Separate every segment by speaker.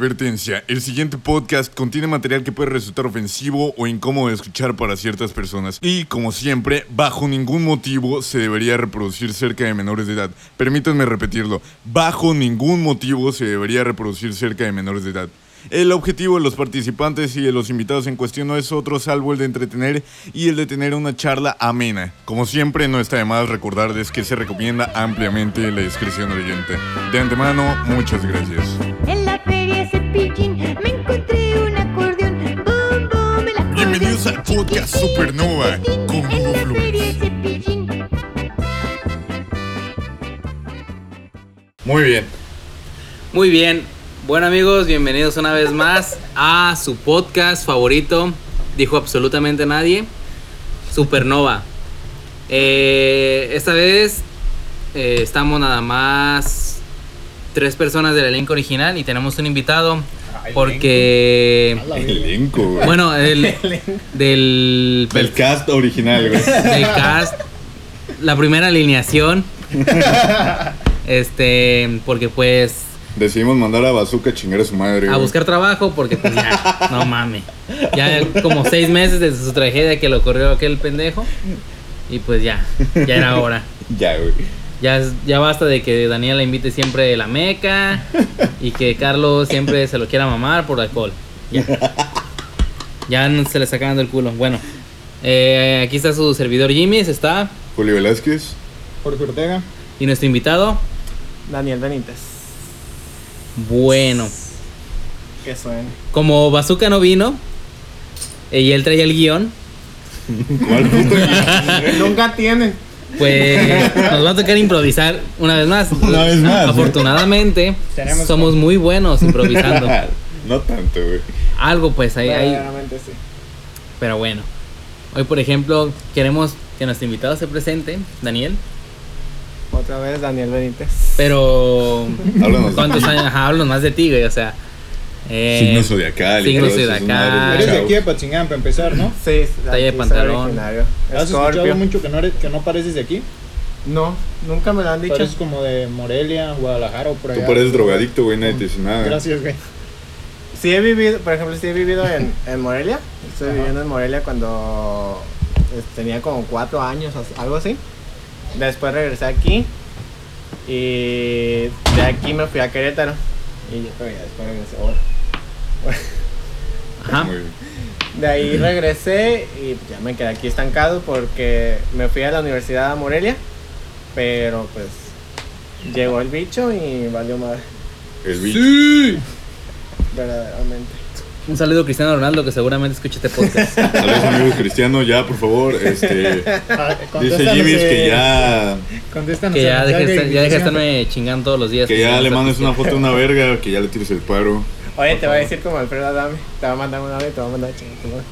Speaker 1: Advertencia, el siguiente podcast contiene material que puede resultar ofensivo o incómodo de escuchar para ciertas personas y, como siempre, bajo ningún motivo se debería reproducir cerca de menores de edad. Permítanme repetirlo, bajo ningún motivo se debería reproducir cerca de menores de edad. El objetivo de los participantes y de los invitados en cuestión no es otro salvo el de entretener y el de tener una charla amena. Como siempre, no está de más recordarles que se recomienda ampliamente la discreción del oyente. De antemano, muchas gracias.
Speaker 2: En la feria ese pichín me encontré un acordeón. Boom, boom, el acordeón.
Speaker 1: Bienvenidos al podcast
Speaker 2: Chiquitín,
Speaker 1: Supernova
Speaker 2: chiquitín.
Speaker 1: con
Speaker 2: En
Speaker 1: Hugo
Speaker 2: la
Speaker 1: Flores.
Speaker 2: feria ese pichín.
Speaker 1: Muy bien.
Speaker 3: Muy bien. Bueno amigos, bienvenidos una vez más a su podcast favorito, dijo absolutamente nadie, Supernova. Eh, esta vez eh, estamos nada más tres personas del elenco original y tenemos un invitado porque...
Speaker 1: Elenco, güey.
Speaker 3: Bueno, el, del,
Speaker 1: Del cast original, güey.
Speaker 3: del cast, la primera alineación, este, porque pues
Speaker 1: Decidimos mandar a Bazooka a chingar a su madre,
Speaker 3: a
Speaker 1: güey.
Speaker 3: buscar trabajo porque pues ya, no mames. Ya como seis meses desde su tragedia que le ocurrió a aquel pendejo. Y pues ya, ya era hora.
Speaker 1: Ya, güey.
Speaker 3: Ya, es- ya basta de que Daniela invite siempre la meca y que Carlos siempre se lo quiera mamar por alcohol. Ya. Ya no se le está cagando el culo. Bueno, eh, aquí está su servidor Jimmy, se está.
Speaker 1: Julio Velázquez.
Speaker 4: Jorge Ortega.
Speaker 3: Y nuestro invitado,
Speaker 4: Daniel Benítez.
Speaker 3: bueno.
Speaker 4: Que suena.
Speaker 3: Como Bazooka no vino eh, y él traía el guión,
Speaker 1: ¿Cuál puto?
Speaker 4: Nunca tienen.
Speaker 3: Pues nos va a tocar improvisar una vez más.
Speaker 1: Una vez más, ¿eh?
Speaker 3: Afortunadamente,
Speaker 4: Tenemos
Speaker 3: somos muy buenos improvisando.
Speaker 1: no tanto, güey.
Speaker 3: Algo pues ahí, ahí,
Speaker 4: Verdaderamente sí.
Speaker 3: pero bueno. Hoy, por ejemplo, queremos que nuestro invitado se presente, Daniel.
Speaker 4: Otra vez Daniel Benítez.
Speaker 3: Pero
Speaker 1: Háblanos de
Speaker 3: ¿cuántos
Speaker 1: ti.
Speaker 3: años? Ajá, háblanos más de ti, güey, o sea. eh,
Speaker 1: Signo zodiacal. y
Speaker 3: signo
Speaker 1: todo eso,
Speaker 3: zodiacal.
Speaker 1: su madre,
Speaker 4: Ah,
Speaker 1: güey.
Speaker 5: Eres de
Speaker 1: Chao.
Speaker 5: aquí de Pachingán para empezar, ¿no?
Speaker 4: Sí,
Speaker 3: Talla de
Speaker 4: aquí soy
Speaker 3: pantalón.
Speaker 4: originario.
Speaker 5: Ah, ¿Has escuchado
Speaker 4: Escorpio.
Speaker 5: mucho que no, eres- que no pareces de aquí?
Speaker 4: No, nunca me lo han dicho.
Speaker 5: Pareces como de Morelia, Guadalajara o por allá.
Speaker 1: Tú pareces drogadicto, güey, nadie te dice nada.
Speaker 5: Gracias, güey.
Speaker 4: Sí he vivido, por ejemplo, sí he vivido en, en Morelia. Estoy
Speaker 5: Ajá.
Speaker 4: viviendo en Morelia cuando eh, tenía como cuatro años, as- algo así. Después regresé aquí y de aquí me fui a Querétaro. Y yo, pero ya después regresé. oh.
Speaker 3: Ajá.
Speaker 1: Muy bien.
Speaker 4: De ahí regresé y ya me quedé aquí estancado porque me fui a la Universidad de Morelia, pero pues llegó el bicho y valió madre,
Speaker 1: El bicho.
Speaker 3: Sí.
Speaker 4: verdaderamente.
Speaker 3: Un saludo a Cristiano Ronaldo que seguramente escucha este podcast.
Speaker 1: Saludos, amigos cristianos. Ya, por favor, este.
Speaker 5: Ah,
Speaker 1: Dice
Speaker 5: contéstanos,
Speaker 1: Jimmy
Speaker 5: eh,
Speaker 1: que ya.
Speaker 5: contéstanos
Speaker 3: que
Speaker 5: el
Speaker 3: ya deje,
Speaker 5: mensaje
Speaker 3: de estar- ya deje de
Speaker 5: invitación.
Speaker 3: estarme chingando todos los días.
Speaker 1: Que ya le mandes
Speaker 3: mames
Speaker 1: una foto de una verga, que ya le tires el paro.
Speaker 4: Oye, te voy a decir como Alfredo Adame, te va a mandar un audio y te va a mandar chingada.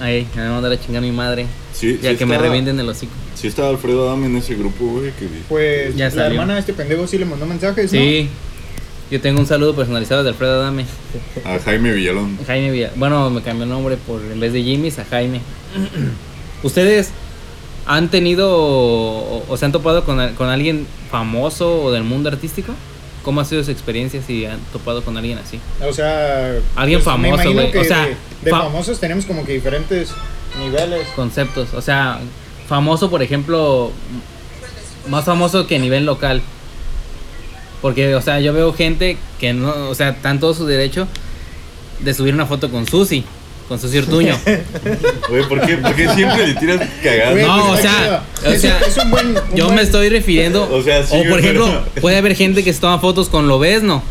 Speaker 3: Ay, me va a mandar a chingar a mi madre.
Speaker 1: Sí,
Speaker 3: Ya
Speaker 1: sí
Speaker 3: que me
Speaker 1: estaba-
Speaker 3: revienten el hocico.
Speaker 1: Sí estaba Alfredo Adame en ese grupo, güey. Que...
Speaker 5: Pues
Speaker 3: Ya
Speaker 5: la
Speaker 3: salió.
Speaker 5: hermana de este pendejo sí le mandó mensajes, ¿no?
Speaker 3: Sí. Yo tengo un saludo personalizado de Alfredo Adame.
Speaker 1: A Jaime Villalón.
Speaker 3: Jaime Villa. Bueno, me cambió el nombre por en vez de Jimmy's a Jaime. ¿Ustedes han tenido o, o se han topado con, al- con alguien famoso o del mundo artístico? ¿Cómo ha sido su experiencia si han topado con alguien así?
Speaker 5: O sea... pues,
Speaker 3: Alguien
Speaker 5: me
Speaker 3: famoso,
Speaker 5: imagino
Speaker 3: güey.
Speaker 5: que
Speaker 3: O sea,
Speaker 5: de, de
Speaker 3: fa-
Speaker 5: famosos tenemos como que diferentes niveles.
Speaker 3: Conceptos. O sea, famoso, por ejemplo, más famoso que a nivel local. Porque, o sea, yo veo gente que no, o sea, están todo su derecho de subir una foto con Susi, con Susi Ortuño.
Speaker 1: Güey, ¿por qué, por qué siempre le tiras cagadas?
Speaker 5: Güey,
Speaker 3: No,
Speaker 5: pues,
Speaker 3: o
Speaker 5: ahí
Speaker 3: sea,
Speaker 5: queda.
Speaker 3: o
Speaker 5: Es-
Speaker 3: sea,
Speaker 5: es un buen- un
Speaker 3: Yo
Speaker 5: buen-
Speaker 3: me estoy refiriendo.
Speaker 1: O
Speaker 3: O
Speaker 1: sea, sí,
Speaker 3: por
Speaker 1: güey,
Speaker 3: ejemplo,
Speaker 1: pero-
Speaker 3: puede haber gente que se toma fotos con Lobesno.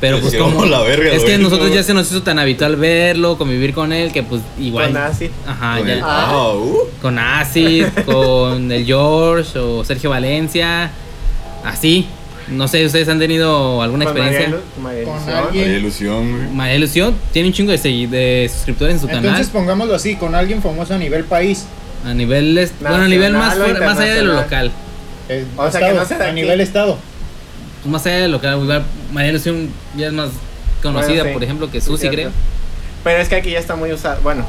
Speaker 3: Pero
Speaker 1: Pues
Speaker 3: pues
Speaker 1: sí,
Speaker 3: como.
Speaker 1: vamos a la verga,
Speaker 3: es que
Speaker 1: Lobezno,
Speaker 3: nosotros
Speaker 1: güey.
Speaker 3: ya se nos hizo tan habitual verlo, convivir con él, que pues igual.
Speaker 4: Con Asi.
Speaker 3: Ajá,
Speaker 1: Con
Speaker 3: ya.
Speaker 1: el- Ah, uh.
Speaker 3: Con Asis, con el George o Sergio Valencia. Así. No sé, ¿ustedes han tenido alguna
Speaker 4: Con
Speaker 3: experiencia?
Speaker 4: María Lu- María
Speaker 5: Con
Speaker 4: Ilusión.
Speaker 5: alguien.
Speaker 1: Hay ilusión, güey.
Speaker 3: María Ilusión tiene un chingo de, segui- de suscriptores en su
Speaker 5: Entonces
Speaker 3: canal.
Speaker 5: pongámoslo así, con alguien famoso a nivel país.
Speaker 3: A nivel, est- bueno, a
Speaker 4: pues, Nacional
Speaker 3: nivel más,
Speaker 4: o
Speaker 3: fuera- más allá de lo
Speaker 4: internacional.
Speaker 3: local.
Speaker 5: Eh,
Speaker 4: O sea, que no
Speaker 5: estado,
Speaker 4: sea de
Speaker 5: a
Speaker 4: aquí.
Speaker 5: nivel estado.
Speaker 3: Pues Más allá de lo local. igual María Ilusión ya es más conocida,
Speaker 4: Bueno, sí.
Speaker 3: por ejemplo, que
Speaker 4: Sí,
Speaker 3: Susi,
Speaker 4: cierto.
Speaker 3: creo.
Speaker 4: Pero es que aquí ya está muy usado, bueno,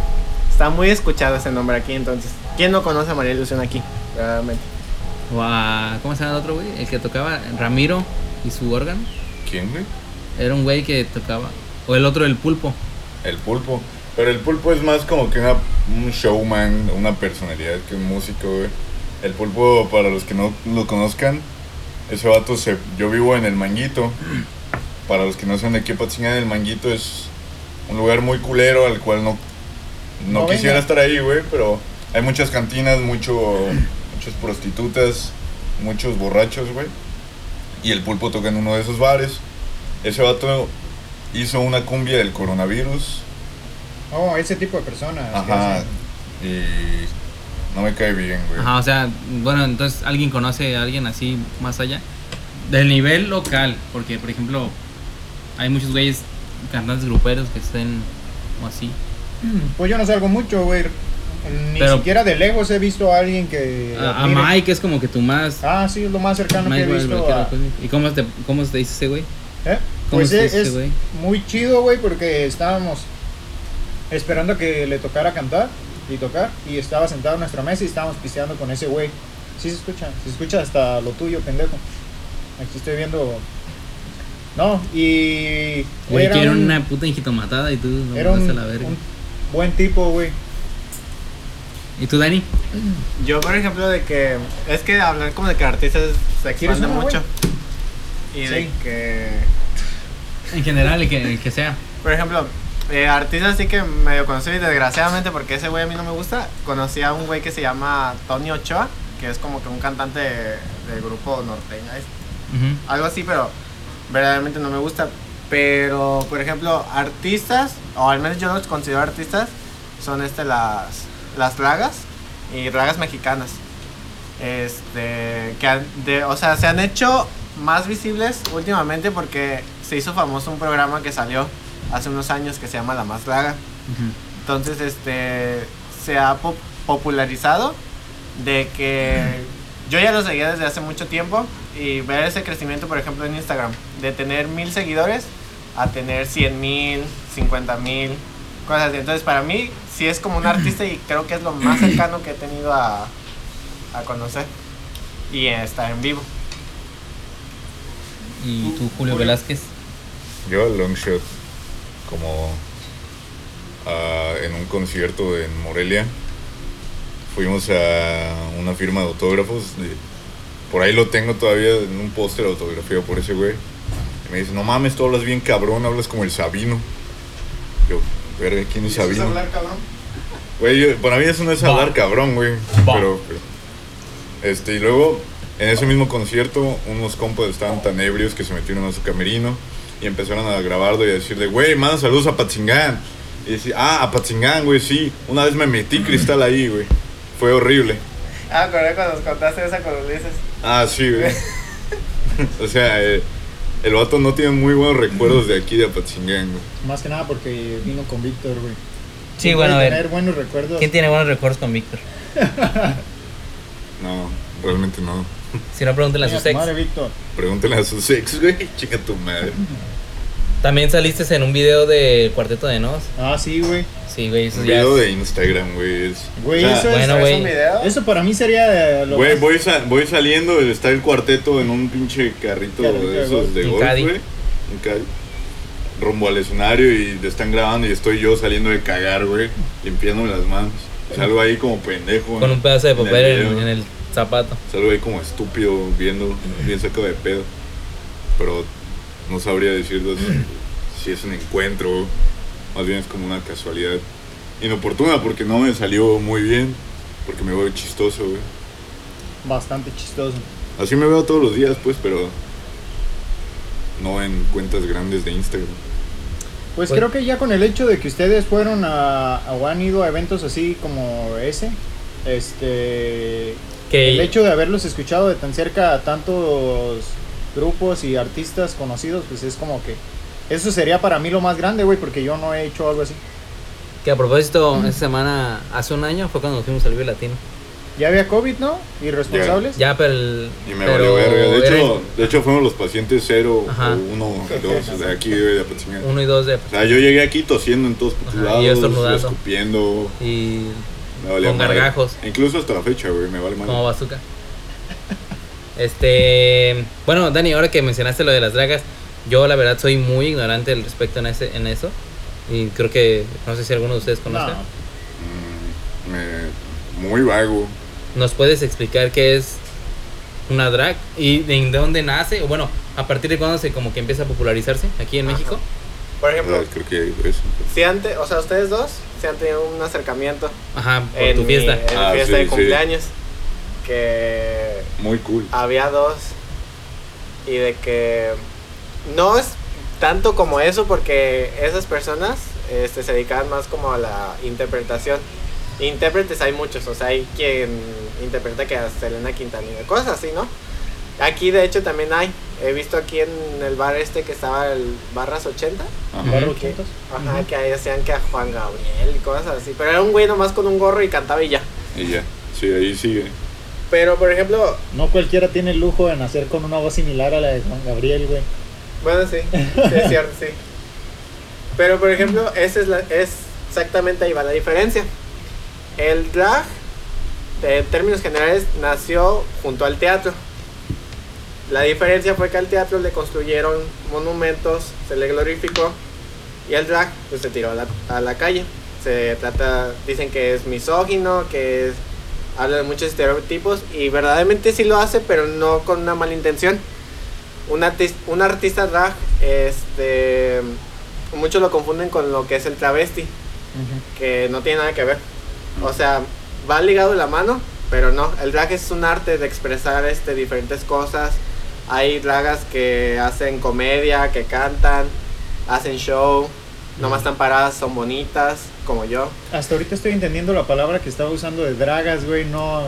Speaker 4: está muy escuchado ese nombre aquí, entonces, ¿quién no conoce a María Ilusión aquí? Verdaderamente.
Speaker 3: O a- ¿Cómo se llama el otro, güey? El que tocaba Ramiro y su órgano.
Speaker 1: ¿Quién, güey?
Speaker 3: Era un güey que tocaba. O el otro, el pulpo.
Speaker 1: El pulpo. Pero el pulpo es más como que una- un showman, una personalidad que un músico, güey. El pulpo, para los que no lo conozcan, ese vato se. Yo vivo en el Manguito. Para los que no sean de qué chingan, el Manguito es un lugar muy culero al cual no, no,
Speaker 5: No
Speaker 1: quisiera
Speaker 5: venga.
Speaker 1: estar ahí, güey. Pero hay muchas cantinas, mucho, muchas prostitutas, muchos borrachos, güey. Y el pulpo toca en uno de esos bares. Ese vato hizo una cumbia del coronavirus.
Speaker 5: Oh, ese tipo de personas. que
Speaker 1: Ajá.
Speaker 5: hacen-
Speaker 1: Y no me cae bien, güey.
Speaker 3: Ajá, o sea, bueno, entonces alguien conoce a alguien así más allá. Del nivel local, porque por ejemplo, hay muchos güeyes cantantes gruperos que estén o así.
Speaker 5: Pues yo no salgo mucho, güey. Ni
Speaker 3: Pero-
Speaker 5: siquiera de lejos he visto a alguien que.
Speaker 3: A, a
Speaker 5: admire.
Speaker 3: Mike es como que tu más.
Speaker 5: Ah, sí, es lo más cercano
Speaker 3: más
Speaker 5: que he
Speaker 3: güey,
Speaker 5: visto.
Speaker 3: cualquiera
Speaker 5: a-
Speaker 3: cosa. ¿Y cómo te, cómo te dice ese güey?
Speaker 5: ¿Eh?
Speaker 3: ¿Cómo
Speaker 5: Pues
Speaker 3: se
Speaker 5: es,
Speaker 3: dice,
Speaker 5: es
Speaker 3: güey?
Speaker 5: muy chido, güey, porque estábamos esperando que le tocara cantar y tocar. Y estaba sentado en nuestra mesa y estábamos pisteando con ese güey. Sí se escucha, se escucha hasta lo tuyo, pendejo. Aquí estoy viendo. No, y.
Speaker 3: Güey,
Speaker 5: era
Speaker 3: que era
Speaker 5: un-
Speaker 3: una puta injitomatada y tú lo
Speaker 5: Era un,
Speaker 3: mandaste a la verga.
Speaker 5: un buen tipo, güey.
Speaker 3: ¿Y tú, Dani?
Speaker 4: Yo, por ejemplo, de que. Es que hablar como de que artistas se
Speaker 5: ¿Quieres
Speaker 4: expande
Speaker 5: una,
Speaker 4: mucho. Y de
Speaker 5: Sí.
Speaker 4: que.
Speaker 3: En general, el que, el que sea.
Speaker 4: Por ejemplo, eh, artistas sí que medio conocí, desgraciadamente, porque ese güey a mí no me gusta. Conocí a un güey que se llama Tony Ochoa, que es como que un cantante de- del grupo norteño. este. es
Speaker 3: Ujú.
Speaker 4: algo así, pero verdaderamente no me gusta. Pero, por ejemplo, artistas, o al menos yo los considero artistas, son este, las, las ragas y ragas mexicanas. Este, que han- de- o sea, se han hecho más visibles últimamente porque se hizo famoso un programa que salió hace unos años que se llama La Más Raga.
Speaker 3: Ujú.
Speaker 4: Entonces, este, se ha pop- popularizado de que yo ya lo seguía desde hace mucho tiempo y ver ese crecimiento, por ejemplo, en Instagram, de tener mil seguidores a tener 100 mil, 50 mil, cosas así. Entonces, para mí, sí es como un artista y creo que es lo más cercano que he tenido a, a conocer y estar en vivo.
Speaker 3: Y tú, Julio Velázquez.
Speaker 1: Yo al long shot, como ah, en un concierto en Morelia, fuimos a una firma de autógrafos. de- por ahí lo tengo todavía en un póster autografiado por ese güey. Y me dice, no mames, tú hablas bien cabrón, hablas como el Sabino. Yo, verga, ¿quién es Sabino?
Speaker 5: cabrón?
Speaker 1: Güey, yo- para mí eso no es hablar
Speaker 3: Va.
Speaker 1: cabrón, güey.
Speaker 3: Va.
Speaker 1: Pero, pero- Este, y luego, en ese mismo concierto, unos compas estaban tan ebrios que se metieron a su camerino y empezaron a grabarlo y a decirle, güey, manda saludos a Patzingán. Y decía, ah, a Patzingán, güey, sí. Una vez me metí cristal ahí, güey. Fue horrible.
Speaker 4: Ah, acordé cuando nos contaste esa con Ulises.
Speaker 1: Ah, sí, güey. o sea, eh, el vato no tiene muy buenos recuerdos de aquí de Apatzingán, güey.
Speaker 5: Más que nada porque vino con Víctor, güey.
Speaker 6: Sí,
Speaker 5: Puede
Speaker 6: bueno, a
Speaker 5: tener
Speaker 6: ver.
Speaker 5: buenos recuerdos.
Speaker 6: ¿Quién tiene buenos recuerdos con Víctor?
Speaker 1: No, realmente no.
Speaker 6: Si no, pregúntenle a
Speaker 5: Mira,
Speaker 6: sus ex.
Speaker 5: Madre, Víctor.
Speaker 1: Pregúntale a sus ex, güey. Chica tu madre.
Speaker 6: También saliste en un video del Cuarteto de Nos.
Speaker 5: Ah, sí, güey.
Speaker 6: Sí, güey, eso
Speaker 1: Un
Speaker 6: ya
Speaker 1: video
Speaker 6: es-
Speaker 1: de Instagram, güey. es-
Speaker 5: Güey,
Speaker 1: o sea,
Speaker 5: eso es-
Speaker 6: bueno,
Speaker 4: ¿Traes un
Speaker 6: güey.
Speaker 4: video?
Speaker 5: Eso para mí sería eh, lo
Speaker 1: Güey,
Speaker 5: más-
Speaker 1: voy, sa- voy saliendo, está el cuarteto en un pinche carrito
Speaker 5: Carrito de
Speaker 1: de esos
Speaker 5: golf.
Speaker 1: de
Speaker 6: Un
Speaker 1: golf,
Speaker 6: caddy.
Speaker 1: güey. Un caddy. Rumbo al escenario y te están grabando y estoy yo saliendo de cagar, güey. Limpiándome las manos. Salgo ahí como pendejo.
Speaker 6: con un pedazo de
Speaker 1: en el
Speaker 6: papel en,
Speaker 1: video.
Speaker 6: en el zapato.
Speaker 1: Salgo ahí como estúpido, viendo, bien sacado de pedo. Pero no sabría decirlo si- si es un encuentro. Más bien es como una casualidad inoportuna porque no me salió muy bien. Porque me veo chistoso, güey.
Speaker 5: bastante chistoso.
Speaker 1: Así me veo todos los días, pues, pero no en cuentas grandes de Instagram.
Speaker 5: Pues
Speaker 6: Pues-
Speaker 5: creo que ya con el hecho de que ustedes fueron a, o han ido a eventos así como ese, este,
Speaker 6: Que
Speaker 5: el hecho de haberlos escuchado de tan cerca a tantos grupos y artistas conocidos, pues es como que eso sería para mí lo más grande, güey, porque yo no he hecho algo así.
Speaker 6: Que a propósito, esta semana, hace un año, fue cuando nos fuimos al Vive Latino.
Speaker 5: Ya había COVID, ¿no? Irresponsables.
Speaker 6: Ya, pero el.
Speaker 1: Y me
Speaker 6: pero
Speaker 1: valió verga. De
Speaker 6: era
Speaker 1: hecho, de hecho, fuimos los pacientes cero
Speaker 6: Ajá.
Speaker 1: o uno y dos de aquí de Apatzingán.
Speaker 6: Uno y dos de.
Speaker 1: O sea, yo llegué aquí tosiendo en todos putos
Speaker 6: Ajá, y
Speaker 1: lados,
Speaker 6: yo estornudando.
Speaker 1: escupiendo,
Speaker 6: Y.
Speaker 1: me valía
Speaker 6: Con
Speaker 1: madre.
Speaker 6: gargajos.
Speaker 1: Incluso hasta la fecha, güey, me vale madre.
Speaker 6: Como bazooka. Este. Bueno, Dani, ahora que mencionaste lo de las dragas,
Speaker 3: Yo la verdad soy muy ignorante al respecto en, ese, en eso. Y creo que, no sé si alguno de ustedes conoce.
Speaker 5: No.
Speaker 7: Mm, me- muy vago.
Speaker 3: ¿Nos puedes explicar qué es una drag y de en dónde nace? O bueno, a partir de cuándo se como que empieza a popularizarse aquí en
Speaker 4: Ajá.
Speaker 3: México.
Speaker 4: Por
Speaker 7: No,
Speaker 4: ejemplo,
Speaker 7: creo que eso.
Speaker 4: si antes, o sea, ustedes dos se han tenido un acercamiento
Speaker 3: Ajá, por
Speaker 4: en
Speaker 3: tu
Speaker 4: mi-
Speaker 3: fiesta.
Speaker 4: en mi
Speaker 7: Ah,
Speaker 4: fiesta
Speaker 7: sí,
Speaker 4: de
Speaker 7: sí.
Speaker 4: cumpleaños. Que
Speaker 7: Muy cool.
Speaker 5: Ah,
Speaker 4: había dos y de que no es tanto como eso porque esas personas este, se dedicaban más como a la interpretación. Intérpretes hay muchos, o sea, hay quien interpreta que a Selena Quintanilla, cosas así, ¿no? Aquí de hecho también hay, he visto aquí en el bar este que estaba el Barras 80,
Speaker 7: Ajá.
Speaker 5: Barro
Speaker 4: Ok.
Speaker 5: Quintos.
Speaker 4: ajá, que ahí hacían que a Juan Gabriel y cosas así, pero era un güey nomás con un gorro y cantaba y ya.
Speaker 7: Y ya. Sí, ahí sigue.
Speaker 4: Pero por ejemplo,
Speaker 5: No cualquiera tiene el lujo de nacer con una voz similar a la de Juan Gabriel, güey.
Speaker 4: Bueno, sí, sí, es cierto, sí. Pero por ejemplo, esa es, la, es exactamente ahí va la diferencia. El drag, en términos generales, nació junto al teatro. La diferencia fue que al teatro le construyeron monumentos, se le glorificó y el drag pues, se tiró a la, a la calle. Se trata, dicen que es misógino, que es, habla de muchos estereotipos y verdaderamente sí lo hace, pero no con una mala intención un, artis- un artista drag, este, muchos lo confunden con lo que es el travesti, que no tiene nada que ver. O sea, va ligado de la mano, pero no. El drag es un arte de expresar este, diferentes cosas. Hay dragas que hacen comedia, que cantan, hacen show, nomás están paradas, son bonitas, como yo.
Speaker 5: Hasta ahorita estoy entendiendo la palabra que estaba usando de dragas, güey. No.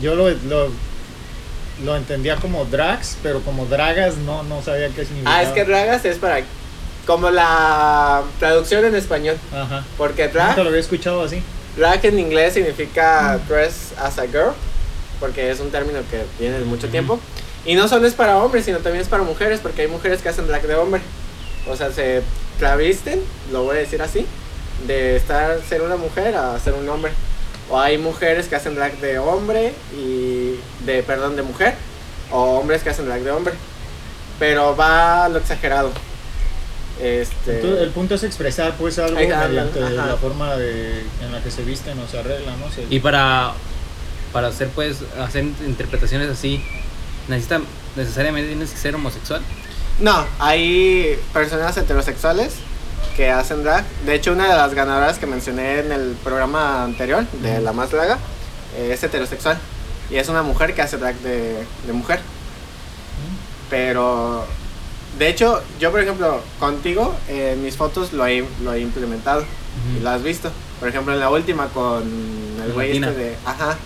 Speaker 5: Yo lo, lo, lo entendía como drags, pero como dragas no, no sabía qué significaba.
Speaker 4: Ah, es que dragas es para... Como la traducción en español,
Speaker 5: Ajá.
Speaker 4: porque drag...
Speaker 5: Nunca lo había escuchado así.
Speaker 4: Drag en inglés significa dress as a girl, porque es un término que viene de mucho tiempo. Y no solo es para hombres, sino también es para mujeres, porque hay mujeres que hacen drag de hombre. O sea, se travisten, lo voy a decir así, de estar ser una mujer a ser un hombre. O hay mujeres que hacen drag de hombre y de perdón de mujer, o hombres que hacen drag de hombre. Pero va a lo exagerado. Este
Speaker 5: Entonces, el punto es expresar pues algo
Speaker 4: Ahí está,
Speaker 5: mediante
Speaker 4: ajá.
Speaker 5: la forma de, en la que se visten o se arreglan, ¿no? Se-
Speaker 3: Y para, para hacer pues, hacer interpretaciones así, necesita, necesariamente tienes que ser homosexual.
Speaker 4: No, hay personas heterosexuales que hacen drag. De hecho, una de las ganadoras que mencioné en el programa anterior, de La Más Draga, eh, es heterosexual. Y es una mujer que hace drag de, de mujer. Pero, de hecho, yo, por ejemplo, contigo, eh, en mis fotos lo he, lo he implementado. Y lo has visto. Por ejemplo, en la última con el
Speaker 3: La
Speaker 4: güey este
Speaker 3: latina.
Speaker 4: de... Ajá.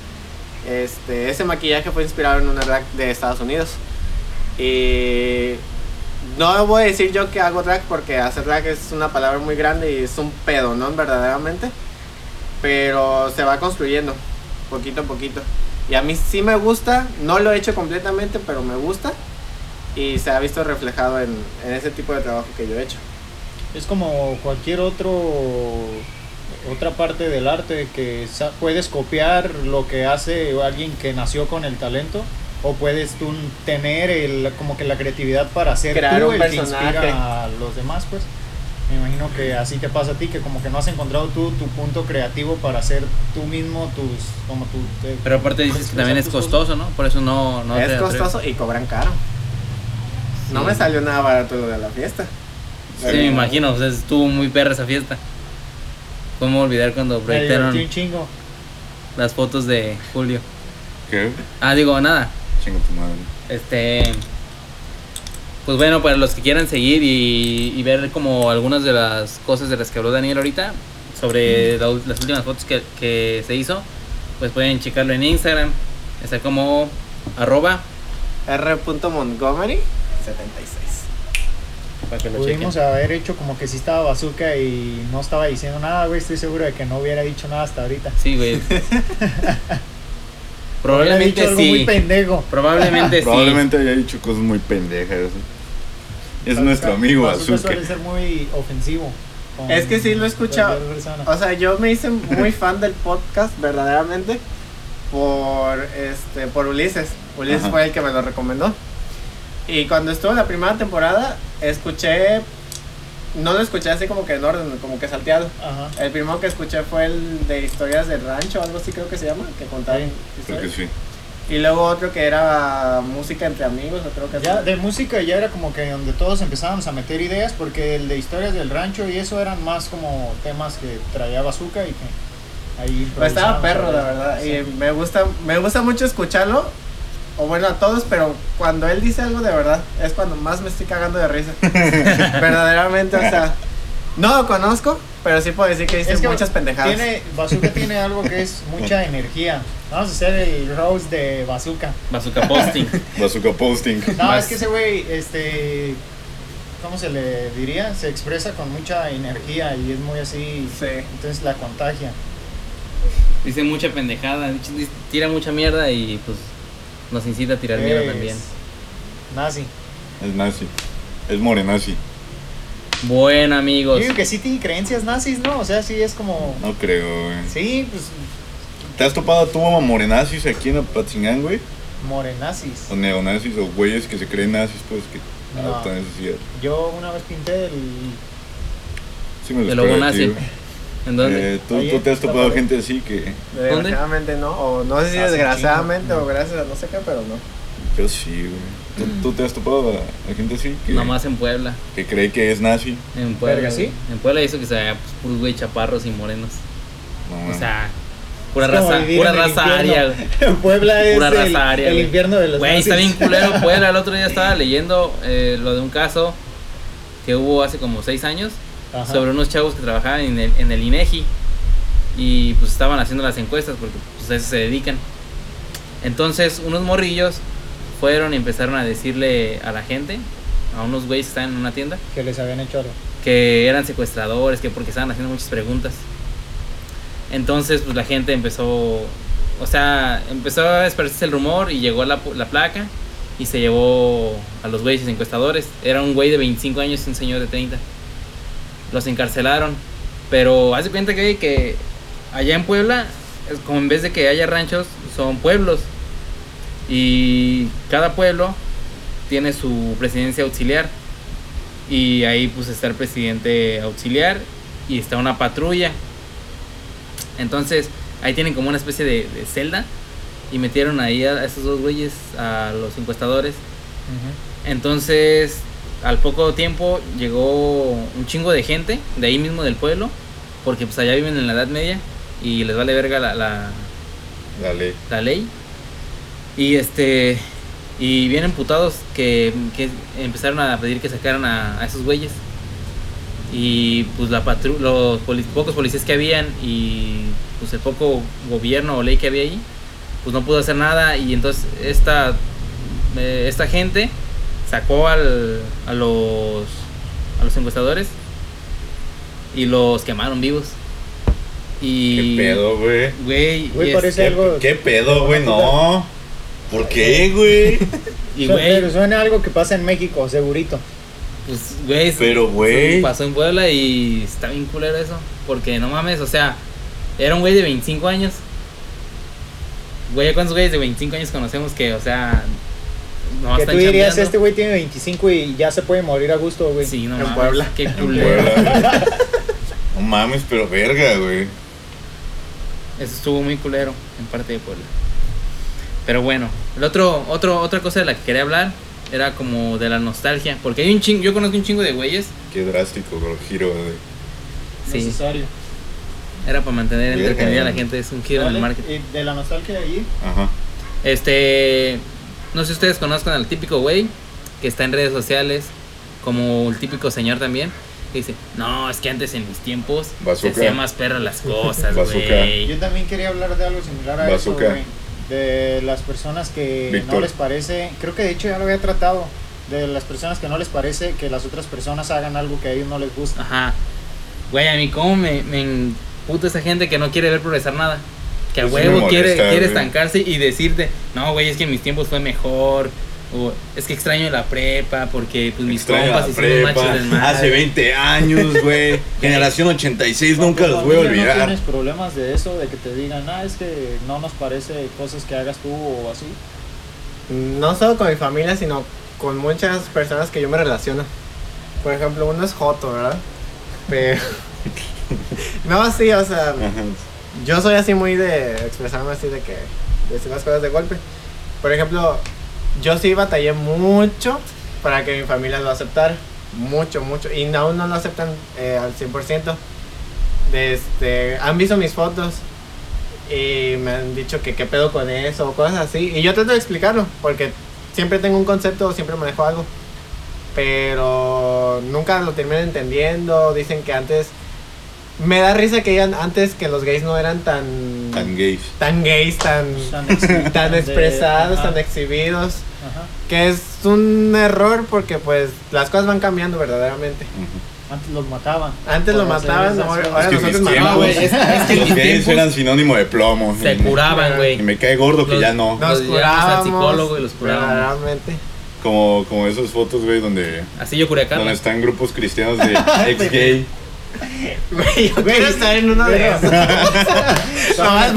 Speaker 4: Este, ese maquillaje fue inspirado en una drag de Estados Unidos. Y no voy a decir yo que hago drag porque hacer drag es una palabra muy grande y es un pedo, ¿no? Verdaderamente. Pero se va construyendo, poquito a poquito. Y a mí sí me gusta, no lo he hecho completamente, pero me gusta. Y se ha visto reflejado en, en ese tipo de trabajo que yo he hecho.
Speaker 5: Es como cualquier otro otra parte del arte que sa- puedes copiar lo que hace alguien que nació con el talento o puedes tú tener el, como que la creatividad para hacer
Speaker 4: Crear
Speaker 5: tú
Speaker 4: un
Speaker 5: el que
Speaker 4: personaje.
Speaker 5: inspira a los demás, pues. Me imagino que así te pasa a ti que como que no has encontrado tú tu punto creativo para hacer tú mismo tus como tu te-
Speaker 3: Pero aparte dices que también es costoso, ¿no? Por eso no, no
Speaker 4: es
Speaker 3: te atreves.
Speaker 4: costoso y cobran caro. No me salió nada barato lo de la fiesta.
Speaker 3: Sí, me imagino, o sea, estuvo muy perra esa fiesta. ¿Cómo olvidar cuando
Speaker 5: me divertí un
Speaker 3: proyectaron
Speaker 5: chingo.
Speaker 3: las fotos de Julio?
Speaker 7: ¿Qué?
Speaker 3: Ah, digo, nada.
Speaker 7: Chinga tu madre.
Speaker 3: Este. Pues bueno, para los que quieran seguir y, y ver como algunas de las cosas de las que habló Daniel ahorita, sobre la ul- las últimas fotos que, que se hizo, pues pueden checarlo en Instagram. Está como arroba
Speaker 4: R. Montgomery 76.
Speaker 3: para que lo chequen.
Speaker 5: Pudimos haber hecho como que sí estaba bazooka y no estaba diciendo nada, güey, estoy seguro de que no hubiera dicho nada hasta ahorita.
Speaker 3: Sí, güey.
Speaker 5: Hubiera dicho
Speaker 3: Probablemente
Speaker 5: algo muy
Speaker 3: sí.
Speaker 5: pendejo.
Speaker 3: Probablemente sí.
Speaker 7: Probablemente haya dicho cosas muy pendejas. Es nuestro amigo
Speaker 5: Bazooka
Speaker 7: Azúcar.
Speaker 5: suele ser muy ofensivo. con
Speaker 4: Es que sí lo he escuchado.
Speaker 5: cualquier persona.
Speaker 4: O sea, yo me hice muy fan del podcast, verdaderamente, por, este, por Ulises. Ulises
Speaker 7: Ajá.
Speaker 4: fue el que me lo recomendó. Y cuando estuvo en la primera temporada, escuché, no lo escuché así como que en orden, como que salteado.
Speaker 5: Ajá.
Speaker 4: El primero que escuché fue el de historias del rancho, algo así creo que se llama, que contaban
Speaker 5: Sí,
Speaker 7: Creo
Speaker 4: historias.
Speaker 7: que sí.
Speaker 4: Y luego otro que era música entre amigos, o creo que
Speaker 5: Ya
Speaker 4: así.
Speaker 5: de música ya era como que donde todos empezábamos a meter ideas porque el de historias del rancho y eso eran más como temas que traía bazooka y que ahí
Speaker 4: Pero estaba
Speaker 5: improvisábamos
Speaker 4: perro, la
Speaker 5: sobre-
Speaker 4: verdad.
Speaker 5: Sí.
Speaker 4: Y me gusta, me gusta mucho escucharlo. O bueno, a todos, pero cuando él dice algo de verdad, es cuando más me estoy cagando de risa. Verdaderamente, o sea, no lo conozco, pero sí puedo decir que dice
Speaker 5: Es que
Speaker 4: muchas pendejadas.
Speaker 5: Tiene, bazooka tiene algo que es mucha energía. Vamos a hacer el roast de bazooka.
Speaker 3: Bazooka Posting.
Speaker 7: Bazooka Posting.
Speaker 5: No,
Speaker 3: Más-
Speaker 5: es que ese güey, este, ¿cómo se le diría? Se expresa con mucha energía y es muy así.
Speaker 4: Sí.
Speaker 5: Entonces la contagia.
Speaker 3: Dice mucha pendejada, dice- tira mucha mierda y pues nos incita a tirar mierda
Speaker 5: Es
Speaker 3: también.
Speaker 5: Nazi.
Speaker 7: Es nazi. Es morenazi.
Speaker 3: Bueno,
Speaker 5: Yo
Speaker 3: amigos.
Speaker 5: digo que sí tiene creencias nazis, ¿no? O sea, sí es como.
Speaker 7: No creo, güey.
Speaker 5: Sí, pues
Speaker 7: ¿Te has topado tú a morenazis aquí en Apatzingán, güey?
Speaker 5: morenazis.
Speaker 7: O neonazis o güeyes que se creen nazis, pues que
Speaker 5: No.
Speaker 7: adoptan esas ideas.
Speaker 5: Yo una vez pinté el.
Speaker 7: Sí me lo
Speaker 3: El
Speaker 7: espero de
Speaker 3: nazi.
Speaker 7: ti, güey.
Speaker 3: ¿En dónde?
Speaker 7: Eh, ¿tú,
Speaker 5: Oye,
Speaker 7: tú te has
Speaker 5: está
Speaker 7: topado
Speaker 5: padre.
Speaker 7: gente así que
Speaker 4: Desgraciadamente no, o no sé si
Speaker 5: Hace
Speaker 4: desgraciadamente o gracias a no sé qué, pero no.
Speaker 7: yo sí, güey.
Speaker 5: Mm.
Speaker 7: ¿Tú, tú te has topado a, a gente así que,
Speaker 3: Nomás en Puebla.
Speaker 7: que cree que es nazi?
Speaker 3: En Puebla.
Speaker 5: Verga,
Speaker 3: güey.
Speaker 5: ¿sí?
Speaker 3: En Puebla hizo que se vea pues, puros güey chaparros y morenos.
Speaker 7: No,
Speaker 3: O
Speaker 7: mames.
Speaker 3: sea, pura
Speaker 5: Ah. Es como
Speaker 3: raza,
Speaker 5: vivir
Speaker 3: pura
Speaker 5: en el
Speaker 3: raza
Speaker 5: infierno.
Speaker 3: aria, güey.
Speaker 5: Puebla es
Speaker 3: Pura
Speaker 5: el,
Speaker 3: raza aria,
Speaker 5: el
Speaker 3: güey.
Speaker 5: infierno de los
Speaker 3: Güey, está bien
Speaker 5: nazis.
Speaker 3: culero Puebla. El otro día estaba leyendo eh, lo de un caso que hubo hace como seis años
Speaker 5: Ajá.
Speaker 3: sobre unos chavos que trabajaban en el, en el INEGI y pues estaban haciendo las encuestas porque pues a eso se dedican. Entonces, unos morrillos fueron y empezaron a decirle a la gente, a unos güeyes que estaban en una tienda,
Speaker 5: Que les habían hecho algo.
Speaker 3: que eran secuestradores, que porque estaban haciendo muchas preguntas. Entonces, pues la gente empezó, o sea, empezó a esparcirse el rumor y llegó la, pu- la placa y se llevó a los güeyes encuestadores. Era un güey de 25 años y un señor de 30. Los encarcelaron, pero hace cuenta que, que allá en Puebla, es como en vez de que haya ranchos, son pueblos. Y cada pueblo tiene su presidencia auxiliar. Y ahí pues está el presidente auxiliar y está una patrulla. Entonces ahí tienen como una especie de, de celda y metieron ahí a, a esos dos güeyes, a los encuestadores. Entonces al poco tiempo llegó un chingo de gente de ahí mismo del pueblo, porque pues allá viven en la Edad Media y les vale verga la- la,
Speaker 7: La ley.
Speaker 3: la ley. Y este. Y bien emputados que, que empezaron a pedir que sacaran a, a esos güeyes. Y pues la patru los poli- pocos policías que habían y pues el poco gobierno o ley que había ahí, pues no pudo hacer nada. Y entonces esta, eh, esta gente sacó al, a, los, a los encuestadores y los quemaron vivos. Y,
Speaker 7: ¿Qué pedo, güey?
Speaker 3: Güey,
Speaker 5: Güey,
Speaker 3: y
Speaker 5: parece
Speaker 7: ¿Qué,
Speaker 5: algo-
Speaker 7: qué pedo, güey? No. ¿Por qué, güey?
Speaker 3: Y
Speaker 5: Su-
Speaker 3: güey,
Speaker 5: pero suena algo que pasa en México, segurito.
Speaker 3: pues güey,
Speaker 7: Pero, güey.
Speaker 3: eso pasó en Puebla y está bien culero eso, porque no mames, o sea, era un güey de 25 años. Güey, ¿cuántos güeyes de 25 años conocemos que, o sea, no
Speaker 5: que
Speaker 3: están
Speaker 5: tú dirías,
Speaker 3: chambeando?
Speaker 5: este güey tiene 25 y ya se puede morir a gusto, güey.
Speaker 3: Sí, no
Speaker 4: en
Speaker 3: mames,
Speaker 4: Puebla.
Speaker 3: qué culero.
Speaker 7: Puebla, güey. No mames, pero verga, güey.
Speaker 3: Eso estuvo muy culero en parte de Puebla. Pero bueno, el otro, otro, otra cosa de la que quería hablar era como de la nostalgia, porque hay un chingo, yo conozco un chingo de güeyes,
Speaker 7: Qué drástico, güey, giro, güey.
Speaker 3: sí,
Speaker 5: Necesario.
Speaker 3: era para mantener
Speaker 7: Verga,
Speaker 3: entretenida a la
Speaker 7: güey.
Speaker 3: gente, es un giro en
Speaker 5: Vale,
Speaker 3: el marketing.
Speaker 5: y de la nostalgia ahí.
Speaker 7: Ajá.
Speaker 3: Este, no sé si ustedes conozcan al típico güey que está en redes sociales, como el típico señor también, que dice, no, es que antes en mis tiempos
Speaker 7: Bazooka.
Speaker 3: se hacía más perra las cosas,
Speaker 7: Bazooka.
Speaker 5: Yo
Speaker 3: güey.
Speaker 5: también quería hablar de algo similar a
Speaker 7: Bazooka.
Speaker 5: eso, güey. De las personas que no
Speaker 7: Víctor.
Speaker 5: les parece, creo que de hecho ya lo había tratado, de las personas que no les parece que las otras personas hagan algo que a ellos no les gusta.
Speaker 3: Ajá. Güey, a mí cómo me, me emputa esa gente que no quiere ver progresar nada. Que a
Speaker 7: Eso me
Speaker 3: huevo quiere,
Speaker 7: molesta,
Speaker 3: quiere
Speaker 7: güey.
Speaker 3: estancarse y decirte, no, güey, es que en mis tiempos fue mejor. O es que extraño la prepa porque pues, mis
Speaker 7: Extraño la
Speaker 3: compas hicieron machos del
Speaker 7: prepa. Ah, Hace 20 años, güey. Generación 86, nunca los voy a
Speaker 5: Cuando tú No
Speaker 7: olvidar.
Speaker 5: tienes problemas de eso, de que te digan, ah, es que no nos parece cosas que hagas tú o así.
Speaker 4: No solo con mi familia, sino con muchas personas que yo me relaciono. Por ejemplo, uno es Joto, ¿verdad? Pero. no, sí, o sea.
Speaker 1: Ah.
Speaker 4: Yo soy así muy de expresarme así de que. de decir las cosas de golpe. Por ejemplo, yo sí batallé mucho para que mi familia lo aceptara. Mucho, mucho. Y aún no lo aceptan eh, al 100%. De este, han visto mis fotos y me han dicho que qué pedo con eso o cosas así. Y yo trato de explicarlo porque siempre tengo un concepto, siempre manejo algo. Pero nunca lo terminan entendiendo. Dicen que antes. Me da risa que digan antes que los gays no eran tan.
Speaker 1: Tan gays.
Speaker 4: tan gays, tan.
Speaker 5: pues, Tan ex-
Speaker 4: tan
Speaker 5: de-
Speaker 4: expresados,
Speaker 5: ajá,
Speaker 4: tan exhibidos.
Speaker 5: ajá.
Speaker 4: Que es un error porque, pues, las cosas van cambiando verdaderamente.
Speaker 5: Antes los mataban.
Speaker 4: Antes lo mataban, ahora ahora
Speaker 1: Es que
Speaker 4: nosotros
Speaker 1: mis
Speaker 4: matamos.
Speaker 1: tiempos-
Speaker 3: güey, es- es que
Speaker 1: Los
Speaker 3: mis
Speaker 1: gays
Speaker 3: tiempos
Speaker 1: eran sinónimo de plomo.
Speaker 3: Se
Speaker 1: Y me-
Speaker 7: Ah,
Speaker 3: curaban, güey.
Speaker 1: Y me cae gordo que
Speaker 3: Los-
Speaker 1: ya no.
Speaker 4: Nos
Speaker 3: Los llevamos
Speaker 4: curábamos.
Speaker 3: al psicólogo y los curábamos.
Speaker 4: Verdaderamente.
Speaker 1: Como, como esas fotos, güey, donde,
Speaker 3: Así yo curé acá.
Speaker 1: donde están grupos cristianos de ex gay.
Speaker 4: Güey, yo quiero estar en uno de esos. Nomás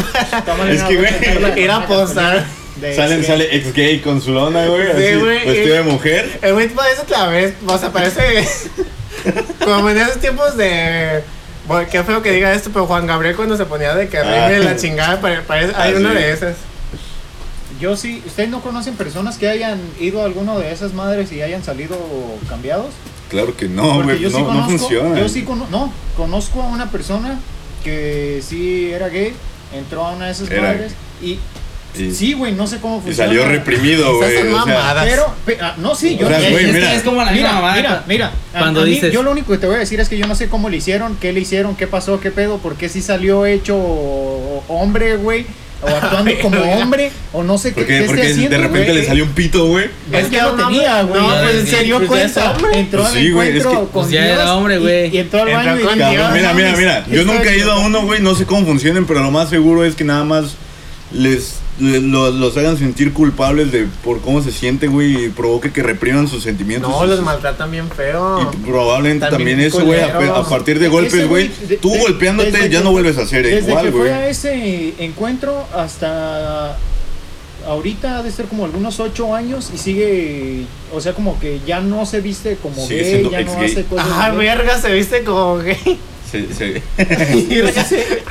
Speaker 4: para
Speaker 1: Es que, güey,
Speaker 4: ir a posar.
Speaker 1: Salen, sale ex gay con su lona, güey.
Speaker 4: Sí,
Speaker 1: así,
Speaker 4: güey,
Speaker 1: Vestido
Speaker 4: y-
Speaker 1: de mujer.
Speaker 4: El güey parece otra vez, o sea, parece como en esos tiempos de... Bueno, qué feo que diga esto, pero Juan Gabriel cuando se ponía de que arriba la chingada, pare- parece, hay
Speaker 1: Ah,
Speaker 4: uno
Speaker 1: sí.
Speaker 4: de esas.
Speaker 5: Yo sí, ¿ustedes no conocen personas que hayan ido a alguno de esas madres y hayan salido cambiados?
Speaker 1: Claro que no,
Speaker 5: Porque
Speaker 1: güey.
Speaker 5: yo
Speaker 1: No,
Speaker 5: sí
Speaker 1: no
Speaker 5: conozco,
Speaker 1: funciona.
Speaker 5: Yo sí cono- no, conozco a una persona que sí era gay, entró a una de esas
Speaker 1: Era
Speaker 5: madres y
Speaker 1: Y-
Speaker 5: sí, güey, no sé cómo
Speaker 1: Y
Speaker 5: funciona.
Speaker 1: salió reprimido, güey.
Speaker 4: Esas son
Speaker 1: o sea,
Speaker 4: mamadas.
Speaker 5: Pero, pe- ah, no, sí, yo
Speaker 1: O sea,
Speaker 5: sé.
Speaker 1: güey,
Speaker 3: es
Speaker 1: mira.
Speaker 3: que es como la misma
Speaker 5: Mira,
Speaker 3: mamada.
Speaker 5: mira, mira, a-
Speaker 3: Cuando
Speaker 5: a mí-
Speaker 3: dices-
Speaker 5: yo lo único que te voy a decir es que yo no sé cómo le hicieron, qué le hicieron, qué pasó, qué pedo, por qué sí salió hecho hombre, güey, o actuando como hombre, o no sé qué,
Speaker 1: Porque,
Speaker 5: qué
Speaker 1: porque
Speaker 5: esté haciendo,
Speaker 1: de repente
Speaker 5: güey.
Speaker 1: le salió un pito, güey.
Speaker 5: Es que no
Speaker 4: no
Speaker 5: tenía, güey.
Speaker 4: No,
Speaker 3: pues,
Speaker 4: pues
Speaker 3: sí,
Speaker 4: se dio
Speaker 5: Pues ya
Speaker 4: cuenta,
Speaker 5: está,
Speaker 4: hombre.
Speaker 5: Entró
Speaker 1: Pues
Speaker 5: al
Speaker 1: sí, güey, es
Speaker 5: encuentro
Speaker 1: que-
Speaker 5: con
Speaker 3: Pues ya
Speaker 5: Dios
Speaker 3: era hombre,
Speaker 5: y-
Speaker 3: güey.
Speaker 5: Y, entró al
Speaker 4: Entró
Speaker 5: baño
Speaker 4: con
Speaker 5: y
Speaker 4: Dios.
Speaker 1: Cabrón, mira, mira, mira. Yo
Speaker 5: Está
Speaker 1: nunca he ido a
Speaker 5: bien.
Speaker 1: uno, güey. No sé cómo funcionen, pero lo más seguro es que nada más les, le- lo- los hagan sentir culpables de por cómo se siente, güey, y provoque que repriman sus sentimientos.
Speaker 4: No, los
Speaker 1: Sus-
Speaker 4: maltratan bien feo.
Speaker 1: Y probablemente también,
Speaker 4: También
Speaker 1: eso, güey, a,
Speaker 4: culero.
Speaker 1: a partir de
Speaker 5: Ese
Speaker 1: golpes, güey.
Speaker 5: de-
Speaker 1: Tú
Speaker 5: de-
Speaker 1: golpeándote
Speaker 5: desde
Speaker 1: ya
Speaker 5: que-
Speaker 1: no vuelves a hacer
Speaker 5: Desde
Speaker 1: igual,
Speaker 5: que fue
Speaker 1: güey.
Speaker 5: a ese encuentro hasta ahorita ha de ser como algunos ocho años y sigue, o sea, como que ya no se viste como
Speaker 1: Sigue
Speaker 5: gay,
Speaker 1: siendo
Speaker 5: ya no
Speaker 1: ex-gay.
Speaker 5: hace cosas.
Speaker 4: Ah,
Speaker 5: de-
Speaker 4: verga, se viste como gay.
Speaker 1: Sí, sí.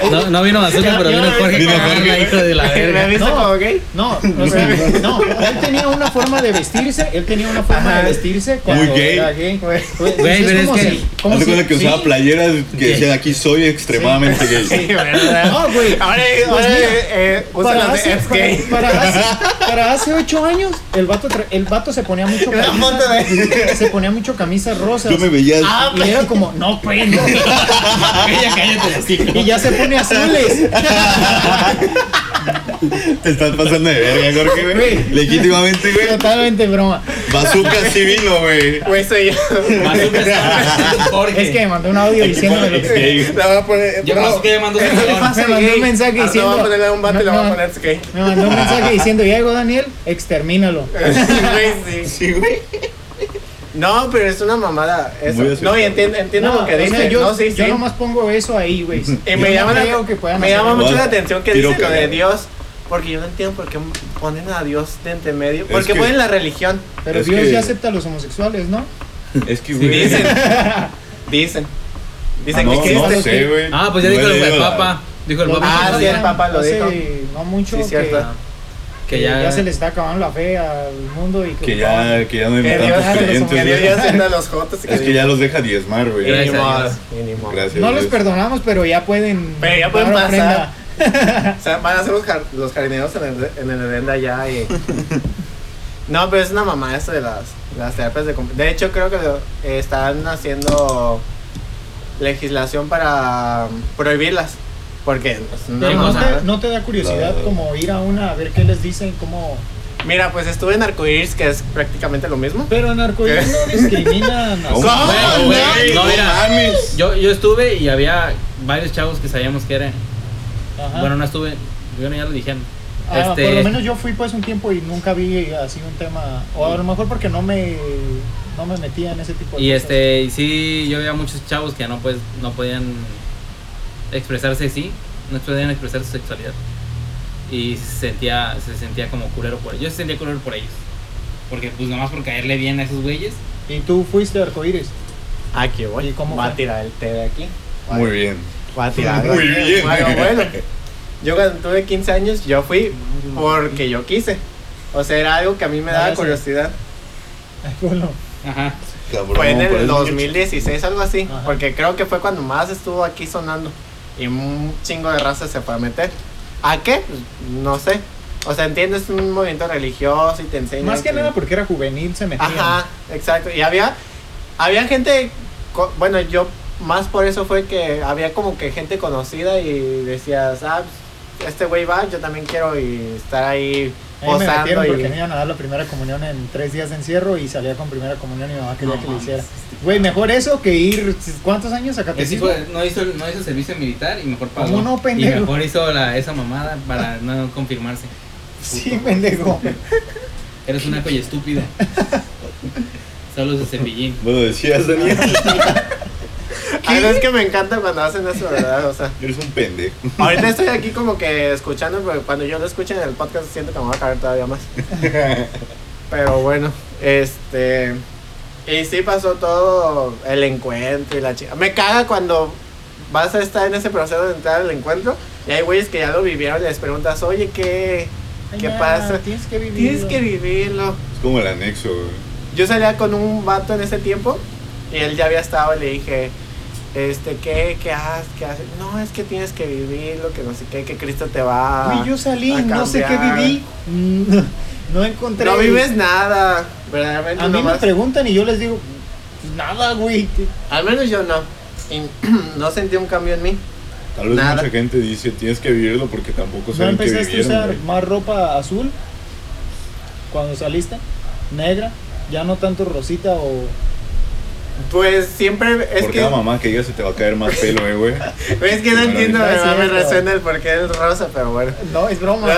Speaker 3: No, no vino Bazooka, pero vino Jorge
Speaker 1: Vino
Speaker 3: con
Speaker 1: Jorge,
Speaker 3: hijo de la
Speaker 4: ¿Me
Speaker 3: verga.
Speaker 4: viste
Speaker 5: No.
Speaker 4: como gay?
Speaker 5: No, o sea, no, él tenía una forma de vestirse, él tenía una forma
Speaker 4: Ajá.
Speaker 5: de vestirse cuando
Speaker 1: Muy gay.
Speaker 5: era gay. Güey, Pues,
Speaker 3: Güey, pero es
Speaker 5: como
Speaker 3: que-
Speaker 5: si- como
Speaker 1: Haz de
Speaker 5: si-
Speaker 1: cuenta que
Speaker 5: sí.
Speaker 1: usaba playeras que
Speaker 3: Gay.
Speaker 1: decía aquí soy extremadamente gay.
Speaker 4: ¿verdad?
Speaker 5: No, güey.
Speaker 4: Ahora,
Speaker 5: Pues
Speaker 4: ahora
Speaker 5: mira,
Speaker 4: eh, usa
Speaker 5: Para
Speaker 4: las de
Speaker 5: hace,
Speaker 4: F gay.
Speaker 5: para- para hace- para hace ocho años, el vato, tra- el vato se ponía mucho
Speaker 4: La foto
Speaker 5: camisa, se ponía mucho camisas rosas.
Speaker 1: Yo me veía.
Speaker 4: Ah,
Speaker 5: Y era como, no, pues, no.
Speaker 3: Ella cállate los hijos.
Speaker 5: Y ya se pone azules.
Speaker 1: Te estás pasando de verga, Jorge, güey. Legítimamente, güey.
Speaker 5: Totalmente broma.
Speaker 1: Bazooka sí vino, güey.
Speaker 4: Pues soy yo.
Speaker 3: Bazooka está- Jorge.
Speaker 5: Es que me mandó un audio diciéndome lo que.
Speaker 1: Gay.
Speaker 4: La voy a poner.
Speaker 3: Yo
Speaker 4: no,
Speaker 3: paso que ya mandó
Speaker 4: ¿Qué le pasa,
Speaker 5: Me mandó
Speaker 4: gay?
Speaker 5: un mensaje
Speaker 4: Ah, le
Speaker 5: diciendo-
Speaker 4: voy a ponerle a un vato y le voy a
Speaker 5: No,
Speaker 4: poner es gay.
Speaker 5: Me mandó un mensaje diciendo, ya llegó Daniel, extermínalo.
Speaker 4: Güey, sí.
Speaker 1: Sí, güey.
Speaker 4: No, pero es una mamada. Eso.
Speaker 1: Muy aceptable.
Speaker 4: No, y entiendo, entiendo lo que
Speaker 5: o sea,
Speaker 4: dice.
Speaker 5: yo,
Speaker 4: no, sí,
Speaker 5: yo
Speaker 4: sí.
Speaker 5: nomás pongo eso ahí, güey.
Speaker 4: Y
Speaker 5: Yo
Speaker 4: me
Speaker 5: no
Speaker 4: llama, la-
Speaker 5: creo que puedan
Speaker 4: me
Speaker 5: hacer
Speaker 4: llama
Speaker 5: nada.
Speaker 4: mucho
Speaker 1: Vale.
Speaker 4: la atención que
Speaker 1: Tiro
Speaker 4: dice lo de
Speaker 1: cagado.
Speaker 4: Dios. Porque yo no entiendo por qué ponen a Dios de entre medio. ¿Por
Speaker 1: Es
Speaker 4: qué
Speaker 1: que-
Speaker 4: ponen la religión?
Speaker 5: Pero
Speaker 1: Es
Speaker 5: Dios
Speaker 1: que-
Speaker 5: ya acepta a los homosexuales, ¿no?
Speaker 1: Es que,
Speaker 4: Dicen. Dicen. Dicen
Speaker 1: Ah, No,
Speaker 4: que
Speaker 1: no
Speaker 4: existe.
Speaker 1: sé, güey.
Speaker 3: Ah, pues ya dijo
Speaker 1: No
Speaker 3: lo
Speaker 1: he
Speaker 3: que el
Speaker 1: leído la-
Speaker 3: papa. Dijo el
Speaker 5: Lo
Speaker 3: papa.
Speaker 4: Ah,
Speaker 5: dijo
Speaker 4: sí, el
Speaker 5: ya
Speaker 4: Papa lo
Speaker 5: hace
Speaker 4: dijo.
Speaker 5: No mucho
Speaker 4: Sí, cierto.
Speaker 5: que,
Speaker 3: Que
Speaker 5: que ya,
Speaker 3: ya.
Speaker 5: se le está acabando la fe al mundo y que,
Speaker 1: Que ya, que ya no hay
Speaker 4: Que Dios,
Speaker 1: tantos creyentes,
Speaker 4: que Dios
Speaker 1: güey.
Speaker 4: ya senda a los jotos. y
Speaker 1: Es que ya los deja diezmar, güey.
Speaker 4: Y ni
Speaker 3: Gracias a
Speaker 4: modo,
Speaker 3: Dios.
Speaker 4: y ni modo.
Speaker 1: Gracias.
Speaker 5: no
Speaker 1: Dios.
Speaker 5: los perdonamos, pero ya pueden.
Speaker 4: Pero ya pueden pasar.
Speaker 5: dar ofrenda.
Speaker 4: O sea, van a ser los, jar- los jardineros en el, en el Edén de allá y... No, pero es una mamá eso de las, las terapias de... comp- De hecho, creo que lo- eh, están haciendo legislación para mm, prohibirlas. Porque es una
Speaker 5: Pero no,
Speaker 4: mamada.
Speaker 5: te, no te da curiosidad
Speaker 1: La-
Speaker 5: como ir a una a ver qué les dicen, cómo.
Speaker 4: Mira, pues estuve en Arcoiris, que es prácticamente lo mismo.
Speaker 5: Pero en Arcoíris
Speaker 4: ¿Qué?
Speaker 5: no discriminan. a-
Speaker 1: No,
Speaker 4: ¿Cómo?
Speaker 1: mames,
Speaker 3: güey, no, mira.
Speaker 1: mames.
Speaker 3: Yo, yo estuve y había varios chavos que sabíamos que eran.
Speaker 5: Ajá.
Speaker 3: Bueno, no estuve. Bueno, ya lo dijeron.
Speaker 5: Ah,
Speaker 3: este-
Speaker 5: Por lo menos yo fui pues un tiempo y nunca vi así un tema. O a lo mejor porque no me, no me metía en ese tipo de
Speaker 3: Y
Speaker 5: cosas.
Speaker 3: este, y sí, yo veía muchos chavos que no, pues, no podían expresarse así, no podían expresar su sexualidad. Y se sentía, se sentía como culero por ellos. Yo se sentía culero por ellos. Porque, pues, nomás por caerle bien a esos güeyes.
Speaker 5: Y tú fuiste a arcoíris.
Speaker 4: Aquí voy.
Speaker 5: ¿Y cómo
Speaker 4: Voy a
Speaker 5: fue?
Speaker 4: tirar el té de aquí.
Speaker 1: Muy bien.
Speaker 4: Voy a tirar.
Speaker 1: Muy
Speaker 4: el té.
Speaker 1: bien.
Speaker 4: Bueno, bueno. Yo cuando tuve 15 años, yo fui porque yo quise. O sea, era algo que a mí me
Speaker 5: No,
Speaker 4: daba
Speaker 5: yo sí.
Speaker 4: curiosidad.
Speaker 5: Ay, bueno,
Speaker 3: Ajá.
Speaker 1: Cabrón,
Speaker 4: Fue en
Speaker 1: parece
Speaker 4: el
Speaker 1: un
Speaker 4: 2016, algo así.
Speaker 5: Ajá.
Speaker 4: Porque creo que fue cuando más estuvo aquí sonando. Y un chingo de raza se fue a meter. ¿A qué? No sé. O sea, entiendes un movimiento religioso y te enseña.
Speaker 5: más que nada porque era juvenil se metía.
Speaker 4: Ajá, exacto. Y había, había gente, co- bueno, yo más por eso fue que había como que gente conocida y decías, ah, pues, este güey va, yo también quiero y estar ahí
Speaker 5: me metieron
Speaker 4: posando y...
Speaker 5: porque me iban a dar la primera comunión en tres días de encierro y salía con primera comunión y mi mamá quería que le hiciera. Güey, mejor eso que ir, ¿cuántos años a
Speaker 3: Ese
Speaker 5: catecismo?
Speaker 3: hijo no hizo, no hizo servicio militar y mejor pagó.
Speaker 5: ¿Cómo no,
Speaker 3: Y
Speaker 5: pendejo?
Speaker 3: mejor hizo la, esa mamada para no confirmarse.
Speaker 5: Sí, pendejo.
Speaker 3: Eres una coya estúpida. Solo de cepillín.
Speaker 1: Bueno, decías, Daniel,
Speaker 4: Ay, Ah, no, es que me encanta cuando hacen eso, ¿verdad? O sea,
Speaker 1: eres un pendejo.
Speaker 4: ahorita estoy aquí como que escuchando, pero cuando yo lo escucho en el podcast siento que me va a caer todavía más. Pero bueno, este. Y sí pasó todo el encuentro y la chica. Me caga cuando vas a estar en ese proceso de entrar al encuentro y hay güeyes que ya lo vivieron y les preguntas, oye, ¿qué?
Speaker 5: Ay,
Speaker 4: ¿Qué
Speaker 5: ya,
Speaker 4: pasa?
Speaker 5: Tienes que vivir.
Speaker 4: Tienes que vivirlo.
Speaker 1: Es como el anexo, güey.
Speaker 4: Yo salía con un vato en ese tiempo y él ya había estado y le dije, este, ¿qué? ¿Qué haces? ¿Qué haces? No, es que tienes que vivirlo, que no sé qué, que Cristo te va.
Speaker 5: Güey, yo salí,
Speaker 4: a
Speaker 5: no sé qué
Speaker 4: cambiar.
Speaker 5: viví. No, no encontré.
Speaker 4: No vives nada, verdaderamente.
Speaker 5: A mí me
Speaker 4: nomás-
Speaker 5: preguntan y yo les digo, pues, nada, güey.
Speaker 4: Al menos yo no. Y no sentí un cambio en mí.
Speaker 1: Tal vez
Speaker 4: Nada.
Speaker 1: mucha gente dice, tienes que vivirlo porque tampoco
Speaker 5: ¿No
Speaker 1: saben que
Speaker 5: empezaste a
Speaker 1: Pues vivieron,
Speaker 5: usar
Speaker 1: güey.
Speaker 5: más ropa azul cuando saliste? ¿Negra? ¿Ya no tanto rosita o...?
Speaker 4: Pues siempre es
Speaker 1: Por
Speaker 4: que
Speaker 1: cada mamá que diga se te va a caer más pelo, eh, güey.
Speaker 4: es que no
Speaker 1: Bueno,
Speaker 4: entiendo,
Speaker 5: no Ah, es
Speaker 4: me, me
Speaker 5: cierto.
Speaker 4: resuena el porqué del rosa, pero bueno.
Speaker 5: No, es broma.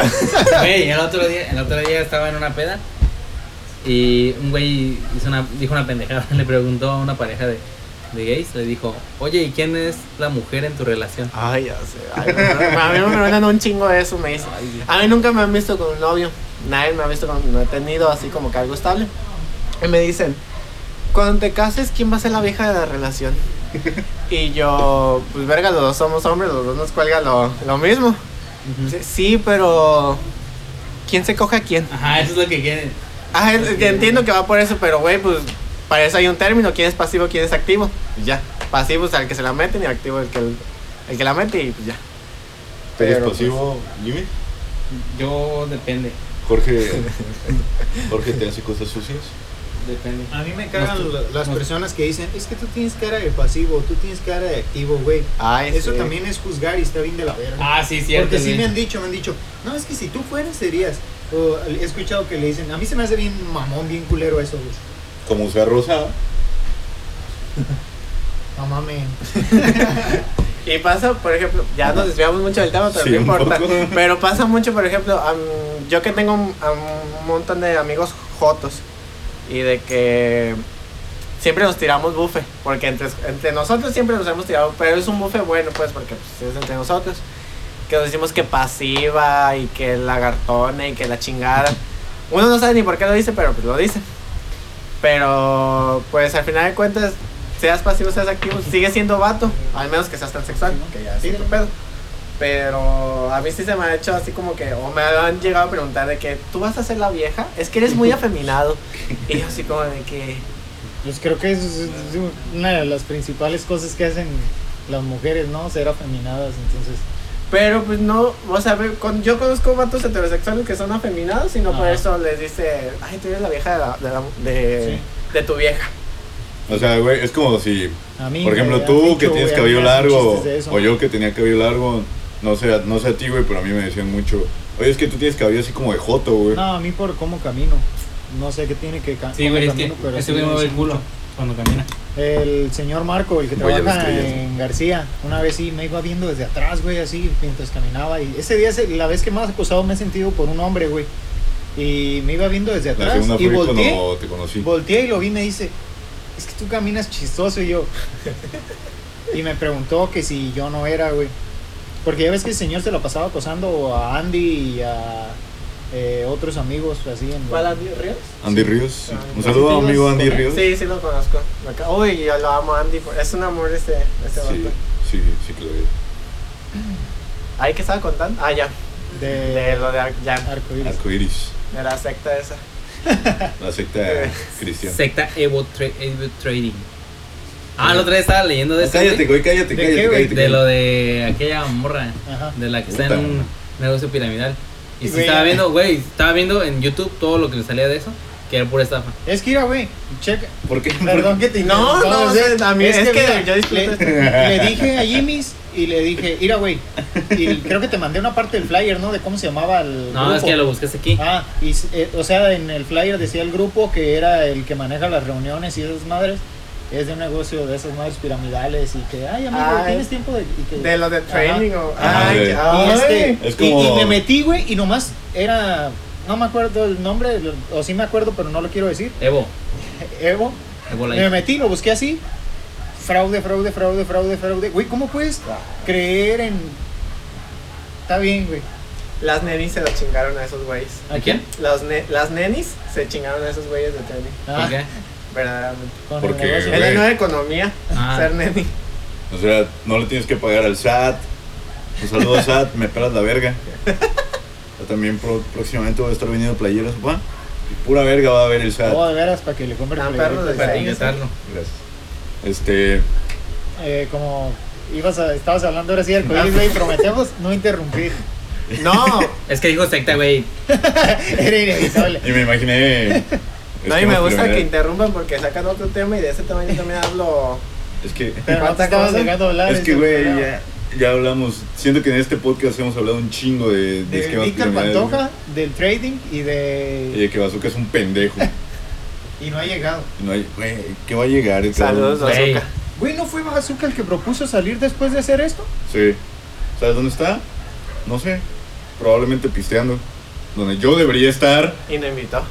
Speaker 3: Güey, el otro día, el otro día estaba en una peda y un güey hizo una, dijo una pendejada, le preguntó a una pareja de, de gays, le dijo, oye, ¿y quién es la mujer en tu
Speaker 5: Ah,
Speaker 3: relación?
Speaker 4: Ay, ya sé. ay, no, a mí me mandan un chingo de eso, me dicen. A mí nunca me han visto con un novio. Nadie me ha visto con no he tenido así como que algo estable. Y me dicen, cuando te cases, ¿quién va a ser la vieja de la relación? Y yo, pues verga, los dos somos hombres, los dos nos cuelga lo, lo mismo. Sí, sí, pero ¿quién se coge a quién?
Speaker 3: Ajá, eso es lo que quieren.
Speaker 4: Ah, es- es- entiendo que va por eso, pero güey, pues para eso hay un término, quién es pasivo, quién es activo. Y ya, pasivo es al que se la meten y activo el que, el que la mete y pues ya.
Speaker 1: ¿Eres
Speaker 4: Pero, pues,
Speaker 1: pasivo, Jimmy?
Speaker 3: Yo depende,
Speaker 1: Jorge, Jorge te hace cosas sucias.
Speaker 3: depende.
Speaker 5: A mí me
Speaker 3: cagan la- las
Speaker 5: personas que dicen, es que tú tienes cara de pasivo, tú tienes cara de activo, güey.
Speaker 4: Ay, sí.
Speaker 5: es juzgar y está bien de la verga.
Speaker 3: Ah, sí, cierto.
Speaker 5: Porque sí
Speaker 3: güey.
Speaker 5: me han dicho, me han dicho, no, es que si tú fueras serías. O he escuchado que le dicen, a mí se me hace bien mamón, bien culero eso, güey.
Speaker 1: Como usar rosa,
Speaker 5: No mames.
Speaker 4: Y pasa, por ejemplo, ya nos desviamos mucho del tema, pero
Speaker 1: Sí,
Speaker 4: no
Speaker 1: un
Speaker 4: importa.
Speaker 1: poco.
Speaker 4: Pero pasa mucho, por ejemplo, am- yo que tengo un, a un montón de amigos jotos y de que siempre nos tiramos bufe, porque entre, entre nosotros siempre nos hemos tirado, pero es un bufe bueno, pues, porque pues, es entre nosotros. Que nos decimos que pasiva y que lagartona y que la chingada. Uno no sabe ni por qué lo dice, pero pues lo dice. Pero pues al final de cuentas, seas pasivo, seas activo, sigue siendo vato, al menos que seas transexual, que ya es otro pedo. Pero a mí sí se me ha hecho así como que, o me han llegado a preguntar de que, ¿tú vas a ser la vieja? Es que eres muy afeminado. Y yo así como de que,
Speaker 5: Pues creo que eso es es una de las principales cosas que hacen las mujeres, ¿no? Ser afeminadas, entonces.
Speaker 4: pero pues no, o sea, ve, con- yo conozco vatos heterosexuales que son afeminados y no por
Speaker 5: Ajá.
Speaker 4: eso les dice, ay, tú eres la vieja de, la- de, la- de- de tu vieja.
Speaker 1: o sea, güey, es como si,
Speaker 5: A mí
Speaker 1: por
Speaker 5: me
Speaker 1: ejemplo,
Speaker 5: han
Speaker 1: tú
Speaker 5: dicho,
Speaker 1: que
Speaker 5: güey,
Speaker 1: tienes
Speaker 5: a mí
Speaker 1: cabello
Speaker 5: me hacen
Speaker 1: largo,
Speaker 5: chistes de eso.
Speaker 1: o yo que tenía cabello largo, no sé, a- no sé a ti, güey, pero a mí me decían mucho, oye, es que tú tienes cabello así como de joto, güey.
Speaker 5: No, a mí por cómo camino. No sé qué tiene que ca-
Speaker 3: Sí,
Speaker 5: cómo
Speaker 3: güey, es que
Speaker 5: camino, pero
Speaker 3: ese
Speaker 5: sí
Speaker 3: güey
Speaker 5: me
Speaker 3: mueve el
Speaker 5: dicen
Speaker 3: culo
Speaker 5: mucho.
Speaker 3: cuando camina.
Speaker 5: El señor Marco, el que
Speaker 1: Güey, ya ves
Speaker 5: trabaja
Speaker 1: que ya es-
Speaker 5: en García, una vez sí me iba viendo desde atrás, güey, así mientras caminaba. Y ese día, es la vez que más acosado me he sentido por un hombre, güey. Y me iba viendo desde
Speaker 1: La
Speaker 5: atrás.
Speaker 1: segunda
Speaker 5: Y
Speaker 1: fue
Speaker 5: volteé,
Speaker 1: cuando te conocí.
Speaker 5: volteé y lo vi y me dice: Es que tú caminas chistoso. Y yo. y me preguntó que si yo no era, güey. Porque ya ves que el señor se lo pasaba acosando a Andy y a. eh, otros amigos así en...
Speaker 4: ¿Cuál Andy Ríos?
Speaker 1: Andy Ríos.
Speaker 5: Ah,
Speaker 1: Un saludo a mi amigo Andy Ríos.
Speaker 4: Sí, sí lo conozco. Lo ca- Uy, yo lo amo Andy. por- Es un amor este, este
Speaker 1: Sí,
Speaker 4: vato.
Speaker 1: sí, sí que lo veo.
Speaker 4: ¿Ay qué estaba contando? Ah, ya.
Speaker 5: de,
Speaker 4: De lo de Ar- ya,
Speaker 5: arcoíris.
Speaker 1: Arcoiris,
Speaker 4: de la secta esa.
Speaker 1: la secta cristiana.
Speaker 3: Secta Evo, Tra- Evo Trading. Ah, la otra vez estaba leyendo de
Speaker 1: Ah,
Speaker 3: eso.
Speaker 1: cállate, güey, cállate,
Speaker 5: ¿De
Speaker 1: cállate,
Speaker 5: qué, güey?
Speaker 1: cállate.
Speaker 3: De lo de aquella morra.
Speaker 5: Ajá.
Speaker 3: De la que está
Speaker 1: Puta.
Speaker 3: en un negocio piramidal. Y si
Speaker 5: Güey.
Speaker 3: estaba viendo, güey, estaba viendo en YouTube todo lo que le salía de eso, que era pura estafa.
Speaker 5: Es que, mira, güey, checa.
Speaker 1: ¿Por qué?
Speaker 5: Perdón que te
Speaker 4: No,
Speaker 5: interrumpa,
Speaker 4: no,
Speaker 5: o sea,
Speaker 4: a mí- es que
Speaker 5: mira,
Speaker 4: yo disfruto esto.
Speaker 5: le, le dije a Jimmy's y le dije, mira, güey, y creo que te mandé una parte del flyer, ¿no? De cómo se llamaba el
Speaker 3: No,
Speaker 5: grupo.
Speaker 3: es que lo buscaste aquí.
Speaker 5: Ah, y, s- eh, o sea, en el flyer decía el grupo que era el que maneja las reuniones y esas madres. Es de un negocio de esas madres piramidales y que, ay, amigo,
Speaker 4: Ay.
Speaker 5: ¿tienes tiempo de...? y que-
Speaker 4: De lo de
Speaker 5: Ajá.
Speaker 4: training o.
Speaker 1: Ajá,
Speaker 4: Ay,
Speaker 1: de-
Speaker 4: que-
Speaker 5: Y,
Speaker 4: ay.
Speaker 5: este,
Speaker 1: Es
Speaker 5: y-
Speaker 1: como-
Speaker 5: y me metí, güey, y nomás era... No me acuerdo el nombre, lo- o sí me acuerdo, pero no lo quiero decir.
Speaker 3: Evo,
Speaker 5: Evo.
Speaker 3: Evo Light.
Speaker 5: Me metí, lo busqué así. Fraude, fraude, fraude, fraude, fraude. Güey, ¿cómo puedes
Speaker 1: Ah.
Speaker 5: creer en...? Está bien, güey.
Speaker 4: Las nenis se lo chingaron a esos güeyes.
Speaker 3: ¿A quién?
Speaker 4: Los ne- las nenis se chingaron a esos güeyes de training.
Speaker 5: Ah,
Speaker 3: ¿Por qué?
Speaker 4: Verdaderamente.
Speaker 5: con
Speaker 1: Porque-
Speaker 5: el negocio.
Speaker 4: Es la nueva economía.
Speaker 3: Ah.
Speaker 4: Ser neni.
Speaker 1: O sea, no le tienes que pagar al SAT. Un saludo SAT, me pelas la verga. Yo también pro- próximamente voy a estar vendiendo playeras, papá. Y pura verga va a haber el SAT.
Speaker 5: Oh, de veras, para que le compren
Speaker 4: Tan
Speaker 5: playeritas.
Speaker 4: perros de
Speaker 3: Para
Speaker 4: Sí,
Speaker 3: ingresarlo.
Speaker 1: Gracias. Este,
Speaker 5: Eh, como ibas a, estabas hablando ahora sí del
Speaker 4: Ah.
Speaker 5: COVID, güey, prometemos no interrumpir.
Speaker 4: No,
Speaker 3: Es que dijo secta, güey.
Speaker 5: Era inevitable.
Speaker 1: y me imaginé.
Speaker 4: no, y me
Speaker 1: esquemas
Speaker 4: gusta que
Speaker 1: piramidales.
Speaker 4: interrumpan porque sacan otro tema y de ese tema yo también hablo.
Speaker 1: Es que,
Speaker 5: Pero no te
Speaker 4: ¿Cuánta
Speaker 5: estabas
Speaker 4: cosa?
Speaker 5: dejando hablar.
Speaker 1: es que,
Speaker 5: ese
Speaker 1: güey,
Speaker 5: programa.
Speaker 1: ya, ya hablamos. Siento que en este podcast hemos hablado un chingo de, de,
Speaker 5: De
Speaker 1: esquemas
Speaker 5: Víctor
Speaker 1: piramidales,
Speaker 5: Pantoja, del trading
Speaker 1: güey.
Speaker 5: y de...
Speaker 1: Y de que Bazooka es un pendejo.
Speaker 5: Y no ha llegado.
Speaker 1: Y No hay, güey, ¿qué va a llegar? este
Speaker 4: Saludos,
Speaker 1: cabrón?
Speaker 3: Güey.
Speaker 4: Bazooka.
Speaker 5: Güey, ¿no fue Bazooka el que propuso salir después de hacer esto?
Speaker 1: Sí. ¿Sabes dónde está? No sé. Probablemente pisteando. Donde yo debería estar.
Speaker 4: Y no invitó.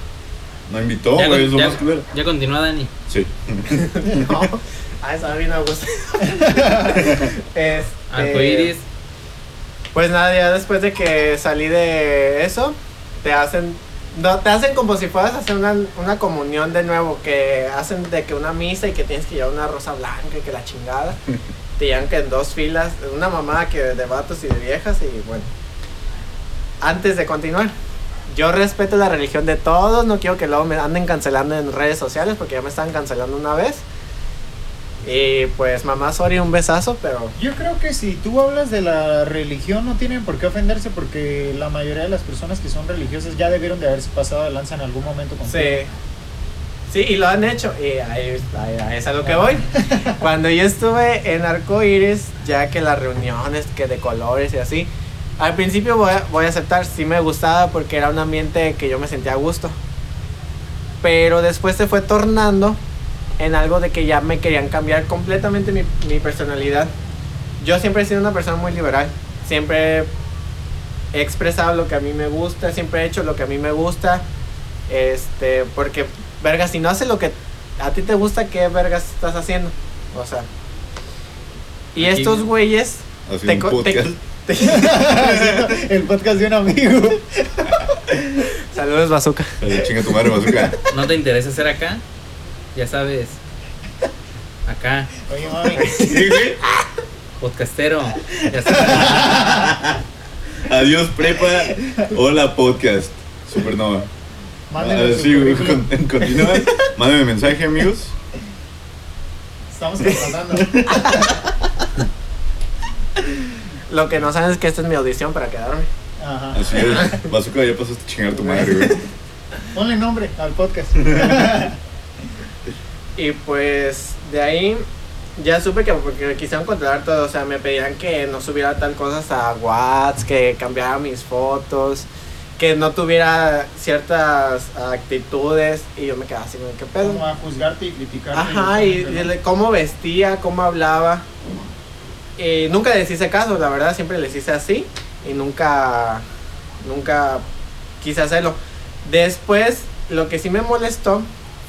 Speaker 1: No invitó,
Speaker 3: Ya,
Speaker 1: Oh, güey. Es lo
Speaker 3: ya-
Speaker 1: más culero.
Speaker 3: ya continúa, Dani.
Speaker 1: Sí.
Speaker 4: No. Ah, estaba bien a gusto. Este,
Speaker 3: Arcoiris.
Speaker 5: Eh.
Speaker 4: Pues nada, ya después de que salí de eso, te hacen. No, te hacen como si fueras a hacer una, una comunión de nuevo, que hacen de que una misa y que tienes que llevar una rosa blanca y que la chingada. te llevan que en dos filas, una mamada que de vatos y de viejas y bueno. Antes de continuar, yo respeto la religión de todos, no quiero que luego me anden cancelando en redes sociales porque ya me estaban cancelando una vez. Y pues mamá, sorry, un besazo, pero
Speaker 5: Yo creo que si tú hablas de la religión no tienen por qué ofenderse porque la mayoría de las personas que son religiosas ya debieron de haberse pasado de lanza en algún momento con
Speaker 4: Sí. Sí, y lo han hecho. Y ahí, ahí- ahí es a lo que voy. Cuando yo estuve en Arco Iris, ya que las reuniones, que de colores y así, al principio voy a, voy a aceptar, sí me gustaba porque era un ambiente que yo me sentía a gusto. Pero después se fue tornando en algo de que ya me querían cambiar completamente mi, mi personalidad. Yo siempre he sido una persona muy liberal. Siempre he expresado lo que a mí me gusta, siempre he hecho lo que a mí me gusta. Este, porque, verga, si no haces lo que a ti te gusta, ¿qué vergas estás haciendo? O sea. Y
Speaker 3: Aquí-
Speaker 4: estos güeyes.
Speaker 1: Haciendo
Speaker 4: Te,
Speaker 1: un
Speaker 4: co- te-
Speaker 1: podcast.
Speaker 4: te-
Speaker 5: el podcast de un amigo.
Speaker 4: Saludos, Bazooka.
Speaker 1: Dale, Chinga tu madre, bazooka.
Speaker 3: ¿No te interesa ser acá? Ya sabes. Acá,
Speaker 5: Oye, mami,
Speaker 3: podcastero. Ya sabes.
Speaker 1: Adiós, prepa. Hola, podcast. Supernova.
Speaker 5: mándenle
Speaker 1: Ah,
Speaker 5: su
Speaker 1: sí, güey,
Speaker 5: currículum.
Speaker 1: con- continúa. Mándame mensaje, amigos.
Speaker 5: Estamos contratando.
Speaker 4: Lo que no saben es que esta es mi audición para quedarme.
Speaker 5: Ajá.
Speaker 1: Así es. Bazooka, ya pasaste a chingar tu madre, güey.
Speaker 5: Ponle nombre al podcast.
Speaker 4: Y pues de ahí ya supe que porque me quisieron controlar todo, o sea, me pedían que no subiera tal cosas a WhatsApp, que cambiara mis fotos, que no tuviera ciertas actitudes y yo me quedaba así, güey, ¿qué pedo?
Speaker 5: Como a juzgarte y criticarte.
Speaker 4: Ajá, y, y le- cómo vestía, cómo hablaba. Eh, nunca les hice caso, la verdad, siempre les hice así y nunca, nunca quise hacerlo. Después, lo que sí me molestó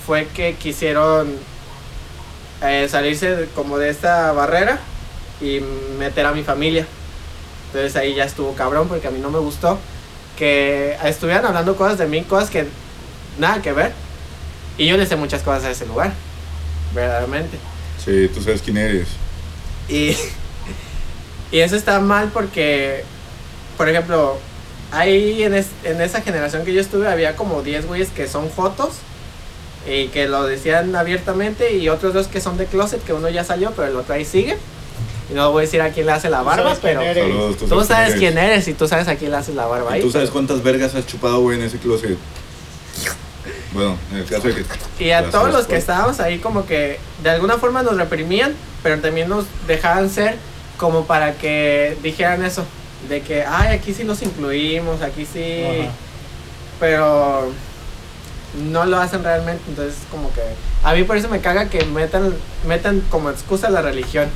Speaker 4: fue que quisieron eh, salirse de- como de esta barrera y meter a mi familia. Entonces ahí ya estuvo cabrón porque a mí no me gustó que estuvieran hablando cosas de mí, cosas que nada que ver. Y yo le sé muchas cosas a ese lugar, verdaderamente.
Speaker 1: Sí, tú sabes quién eres.
Speaker 4: Y, y eso está mal porque, por ejemplo, ahí en, es- en esa generación que yo estuve había como 10 güeyes que son jotos y que lo decían abiertamente y otros dos que son de closet, que uno ya salió, pero el otro ahí sigue. Y no voy a decir a quién le hace la
Speaker 5: Tú
Speaker 4: barba,
Speaker 5: sabes quién
Speaker 4: pero
Speaker 5: eres.
Speaker 1: Saludos,
Speaker 4: tú sabes quién eres y tú sabes a quién le haces la barba
Speaker 1: ¿Y tú
Speaker 4: ahí.
Speaker 1: sabes cuántas vergas has chupado, güey, en ese closet? Bueno, en el caso de que...
Speaker 4: Y a
Speaker 1: Las
Speaker 4: todos
Speaker 1: tres,
Speaker 4: los que
Speaker 1: cuatro.
Speaker 4: estábamos ahí como que de alguna forma nos reprimían, pero también nos dejaban ser como para que dijeran eso, de que, ay, aquí sí los incluimos, aquí sí,
Speaker 5: Ajá.
Speaker 4: pero no lo hacen realmente, entonces como que a mí por eso me caga que metan, metan como excusa la religión.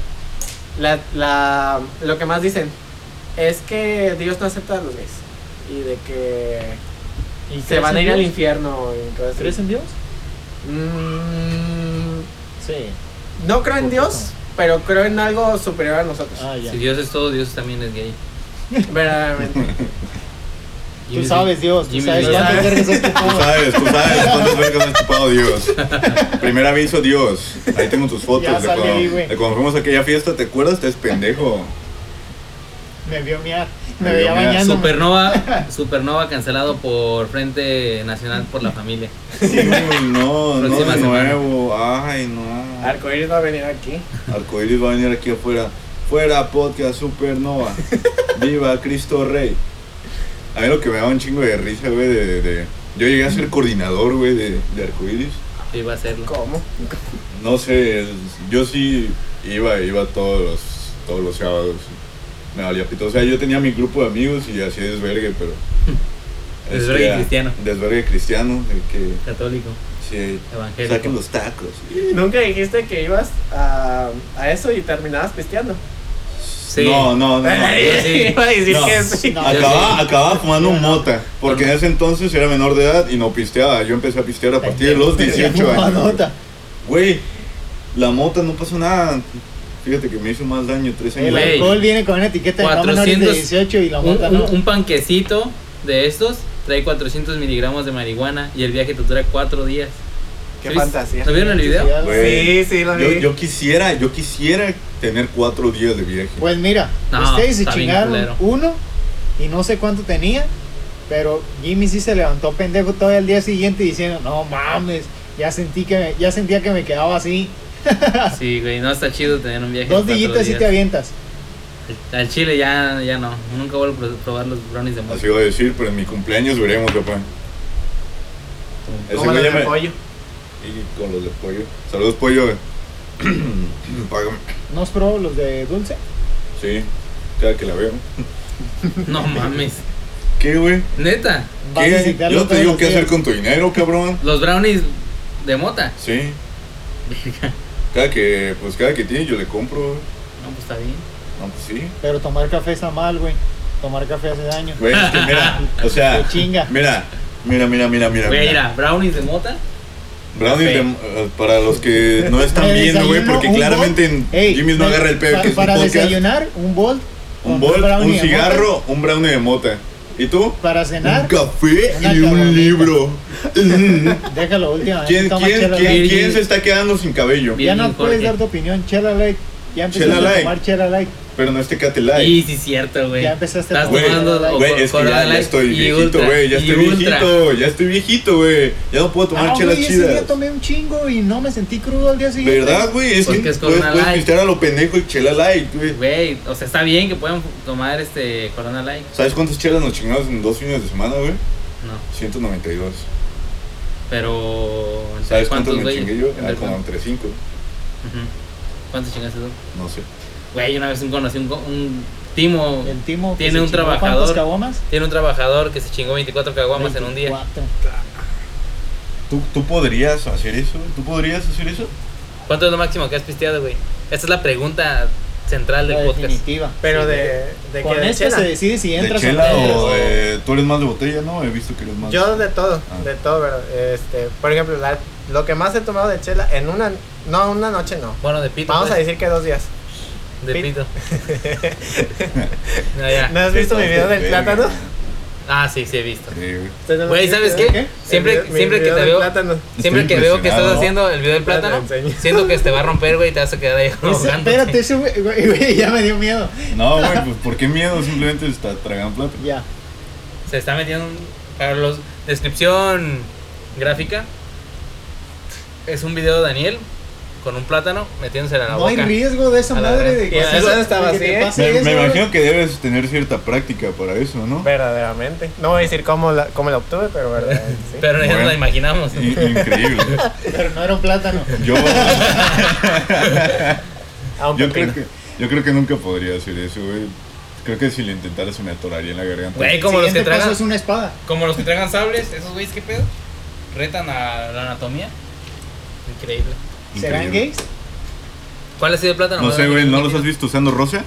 Speaker 4: La, la, lo que más dicen es que Dios no acepta a los gays y de que
Speaker 5: ¿Y
Speaker 4: se
Speaker 5: crees
Speaker 4: van a
Speaker 5: en
Speaker 4: ir al
Speaker 5: Dios?
Speaker 4: infierno. Y cosas así.
Speaker 5: ¿Crees en Dios?
Speaker 4: Mm,
Speaker 5: Sí.
Speaker 4: no creo en
Speaker 5: ¿Por qué
Speaker 4: Dios, pero creo en algo superior a nosotros.
Speaker 5: Ah, ya.
Speaker 3: Si Dios es todo, Dios también es gay.
Speaker 4: Verdaderamente.
Speaker 5: Tú sabes, Dios, tú
Speaker 3: Jimmy
Speaker 5: sabes
Speaker 3: Lee.
Speaker 5: cuántas vergas has
Speaker 1: Tú
Speaker 5: chupado.
Speaker 1: sabes, tú sabes cuántas vergas has chupado Dios. Primer aviso, Dios. Ahí tengo tus fotos
Speaker 5: Ya
Speaker 1: de,
Speaker 5: salí,
Speaker 1: cuando,
Speaker 5: güey.
Speaker 1: de cuando fuimos a aquella fiesta. ¿Te acuerdas? Te es pendejo.
Speaker 5: Me vio miar.
Speaker 1: Me
Speaker 5: Me,
Speaker 1: vio
Speaker 5: veía
Speaker 1: miar.
Speaker 5: bañándome.
Speaker 3: Supernova, Supernova cancelado por Frente Nacional por la Familia.
Speaker 1: Sí, güey, no, no
Speaker 3: Próxima
Speaker 1: de
Speaker 3: semana.
Speaker 1: nuevo. Ay, no.
Speaker 4: Arcoíris va a venir aquí.
Speaker 1: Arcoiris va a venir aquí afuera. Fuera podcast supernova. Viva Cristo Rey. A mí lo que me da un chingo de risa, güey, de, de- Yo llegué a ser coordinador, güey, de, de arcoiris.
Speaker 3: Yo iba a hacerlo.
Speaker 4: ¿Cómo?
Speaker 1: No sé, yo sí iba, iba todos los, todos los sábados. Me valía pito. O sea, yo tenía mi grupo de amigos y hacía desvergue, pero...
Speaker 3: Desvergue
Speaker 1: Este,
Speaker 3: cristiano.
Speaker 1: Desvergue cristiano, el que...
Speaker 3: Católico,
Speaker 1: Sí,
Speaker 3: evangélico.
Speaker 1: saquen los tacos.
Speaker 4: Nunca dijiste que ibas a, a eso y terminabas pisteando.
Speaker 3: Sí.
Speaker 1: No, no, no. no.
Speaker 3: sí.
Speaker 4: Iba a decir
Speaker 1: Eh, No.
Speaker 4: que sí.
Speaker 5: No.
Speaker 1: Acababa, acababa fumando
Speaker 5: Yo no.
Speaker 1: mota, porque en ese entonces era menor de edad y no pisteaba. Yo empecé a pistear a partir de los 18 años.
Speaker 5: Nota.
Speaker 1: Güey, la mota no pasó nada. Fíjate que me hizo más daño tres años.
Speaker 5: El
Speaker 3: Güey.
Speaker 5: alcohol viene con una etiqueta de no menores de
Speaker 3: 400
Speaker 5: 18 y la
Speaker 3: Un,
Speaker 5: mota
Speaker 3: un-
Speaker 5: no.
Speaker 3: un panquecito de estos trae 400 miligramos de marihuana y el viaje te dura 4 días.
Speaker 4: Qué
Speaker 3: ¿Sí viste?
Speaker 4: fantasía.
Speaker 3: ¿No vieron el video?
Speaker 1: Güey,
Speaker 4: Sí, sí, lo
Speaker 1: yo,
Speaker 4: vi.
Speaker 1: yo quisiera, yo quisiera tener cuatro días de viaje.
Speaker 5: Pues mira,
Speaker 3: No,
Speaker 5: ustedes se
Speaker 3: está bien
Speaker 5: chingaron
Speaker 3: culero.
Speaker 5: uno y no sé cuánto tenía, pero Jimmy sí se levantó pendejo todo el día siguiente diciendo, no mames, ya sentí que me- ya sentía que me quedaba así.
Speaker 3: Sí, güey, no está chido tener un viaje. de
Speaker 5: Dos
Speaker 3: cuatro
Speaker 5: dillitas y
Speaker 3: días.
Speaker 5: te avientas.
Speaker 3: Al Chile ya, ya no. Nunca vuelvo a probar los brownies de mota.
Speaker 1: Así iba a decir, pero en mi cumpleaños veremos, papá. Ese
Speaker 4: Como
Speaker 1: güey
Speaker 4: los
Speaker 1: ya
Speaker 4: de
Speaker 1: me-
Speaker 4: pollo.
Speaker 1: Y con los de pollo. Saludos, pollo. Págame.
Speaker 5: ¿No has probado los de dulce?
Speaker 1: Sí, cada que la veo.
Speaker 3: No mames.
Speaker 1: ¿Qué, güey?
Speaker 3: Neta,
Speaker 5: Vas a
Speaker 1: ¿Qué?
Speaker 5: necesitarlo
Speaker 1: Yo te
Speaker 5: todos
Speaker 1: digo
Speaker 5: los
Speaker 1: qué hacer
Speaker 5: días.
Speaker 1: con tu dinero, cabrón.
Speaker 3: los brownies de mota.
Speaker 1: Sí. Cada que, pues cada que tiene yo le compro. güey.
Speaker 3: No, pues está bien.
Speaker 1: No, pues sí.
Speaker 5: Pero tomar café está mal, güey. Tomar café hace daño.
Speaker 1: Güey, es que mira, o sea,
Speaker 5: Te chinga.
Speaker 1: mira, mira, mira, mira, mira.
Speaker 3: Güey,
Speaker 1: mira.
Speaker 3: mira, brownies de mota.
Speaker 1: Brownies de- eh, para los que no están
Speaker 5: De
Speaker 1: viendo, güey,
Speaker 5: desayuno,
Speaker 1: porque
Speaker 5: un
Speaker 1: claramente
Speaker 5: Bolt.
Speaker 1: en
Speaker 5: Ey,
Speaker 1: Jimmy's no
Speaker 5: para-
Speaker 1: agarra el pedo
Speaker 5: pa-
Speaker 1: que es un
Speaker 5: Para
Speaker 1: podcast.
Speaker 5: desayunar, un bol.
Speaker 1: Un bol, un cigarro, un brownie de mota. ¿Y tú?
Speaker 5: Para
Speaker 1: Un
Speaker 5: cenar,
Speaker 1: café
Speaker 5: Una
Speaker 1: y
Speaker 5: caguamita.
Speaker 1: un libro.
Speaker 5: déjalo última.
Speaker 1: ¿Quién,
Speaker 5: toma
Speaker 1: quién,
Speaker 5: chela
Speaker 1: quién,
Speaker 5: light.
Speaker 1: quién se está quedando sin cabello?
Speaker 3: Bien.
Speaker 5: Ya no puedes
Speaker 3: Jorge.
Speaker 5: dar tu opinión, chela light. Ya empezaste
Speaker 1: Chela
Speaker 5: a
Speaker 1: light.
Speaker 5: tomar chela light.
Speaker 1: Pero no este
Speaker 3: Y
Speaker 1: Catelay.
Speaker 3: sí, sí, cierto, güey.
Speaker 5: Ya empezaste a
Speaker 3: Estás
Speaker 5: tomar.
Speaker 3: tomando
Speaker 5: Güey,
Speaker 3: o
Speaker 1: Güey,
Speaker 3: Cor-
Speaker 1: es que
Speaker 3: Corona
Speaker 1: ya, ya
Speaker 3: Light
Speaker 1: estoy
Speaker 3: y
Speaker 1: viejito,
Speaker 3: Ultra,
Speaker 1: güey. Ya
Speaker 3: y
Speaker 1: estoy
Speaker 3: Ultra.
Speaker 1: viejito, ya estoy viejito, güey. Ya no puedo tomar
Speaker 5: Ah,
Speaker 1: chelas
Speaker 5: güey, ese
Speaker 1: chidas.
Speaker 5: día tomé un chingo y no me sentí crudo al día siguiente.
Speaker 1: ¿Verdad, güey? Es
Speaker 3: Porque
Speaker 1: que
Speaker 3: es
Speaker 1: puedes,
Speaker 3: Corona
Speaker 1: puedes
Speaker 3: Light.
Speaker 1: pistear a lo pendejo y chela light, güey.
Speaker 3: Güey, o sea, está bien que puedan tomar este Corona Light.
Speaker 1: ¿Sabes cuántas chelas nos chingamos en dos fines de semana, güey?
Speaker 3: No,
Speaker 1: 192.
Speaker 3: pero. ¿entre
Speaker 1: ¿Sabes cuántos me
Speaker 3: güey?
Speaker 1: chingué yo?
Speaker 3: ¿Entre
Speaker 1: Ah, como
Speaker 3: cuántos?
Speaker 1: entre cinco.
Speaker 3: Ujú. ¿Cuántos chingaste tú?
Speaker 1: No sé.
Speaker 3: Güey, una vez un- conocí un, co- un Timo.
Speaker 5: El Timo. que
Speaker 3: Tiene
Speaker 5: se
Speaker 3: un
Speaker 5: chingó
Speaker 3: trabajador.
Speaker 5: ¿Cuántas caguamas?
Speaker 3: Tiene un trabajador que se chingó 24 caguamas en un día.
Speaker 5: 24.
Speaker 1: ¿Tú, ¿Tú podrías hacer eso? ¿Tú podrías hacer eso?
Speaker 3: ¿Cuánto es lo máximo que has pisteado, güey? Esta es la pregunta central
Speaker 5: La
Speaker 3: del podcast.
Speaker 5: definitiva.
Speaker 4: Pero de, de que
Speaker 5: Con
Speaker 4: de
Speaker 5: esta
Speaker 4: chela.
Speaker 5: se decide si
Speaker 1: ¿De
Speaker 5: entras
Speaker 1: chela
Speaker 5: o no entras.
Speaker 1: o de.? Tú eres más de botella, ¿no? He visto que eres más.
Speaker 4: Yo de todo,
Speaker 1: Ah.
Speaker 4: de todo, pero este, por ejemplo, la- lo que más he tomado de chela en una, no, una noche no.
Speaker 3: Bueno, de pito.
Speaker 4: Vamos a
Speaker 3: pues,
Speaker 4: decir que dos días.
Speaker 3: De
Speaker 4: pit.
Speaker 3: pito. No, ya.
Speaker 4: ¿No has visto mi video del
Speaker 1: Verga.
Speaker 4: plátano?
Speaker 3: Ah, sí, sí, he visto.
Speaker 1: Sí, güey.
Speaker 3: Güey, ¿sabes qué? Siempre-
Speaker 4: El video- mi
Speaker 3: siempre que
Speaker 4: video
Speaker 3: te
Speaker 4: del
Speaker 3: veo-
Speaker 4: plátano.
Speaker 3: Siempre que
Speaker 1: Estoy
Speaker 3: veo que estás
Speaker 1: impresionado.
Speaker 3: haciendo el video del plátano,
Speaker 4: Te enseño.
Speaker 3: siento que te va a romper, güey, y te vas a quedar ahí
Speaker 5: Ese-
Speaker 3: ahogando.
Speaker 5: espérate, ese güey, güey, güey, ya me dio miedo.
Speaker 1: No, güey, pues ¿por qué miedo? Simplemente está tragando plata.
Speaker 5: Ya.
Speaker 3: Se está metiendo un... Para los... Descripción gráfica. Es un video de Daniel con un plátano metiéndose a la
Speaker 5: No
Speaker 3: boca.
Speaker 5: hay riesgo de esa
Speaker 3: A la
Speaker 5: madre
Speaker 3: verga.
Speaker 5: de que,
Speaker 4: Pues eso
Speaker 5: de
Speaker 4: estaba
Speaker 5: que te
Speaker 4: así, ¿eh?
Speaker 5: pase
Speaker 1: Me,
Speaker 5: eso,
Speaker 1: me
Speaker 5: güey.
Speaker 1: imagino que debes tener cierta práctica para eso, ¿no?
Speaker 4: Verdaderamente. No voy a decir cómo la, cómo la obtuve, pero verdaderamente sí.
Speaker 3: Pero ya nos
Speaker 1: Bueno.
Speaker 3: la imaginamos.
Speaker 1: I- increíble.
Speaker 5: Pero no era un plátano.
Speaker 1: Yo,
Speaker 4: A un
Speaker 1: yo, creo
Speaker 4: pepino.
Speaker 1: que, yo creo que nunca podría hacer eso, güey. Creo que si lo intentara se me atoraría en la garganta.
Speaker 3: Güey, como los que
Speaker 5: Siguiente paso
Speaker 3: tragan...
Speaker 5: es una espada.
Speaker 3: Como los que tragan sables, esos güeyes, ¿qué pedo? Retan a la anatomía. Increíble.
Speaker 5: ¿Serán
Speaker 1: Increíble.
Speaker 5: gays?
Speaker 3: ¿Cuál ha sido el plátano?
Speaker 1: No sé, güey, ¿no los has visto usando rosa?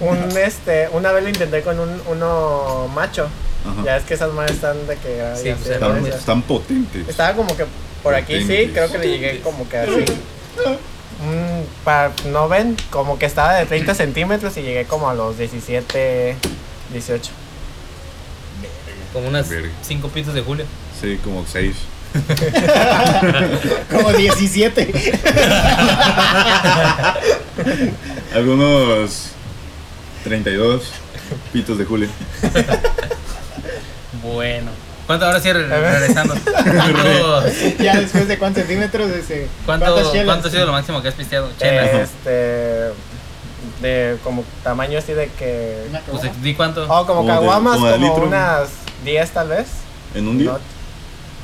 Speaker 4: Un, este, una vez lo intenté con un, uno macho.
Speaker 1: Ajá.
Speaker 4: Ya es que esas madres están de que... ay,
Speaker 3: Sí,
Speaker 4: así,
Speaker 3: pues,
Speaker 4: de
Speaker 1: Están,
Speaker 4: gracias.
Speaker 1: están potentes.
Speaker 4: Estaba como que por aquí, sí, creo que le llegué como que así. Mm, pa- no ven, como que estaba de 30 centímetros y llegué como a los 17, 18.
Speaker 3: Como unas
Speaker 1: Verga.
Speaker 3: cinco pitos de julio.
Speaker 1: Sí, como seis.
Speaker 5: Como 17.
Speaker 1: Algunos 32 pitos de Julio.
Speaker 3: Bueno. ¿Cuánto ahora sí re- regresando? ¿Cuánto,
Speaker 5: ya después de cuántos centímetros. Ese,
Speaker 3: cuánto,
Speaker 5: ¿Cuántas chelas? Eh.
Speaker 3: cuánto ha sido lo máximo que has pisteado? Chelas.
Speaker 4: Este, de como tamaño así de que...
Speaker 5: Una caguama.
Speaker 3: Pues di cuánto.
Speaker 4: Oh, como
Speaker 1: Como de-
Speaker 4: caguamas,
Speaker 1: como de
Speaker 4: como
Speaker 1: litro.
Speaker 4: unas 10 tal vez.
Speaker 1: ¿En un día?
Speaker 4: no-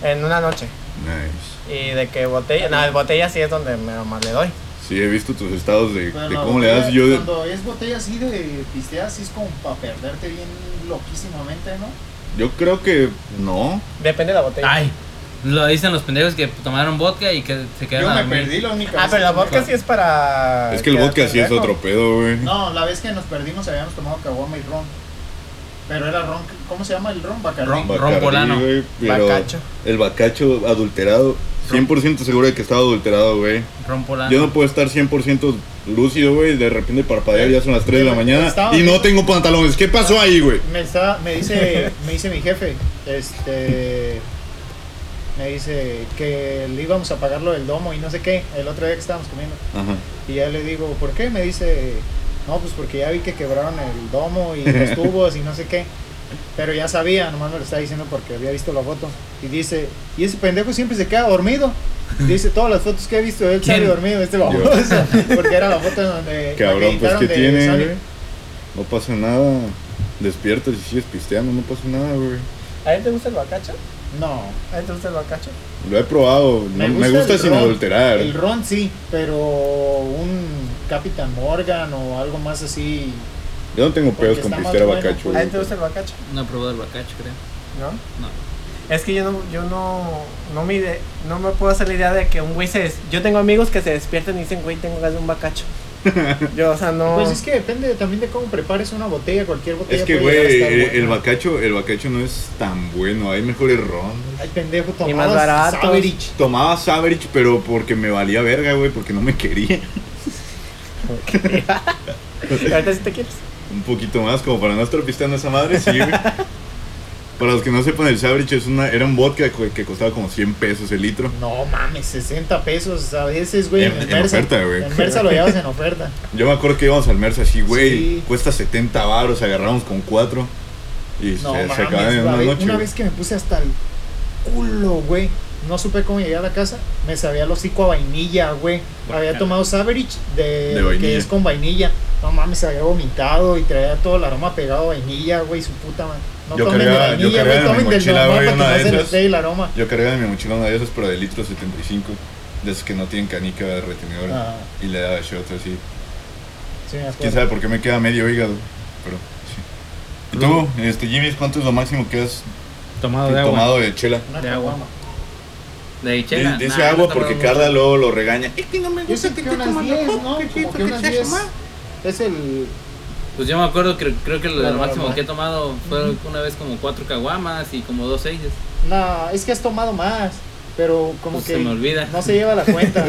Speaker 4: en una noche.
Speaker 1: Nice.
Speaker 4: Y de que botella, no, de botella sí es donde me- más le doy.
Speaker 1: Sí, he visto tus estados de,
Speaker 5: Pero
Speaker 1: de
Speaker 5: la
Speaker 1: cómo le
Speaker 5: botella,
Speaker 1: das. Yo de-
Speaker 5: Cuando es botella así de pistea, así es como para perderte bien loquísimamente, ¿no?
Speaker 1: Yo creo que no.
Speaker 4: Depende de la botella.
Speaker 3: Ay. Lo dicen los pendejos que tomaron vodka y que se quedaron
Speaker 5: Yo
Speaker 3: a
Speaker 5: me
Speaker 3: dormir.
Speaker 5: perdí la única
Speaker 4: ah,
Speaker 5: vez
Speaker 4: pero
Speaker 5: que
Speaker 4: la
Speaker 5: me-
Speaker 4: vodka sí es para...
Speaker 1: Es que el vodka sí es
Speaker 4: Ah, pendejo.
Speaker 1: otro pedo, güey.
Speaker 5: No, la vez que nos perdimos habíamos tomado caguama y ron. Pero era ron, ¿cómo se llama el ron? Bacardi.
Speaker 3: Ron.
Speaker 1: Bacardí,
Speaker 3: Rombolano.
Speaker 1: güey, pero
Speaker 4: Bacacho.
Speaker 1: El bacacho adulterado. 100% seguro de que estaba adulterado, güey.
Speaker 3: Rompolano.
Speaker 1: Yo no puedo estar 100% lúcido, güey. De repente parpadear ya son las 3 de la mañana.
Speaker 5: Estaba-
Speaker 1: Y no tengo pantalones. ¿Qué pasó ahí, güey?
Speaker 5: Me, está, me, dice, me dice mi jefe, este... Me dice que le íbamos a pagar lo del domo y no sé qué, el otro día que estábamos comiendo.
Speaker 1: Ajá.
Speaker 5: Y ya le digo, ¿por qué? Me dice, no, pues porque ya vi que quebraron el domo y los tubos y no sé qué. Pero ya sabía, nomás me lo está diciendo porque había visto la foto. Y dice, y ese pendejo siempre se queda dormido. Dice, todas las fotos que he visto de él sale
Speaker 3: ¿Quién?
Speaker 5: dormido, este baboso. Porque era la foto donde... la
Speaker 1: Cabrón, pues
Speaker 5: editaron
Speaker 1: que
Speaker 5: de
Speaker 1: tiene,
Speaker 5: Sonic.
Speaker 1: güey. No pasa nada. Despiertas y sigues pisteando, no pasa nada, güey.
Speaker 4: ¿A él te gusta el bacacho?
Speaker 5: No,
Speaker 4: ¿A él te gusta el bacacho?
Speaker 1: Lo he probado, no- me gusta,
Speaker 5: el
Speaker 1: sin
Speaker 5: ron.
Speaker 1: adulterar.
Speaker 5: El ron sí, pero un Capitán Morgan o algo más así.
Speaker 1: Yo no tengo pedos
Speaker 5: Porque
Speaker 1: con
Speaker 5: está más
Speaker 1: pistear a
Speaker 5: bueno.
Speaker 1: bacacho,
Speaker 4: ¿A
Speaker 1: güey.
Speaker 4: él te gusta el bacacho?
Speaker 3: No he probado el bacacho, creo.
Speaker 4: ¿No?
Speaker 3: No.
Speaker 4: Es que yo no, yo no, no me, ide- no me puedo hacer la idea de que un güey se, des- yo tengo amigos que se despiertan y dicen, güey, tengo ganas de un bacacho. Yo, o sea, no.
Speaker 5: Pues es que depende también de cómo prepares una botella, cualquier botella.
Speaker 1: Es que,
Speaker 5: puede
Speaker 1: güey,
Speaker 5: llegar a estar
Speaker 1: el,
Speaker 5: buena.
Speaker 1: el bacacho, el bacacho no es tan bueno. Hay mejores ron.
Speaker 5: Ay, pendejo, tomabas
Speaker 4: más baratos.
Speaker 5: Saverich.
Speaker 1: Tomaba Saverage, pero porque me valía verga, güey, porque no me quería.
Speaker 4: Ahorita sí te quieres.
Speaker 1: Un poquito más, como para no estar pisteando esa madre, sí, güey. Para los que no sepan, el Saverage es una, era un vodka que que costaba como 100 pesos el litro.
Speaker 5: No mames, 60 pesos a veces, güey.
Speaker 1: En- en oferta, güey.
Speaker 5: En Versa lo llevas en oferta.
Speaker 1: Yo me acuerdo que íbamos al Merce así, güey,
Speaker 5: Sí.
Speaker 1: cuesta 70 baros, agarramos con 4 y
Speaker 5: No
Speaker 1: se,
Speaker 5: mames,
Speaker 1: se acaban en
Speaker 5: la
Speaker 1: una
Speaker 5: vez-
Speaker 1: noche.
Speaker 5: una
Speaker 1: güey.
Speaker 5: vez que me puse hasta el culo, güey. No supe cómo llegué a la casa. Me sabía el hocico a vainilla, güey. Había tomado Saverage de,
Speaker 1: De vainilla.
Speaker 5: que es con vainilla. No mames, había vomitado y traía todo el aroma pegado a vainilla, güey. Su puta madre. No
Speaker 1: Yo
Speaker 5: tomen
Speaker 1: cargaba-
Speaker 5: de
Speaker 1: yo
Speaker 5: vainilla,
Speaker 1: cargaba en
Speaker 5: güey.
Speaker 1: mi
Speaker 5: Tomen del
Speaker 1: mochila,
Speaker 5: normal
Speaker 1: güey,
Speaker 5: para que
Speaker 1: una
Speaker 5: no
Speaker 1: de
Speaker 5: se les
Speaker 1: esas.
Speaker 5: pegue el aroma.
Speaker 1: Yo cargaba en mi mochila una de esas, pero de litro 75, de esas que no tienen canica retenedora.
Speaker 5: Ah.
Speaker 1: Y le daba shot así.
Speaker 5: Sí, me acuerdo.
Speaker 1: Quién sabe por qué me queda medio hígado, pero sí. ¿Y tú, este, Jimmy, cuánto es lo máximo que has
Speaker 3: Tomado
Speaker 1: tomado de chela?
Speaker 5: Una
Speaker 3: De agua.
Speaker 5: caguama.
Speaker 3: De chela.
Speaker 1: Dice
Speaker 3: Nah,
Speaker 1: agua
Speaker 3: no he
Speaker 1: porque
Speaker 3: tomado
Speaker 1: Carla
Speaker 3: mucho.
Speaker 1: luego lo regaña.
Speaker 5: Yo sé que unas 10, ¿no? Como que unas 10. Es el.
Speaker 3: Pues yo me acuerdo, creo, creo que lo,
Speaker 5: Claro,
Speaker 3: máximo
Speaker 5: normal.
Speaker 3: que he tomado fue una vez como cuatro caguamas y como dos seises.
Speaker 5: No, es que has tomado más. Pero como
Speaker 3: Pues
Speaker 5: que.
Speaker 3: se me olvida.
Speaker 5: No se lleva la cuenta.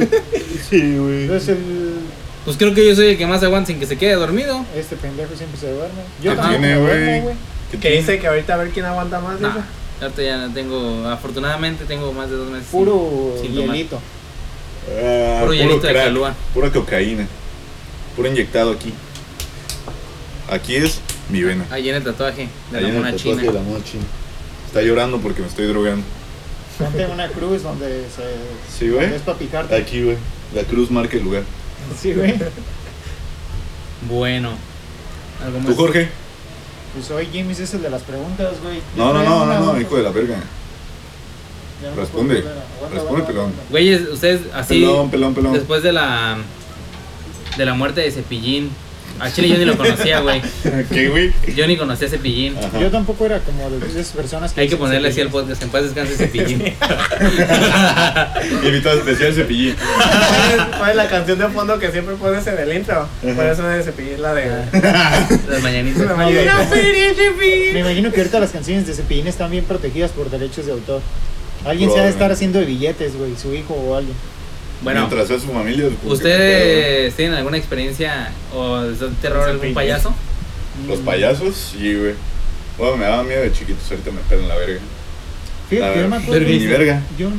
Speaker 1: Sí, güey.
Speaker 5: Entonces el.
Speaker 3: Pues creo que yo soy el que más aguanta sin que se quede dormido.
Speaker 5: Este pendejo siempre se duerme.
Speaker 1: ¿Qué
Speaker 5: tampoco
Speaker 1: tiene,
Speaker 5: me
Speaker 1: güey?
Speaker 5: duermo,
Speaker 1: ¿Qué
Speaker 4: Que
Speaker 1: tiene?
Speaker 4: dice que ahorita a ver quién aguanta más.
Speaker 8: No,
Speaker 4: dice.
Speaker 8: ahorita ya no tengo, afortunadamente tengo más de dos meses. sin-
Speaker 5: Puro
Speaker 8: sin tomar.
Speaker 5: hielito.
Speaker 1: Ah,
Speaker 8: Puro hielito de
Speaker 1: crack,
Speaker 8: Kahlua.
Speaker 1: pura cocaína, puro inyectado aquí. Aquí es mi vena.
Speaker 8: Ahí en el tatuaje
Speaker 1: Ahí en
Speaker 8: de Ah, la
Speaker 1: el
Speaker 8: mona
Speaker 1: tatuaje
Speaker 8: china.
Speaker 1: de la mona china. Está llorando porque me estoy drogando.
Speaker 5: Ponte una cruz donde se.
Speaker 1: Sí, güey.
Speaker 5: donde Es para picarte.
Speaker 1: Aquí, güey. La cruz marca el lugar.
Speaker 5: Sí, güey.
Speaker 8: Bueno,
Speaker 3: Algo
Speaker 1: ¿Tú,
Speaker 3: más.
Speaker 1: Jorge?
Speaker 5: Pues hoy Jimmy es el de las preguntas, güey.
Speaker 1: No, no,
Speaker 5: Ya
Speaker 1: no,
Speaker 5: una,
Speaker 1: no, no,
Speaker 5: güey.
Speaker 1: hijo de la verga.
Speaker 5: Ya no
Speaker 1: Responde.
Speaker 5: puedo volver a- aguanta,
Speaker 1: Responde,
Speaker 5: aguanta,
Speaker 1: pelón.
Speaker 5: aguanta.
Speaker 8: güeyes, ustedes así,
Speaker 1: Pelón, pelón, pelón.
Speaker 8: después de la, de la muerte de Cepillín, a Chile yo ni lo conocía, güey.
Speaker 1: ¿Qué, güey?
Speaker 8: Yo ni conocía a Cepillín.
Speaker 1: Ajá.
Speaker 5: Yo tampoco era como de esas personas que.
Speaker 8: Hay que
Speaker 5: dicen
Speaker 8: ponerle así al
Speaker 5: cepillo.
Speaker 8: podcast, en paz descanse Cepillín.
Speaker 1: Invitado especial cepillín.
Speaker 4: ¿Cuál es la canción de fondo que siempre pones en el intro? Por eso me cepillé la de.
Speaker 8: Ah, Las mañanitas.
Speaker 4: la mañana.
Speaker 5: No, Me imagino que ahorita las canciones de Cepillín están bien protegidas por derechos de autor. Alguien se ha de estar
Speaker 1: Probablemente.
Speaker 5: haciendo de billetes, güey, su hijo o alguien.
Speaker 8: Bueno,
Speaker 1: Mientras sea su familia. pues, qué
Speaker 8: ¿ustedes tienen alguna experiencia o les da terror algún
Speaker 4: Cepillín.
Speaker 8: payaso?
Speaker 1: pedo, güey. Los payasos, sí, güey. Bueno, me daba miedo de chiquitos, ahorita me pelan la verga.
Speaker 5: Fíjate, yo me
Speaker 1: La
Speaker 5: acuerdo.
Speaker 1: verga. Ni verga.
Speaker 5: Yo,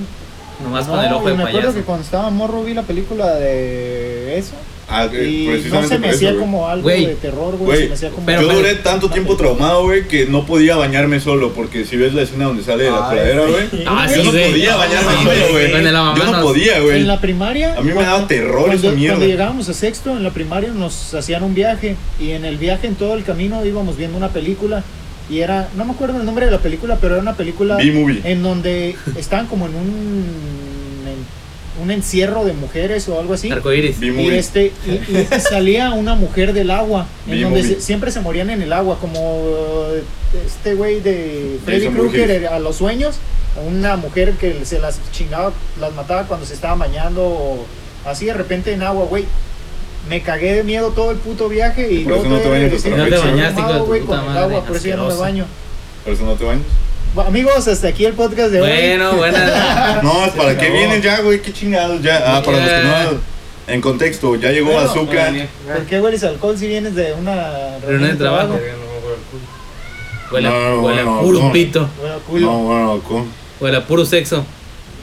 Speaker 8: Nomás
Speaker 5: no,
Speaker 8: con el ojo
Speaker 5: güey,
Speaker 8: de
Speaker 5: me acuerdo
Speaker 8: payaso.
Speaker 5: que cuando estaba morro vi la película de eso.
Speaker 1: Ah, eh,
Speaker 5: Y no
Speaker 1: precisamente
Speaker 5: se me
Speaker 1: por eso,
Speaker 5: hacía
Speaker 1: güey.
Speaker 5: como algo
Speaker 8: Güey.
Speaker 5: de terror, güey. Se
Speaker 1: Güey,
Speaker 5: me hacía como.
Speaker 8: pero-
Speaker 1: yo duré tanto tiempo traumado, güey, que no podía bañarme solo, porque si ves la escena donde sale de la
Speaker 4: Ay,
Speaker 1: coladera, güey,
Speaker 8: Ah,
Speaker 1: yo
Speaker 8: sí,
Speaker 1: no
Speaker 8: güey.
Speaker 1: podía bañarme
Speaker 8: Sí,
Speaker 1: solo, güey.
Speaker 8: Con el
Speaker 1: Yo
Speaker 8: lavamanos.
Speaker 1: no podía, güey.
Speaker 5: En la primaria.
Speaker 1: A mí me daba terror
Speaker 5: cuando,
Speaker 1: esa mierda.
Speaker 5: Cuando llegábamos a sexto, en la primaria nos hacían un viaje. Y en el viaje, en todo el camino, íbamos viendo una película. Y era, no me acuerdo el nombre de la película, pero era una película
Speaker 1: B-movie.
Speaker 5: en donde estaban como en un, en un encierro de mujeres o algo así.
Speaker 8: Arcoíris.
Speaker 5: Y,
Speaker 1: B-movie.
Speaker 5: este, y, y salía una mujer del agua, en
Speaker 1: Vi
Speaker 5: donde
Speaker 1: movie.
Speaker 5: se- siempre se morían en el agua, como eh, este güey de Freddy
Speaker 1: Jason
Speaker 5: Krueger eh,
Speaker 1: Voorhees.
Speaker 5: a los sueños, una mujer que se las chingaba, las mataba cuando se estaba bañando, o así de repente en agua, güey. Me cagué de miedo todo el puto viaje y
Speaker 1: Por eso no te
Speaker 5: todavía
Speaker 1: bañas hasta
Speaker 5: me
Speaker 1: la
Speaker 5: sentí
Speaker 1: fecha, güey.
Speaker 8: No te bañaste, hijo de tu
Speaker 5: güey,
Speaker 8: puta
Speaker 5: con el
Speaker 8: madre,
Speaker 5: agua, por eso ya no me
Speaker 8: asqueroso.
Speaker 5: baño.
Speaker 1: ¿Por eso no te bañas?
Speaker 5: Bueno, amigos, hasta aquí el podcast de hoy.
Speaker 8: Bueno,
Speaker 5: Ah,
Speaker 8: buenas.
Speaker 1: No, es para qué
Speaker 8: acabó.
Speaker 1: vienen ya, güey, qué chingados ya. Ah, para los que
Speaker 8: Eh.
Speaker 1: no. En contexto, ya llegó
Speaker 5: Bueno, eh,
Speaker 1: azúcar.
Speaker 5: ¿Por qué hueles a alcohol si vienes de una
Speaker 8: Reunión de trabajo. Huele, a-
Speaker 1: No, no,
Speaker 8: huele a
Speaker 1: no,
Speaker 8: puro
Speaker 1: no.
Speaker 8: pito.
Speaker 5: Bueno, culo.
Speaker 1: No, bueno, ¿cómo?
Speaker 8: Huele a puro sexo.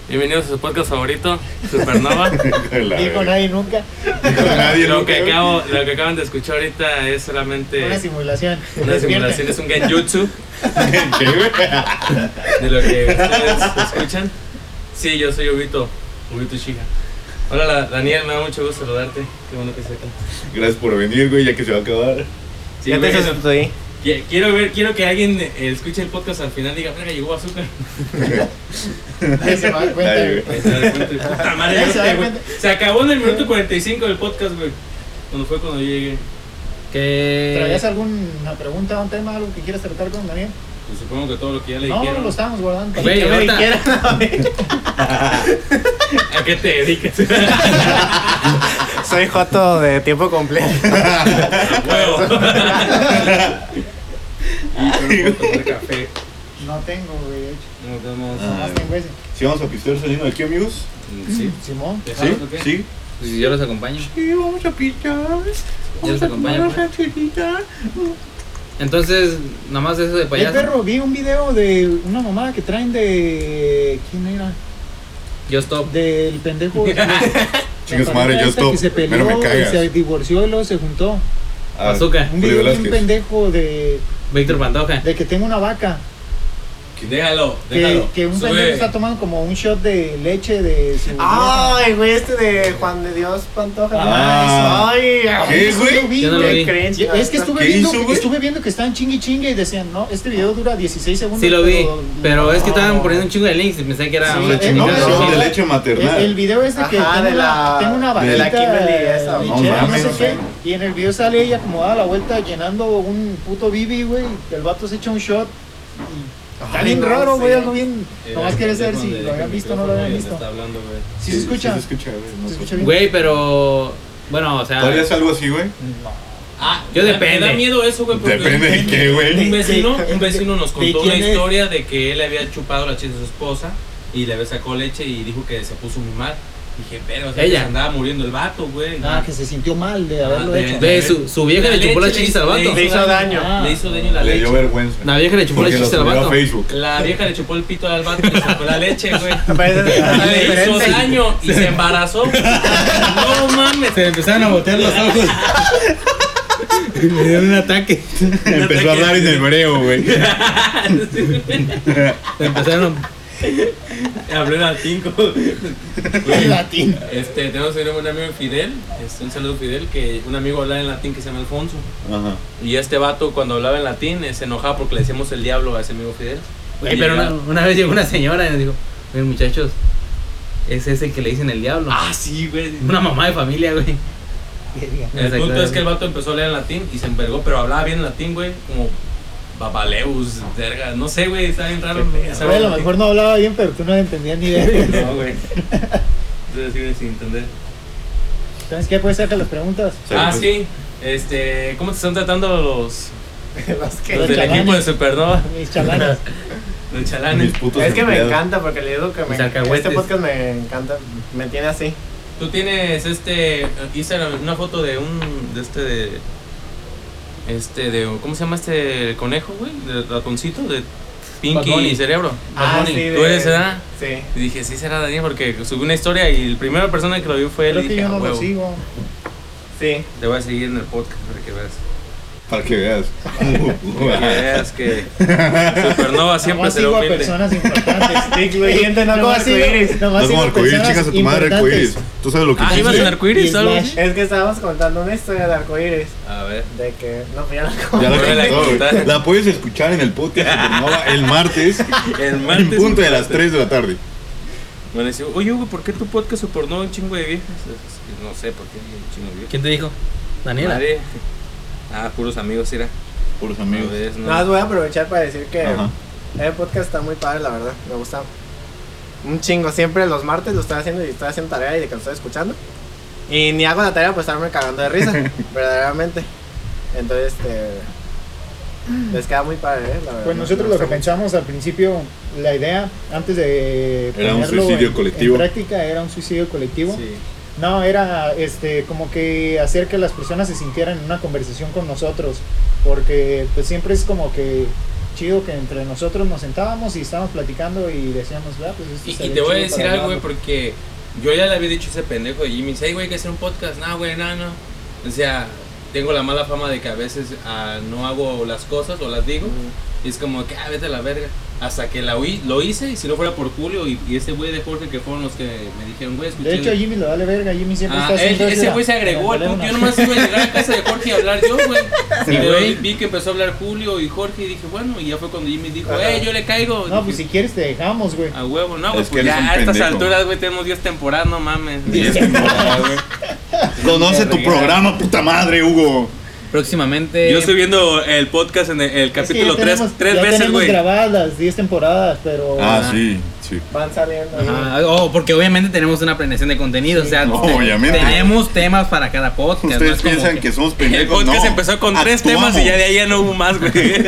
Speaker 9: Bienvenidos a su podcast favorito, Supernova.
Speaker 1: La
Speaker 5: Dijo
Speaker 1: verga.
Speaker 5: nadie nunca.
Speaker 1: Dijo nadie.
Speaker 9: lo,
Speaker 1: nunca,
Speaker 9: que
Speaker 1: güey.
Speaker 9: acabo, lo que acaban de escuchar ahorita es solamente
Speaker 5: Una simulación.
Speaker 9: una simulación, es un genjutsu
Speaker 1: ¿Qué, güey?
Speaker 9: de lo que ustedes escuchan. Sí, yo soy Ubito, Ubito Shiga. Hola la- Daniel, me da mucho gusto saludarte. Qué bueno que estés acá.
Speaker 1: Gracias por venir, güey, ya que se va a acabar.
Speaker 9: Sí,
Speaker 4: Ya
Speaker 9: güey,
Speaker 4: te sustituí.
Speaker 9: qui- quiero, ver, quiero que alguien eh, escuche el podcast al final y diga, verga, llegó azúcar.
Speaker 5: Nadie se va a dar cuenta.
Speaker 1: Ay,
Speaker 5: güey.
Speaker 9: Ahí se da cuenta, puta madre,
Speaker 5: Ahí
Speaker 9: yo
Speaker 5: se da
Speaker 9: sé, güey.
Speaker 5: cuenta.
Speaker 9: Se acabó en el minuto 45 del podcast, güey. Cuando fue cuando yo llegué.
Speaker 5: ¿Traías
Speaker 8: Que
Speaker 5: alguna pregunta, un tema, algo que quieras tratar con Daniel?
Speaker 9: Pues supongo que todo lo que ya le
Speaker 5: No,
Speaker 9: dijeron.
Speaker 5: lo estábamos guardando. para-
Speaker 8: Güey,
Speaker 5: que me
Speaker 8: ahorita-
Speaker 5: dijera.
Speaker 9: ¿A qué te dedicas?
Speaker 4: Soy Joto de tiempo completo.
Speaker 9: Huevo. y con un poco de café.
Speaker 5: No tengo, güey, de hecho.
Speaker 9: Nos vemos.
Speaker 1: Ah,
Speaker 5: Nomás
Speaker 1: güey.
Speaker 5: tengo ese.
Speaker 1: ¿Sí vamos a pistear saliendo de aquí, amigos?
Speaker 9: Sí.
Speaker 5: Simón.
Speaker 1: ¿Sí? ¿Sí?
Speaker 8: pues yo los acompaño.
Speaker 1: Sí, vamos a pistear.
Speaker 8: Yo los acompaño. pues. Entonces, nomás eso de
Speaker 1: Pues
Speaker 5: El
Speaker 8: payaso.
Speaker 5: perro, vi un video de una mamá que traen de. ¿Quién era?
Speaker 8: Yo stop.
Speaker 5: Del pendejo. la
Speaker 1: Chingue su
Speaker 5: pareja
Speaker 1: madre, yo
Speaker 5: esta
Speaker 1: stop.
Speaker 5: Que se
Speaker 1: Pero
Speaker 5: peleó,
Speaker 1: me cagas.
Speaker 5: y se divorció y luego se juntó.
Speaker 1: Ah,
Speaker 8: Bazooka.
Speaker 5: Un
Speaker 1: Julio
Speaker 5: video de un
Speaker 1: Velázquez.
Speaker 5: pendejo de,
Speaker 8: Víctor Pantoja.
Speaker 5: de que tengo una vaca.
Speaker 9: Déjalo,
Speaker 5: Que,
Speaker 9: déjalo.
Speaker 5: que un
Speaker 9: Sube.
Speaker 5: pendejo está tomando como un shot de leche de su.
Speaker 4: Ay, güey, este de Juan de Dios Pantoja.
Speaker 1: Ah.
Speaker 4: Ay,
Speaker 1: ¿Qué, güey?
Speaker 5: Lo vi,
Speaker 8: Yo no lo
Speaker 5: güey.
Speaker 8: vi.
Speaker 4: cringe.
Speaker 5: Ya, Es que estuve
Speaker 1: ¿Qué
Speaker 5: viendo,
Speaker 1: hizo,
Speaker 5: que
Speaker 1: güey?
Speaker 5: estuve viendo que estaban chingue y chingue y decían, no, este video dura 16 segundos.
Speaker 8: Sí lo vi, pero es que
Speaker 5: no.
Speaker 8: estaban poniendo un chingo de links y pensé que era
Speaker 5: Sí,
Speaker 8: una
Speaker 5: eh,
Speaker 1: Se chingó
Speaker 5: no,
Speaker 1: un
Speaker 5: no,
Speaker 1: shot
Speaker 5: no.
Speaker 1: de leche
Speaker 5: El,
Speaker 1: maternal.
Speaker 5: el video es de que
Speaker 4: Ajá,
Speaker 5: tengo,
Speaker 4: de la-
Speaker 5: una, tengo una
Speaker 4: de la
Speaker 5: vaquita,
Speaker 4: Kimberly esa,
Speaker 5: eh,
Speaker 4: no
Speaker 5: lechera, no
Speaker 1: mames,
Speaker 5: sé
Speaker 1: no
Speaker 5: qué,
Speaker 1: sé.
Speaker 5: y en el video sale ella como dada la vuelta llenando un puto bibi, güey, el vato se echa un shot y está
Speaker 4: Ay,
Speaker 5: bien
Speaker 4: no
Speaker 5: raro,
Speaker 4: sé.
Speaker 5: güey, algo bien,
Speaker 9: Eh,
Speaker 5: nomás quería saber
Speaker 9: donde
Speaker 5: si
Speaker 9: deja
Speaker 5: lo habían
Speaker 9: el
Speaker 5: visto o no lo
Speaker 9: micrófono
Speaker 5: habían
Speaker 9: y
Speaker 5: visto.
Speaker 9: Está hablando, güey.
Speaker 5: Si se escucha,
Speaker 1: Sí, se escucha, güey. no
Speaker 5: se
Speaker 1: sé.
Speaker 5: escucha bien.
Speaker 8: Güey, pero bueno, o sea,
Speaker 1: ¿Todavía es algo así, güey?
Speaker 9: Ah,
Speaker 8: Yo
Speaker 9: me-
Speaker 8: depende.
Speaker 9: Me da miedo eso, güey. porque
Speaker 1: Depende de qué,
Speaker 9: pues, Un
Speaker 1: güey.
Speaker 9: vecino, un vecino
Speaker 5: ¿De
Speaker 9: nos
Speaker 5: quién
Speaker 9: contó una
Speaker 5: es?
Speaker 9: historia de que él le había chupado la leche de su esposa y le había sacado leche y dijo que se puso muy mal. Dije, pero o sea,
Speaker 8: Ella.
Speaker 9: se andaba muriendo el vato, güey.
Speaker 5: Ah, que se sintió mal de haberlo
Speaker 9: Ah, de-
Speaker 5: hecho.
Speaker 8: Ve, su, su vieja le chupó las chichis al vato.
Speaker 4: Le hizo daño.
Speaker 5: Ah.
Speaker 9: Le hizo daño la
Speaker 1: Le dio
Speaker 9: leche.
Speaker 1: vergüenza.
Speaker 8: La vieja le chupó las
Speaker 1: Porque lo
Speaker 8: chichis al
Speaker 1: subió a
Speaker 8: vato.
Speaker 1: Facebook.
Speaker 9: La vieja le chupó el pito al vato y le sacó la leche, güey.
Speaker 4: Pues, es-
Speaker 9: Le Ah. hizo
Speaker 4: diferente.
Speaker 9: daño y se embarazó. No mames.
Speaker 3: Se le empezaron a botear los ojos. Le dio un ataque.
Speaker 1: Empezó a hablar en hebreo, güey.
Speaker 3: Se empezaron a...
Speaker 9: Hablé latín. como- Güey, Este, tenemos un un amigo Fidel, este, un saludo Fidel, que un amigo hablaba en latín que se llama Alfonso.
Speaker 1: Ajá.
Speaker 9: Y este vato cuando hablaba en latín eh, se enojaba porque le decíamos el diablo a ese amigo Fidel.
Speaker 3: Pues
Speaker 8: Güey,
Speaker 9: Y
Speaker 8: pero
Speaker 9: era-
Speaker 8: una, una vez llegó una señora y nos dijo, "Oigan, muchachos, es ese que le dicen el diablo.
Speaker 9: Ah, sí, güey.
Speaker 8: Una mamá de familia, güey.
Speaker 9: El punto
Speaker 8: Exactamente.
Speaker 9: es que el vato empezó a leer en latín y se envergó, pero hablaba bien latín, güey, como babaleus, verga, no sé, güey, está bien raro. sabe
Speaker 5: Güey, a lo
Speaker 9: latín.
Speaker 5: mejor no hablaba bien, pero tú no entendías ni idea.
Speaker 9: No, güey. Entonces sí, sin entender.
Speaker 5: ¿Sabes qué? Puedes sacar las preguntas.
Speaker 9: Ah, sí. Este, ¿cómo te están tratando los,
Speaker 4: Los que-
Speaker 9: los
Speaker 5: Los
Speaker 9: del
Speaker 5: chalanes.
Speaker 9: equipo de Supernova?
Speaker 5: Mis chalanas.
Speaker 9: Los chalanes.
Speaker 1: Mis putos
Speaker 4: Es que me
Speaker 1: empleados.
Speaker 4: encanta porque le digo que me,
Speaker 8: Mis alcahuetes.
Speaker 4: este podcast me encanta, me tiene así.
Speaker 9: Tú tienes este Instagram una foto de un de este de este de ¿cómo se llama este conejo, güey? De ratoncito de Pinky
Speaker 8: Bad Bunny.
Speaker 9: y Cerebro.
Speaker 4: Ah,
Speaker 9: Bunny.
Speaker 4: sí,
Speaker 9: ¿Tú
Speaker 4: de-
Speaker 9: eres edad?
Speaker 4: Sí.
Speaker 9: Y dije, "Sí será Daniel" porque subí una historia y la primera persona que lo vio fue él
Speaker 5: Creo
Speaker 9: y
Speaker 5: que yo
Speaker 9: dije, "Ah,
Speaker 5: no lo
Speaker 9: huevo,
Speaker 5: sigo.
Speaker 4: Sí.
Speaker 9: Te voy a seguir en el podcast para que veas.
Speaker 1: Para que veas.
Speaker 9: Para que veas que Supernova siempre
Speaker 5: Nomás
Speaker 9: se lo
Speaker 5: sigo a
Speaker 9: ofende.
Speaker 5: personas importantes.
Speaker 4: Incluyente, no como
Speaker 5: Nomás sigo-
Speaker 4: arcoíris.
Speaker 5: nomás
Speaker 1: Estás
Speaker 5: sigo
Speaker 1: como
Speaker 5: a
Speaker 1: arcoíris,
Speaker 5: personas
Speaker 1: chicas, a tu madre arcoíris.
Speaker 5: importantes.
Speaker 1: Tú sabes lo que
Speaker 9: Ah, ibas en
Speaker 1: hiciste.
Speaker 9: arcoíris
Speaker 5: Y
Speaker 9: o algo
Speaker 5: Slash.
Speaker 9: así?
Speaker 4: Es que estábamos contando una historia de arcoíris,
Speaker 9: A ver.
Speaker 4: de que no fui a la
Speaker 1: Ya
Speaker 9: Vuelve
Speaker 1: la
Speaker 9: a
Speaker 1: contó,
Speaker 9: contar.
Speaker 1: güey. La puedes escuchar en el podcast Supernova el martes.
Speaker 9: El
Speaker 1: En punto de las 3 de la tarde.
Speaker 9: Me decía, oye, güey, ¿por qué tu podcast Supernova un chingo de viejas? No sé por qué un chingo de viejas.
Speaker 3: ¿Quién te dijo? Daniela.
Speaker 9: Nadie. Ah, puros amigos, era.
Speaker 1: Por los amigos.
Speaker 9: Ah,
Speaker 4: Nada más voy a aprovechar para decir que
Speaker 1: Ajá.
Speaker 4: el podcast está muy padre, la verdad. Me gusta un chingo. Siempre los martes lo estoy haciendo y estoy haciendo tarea y de que lo estoy escuchando. Y ni hago la tarea por estarme cagando de risa, verdaderamente. Entonces, este. Les queda muy padre, ¿eh? La verdad.
Speaker 5: Pues
Speaker 4: me-
Speaker 5: nosotros
Speaker 4: me
Speaker 5: lo que
Speaker 4: gusta
Speaker 5: pensamos al principio, la idea antes de
Speaker 1: Era un
Speaker 5: ponerlo
Speaker 1: suicidio
Speaker 5: en-
Speaker 1: colectivo.
Speaker 5: En práctica era un suicidio colectivo. No, era este como que hacer que las personas se sintieran en una conversación con nosotros, porque pues siempre es como que chido que entre nosotros nos sentábamos y estábamos platicando y decíamos, "Ah, pues esto
Speaker 9: Y, y
Speaker 5: estaría
Speaker 9: te voy a
Speaker 5: chido
Speaker 9: decir
Speaker 5: para
Speaker 9: algo, güey,
Speaker 5: hablarlo".
Speaker 9: porque yo ya le había dicho a ese pendejo de Jimmy, hey, güey, hay que hacer un podcast. No, güey, no, no. O sea, tengo la mala fama de que a veces ah, no hago las cosas o las digo. Y es como que, ah, vete a la verga. Hasta que la oí- lo hice, y si no fuera por Julio y, y este güey de Jorge que fueron los que me dijeron, güey, escuché.
Speaker 5: De hecho, a Jimmy lo vale verga, Jimmy siempre
Speaker 9: Ah,
Speaker 5: está
Speaker 9: él-
Speaker 5: haciendo eso,
Speaker 9: ese
Speaker 5: mira,
Speaker 9: güey se agregó al
Speaker 5: mira,
Speaker 9: punto. Yo
Speaker 5: mira.
Speaker 9: nomás iba a llegar a casa de Jorge y hablar yo, güey.
Speaker 3: Sí,
Speaker 9: y de
Speaker 3: güey.
Speaker 9: hoy vi que empezó a hablar Julio y Jorge y dije, bueno, y ya fue cuando Jimmy dijo,
Speaker 4: Ajá.
Speaker 9: eh, yo le caigo.
Speaker 5: No,
Speaker 9: Dije,
Speaker 5: pues si quieres te dejamos, güey.
Speaker 9: A huevo, no, güey,
Speaker 1: Es que
Speaker 9: pues
Speaker 1: eres
Speaker 9: ya
Speaker 1: un
Speaker 9: a estas
Speaker 1: pendejo.
Speaker 9: alturas, güey, tenemos 10 temporadas, no mames.
Speaker 1: Conoce tu programa, puta madre, Hugo.
Speaker 3: Próximamente.
Speaker 9: Yo estoy viendo el podcast en el, el
Speaker 5: Es que ya
Speaker 9: capítulo 3
Speaker 5: tenemos-
Speaker 9: tres
Speaker 5: ya
Speaker 9: veces,
Speaker 5: tenemos
Speaker 9: güey.
Speaker 5: grabadas las 10 temporadas, pero
Speaker 1: Ah, sí, sí.
Speaker 4: Van saliendo. ahí.
Speaker 3: Ajá, oh, porque obviamente tenemos una planeación de contenido. o sea,
Speaker 1: no,
Speaker 3: te-
Speaker 1: obviamente.
Speaker 3: tenemos temas para cada podcast. no
Speaker 1: Ustedes
Speaker 3: es como
Speaker 1: piensan que somos
Speaker 9: El
Speaker 1: pendejos.
Speaker 9: podcast
Speaker 1: no.
Speaker 9: empezó con tres
Speaker 1: Actuamos.
Speaker 9: temas y ya de ahí ya no hubo más, güey.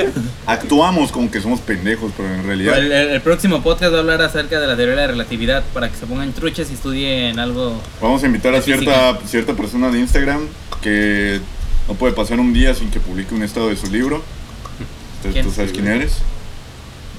Speaker 1: Actuamos como que somos pendejos, pero en realidad.
Speaker 3: El, el- el próximo podcast va a hablar acerca de la teoría de la relatividad para que se pongan truchas y estudien algo.
Speaker 1: Vamos a invitar a
Speaker 9: Este
Speaker 3: La
Speaker 1: cierta, cierta persona de Instagram que no puede pasar un día sin que publique un estado de su libro. Entonces,
Speaker 3: ¿Quién?
Speaker 1: ¿Tú sabes quién eres?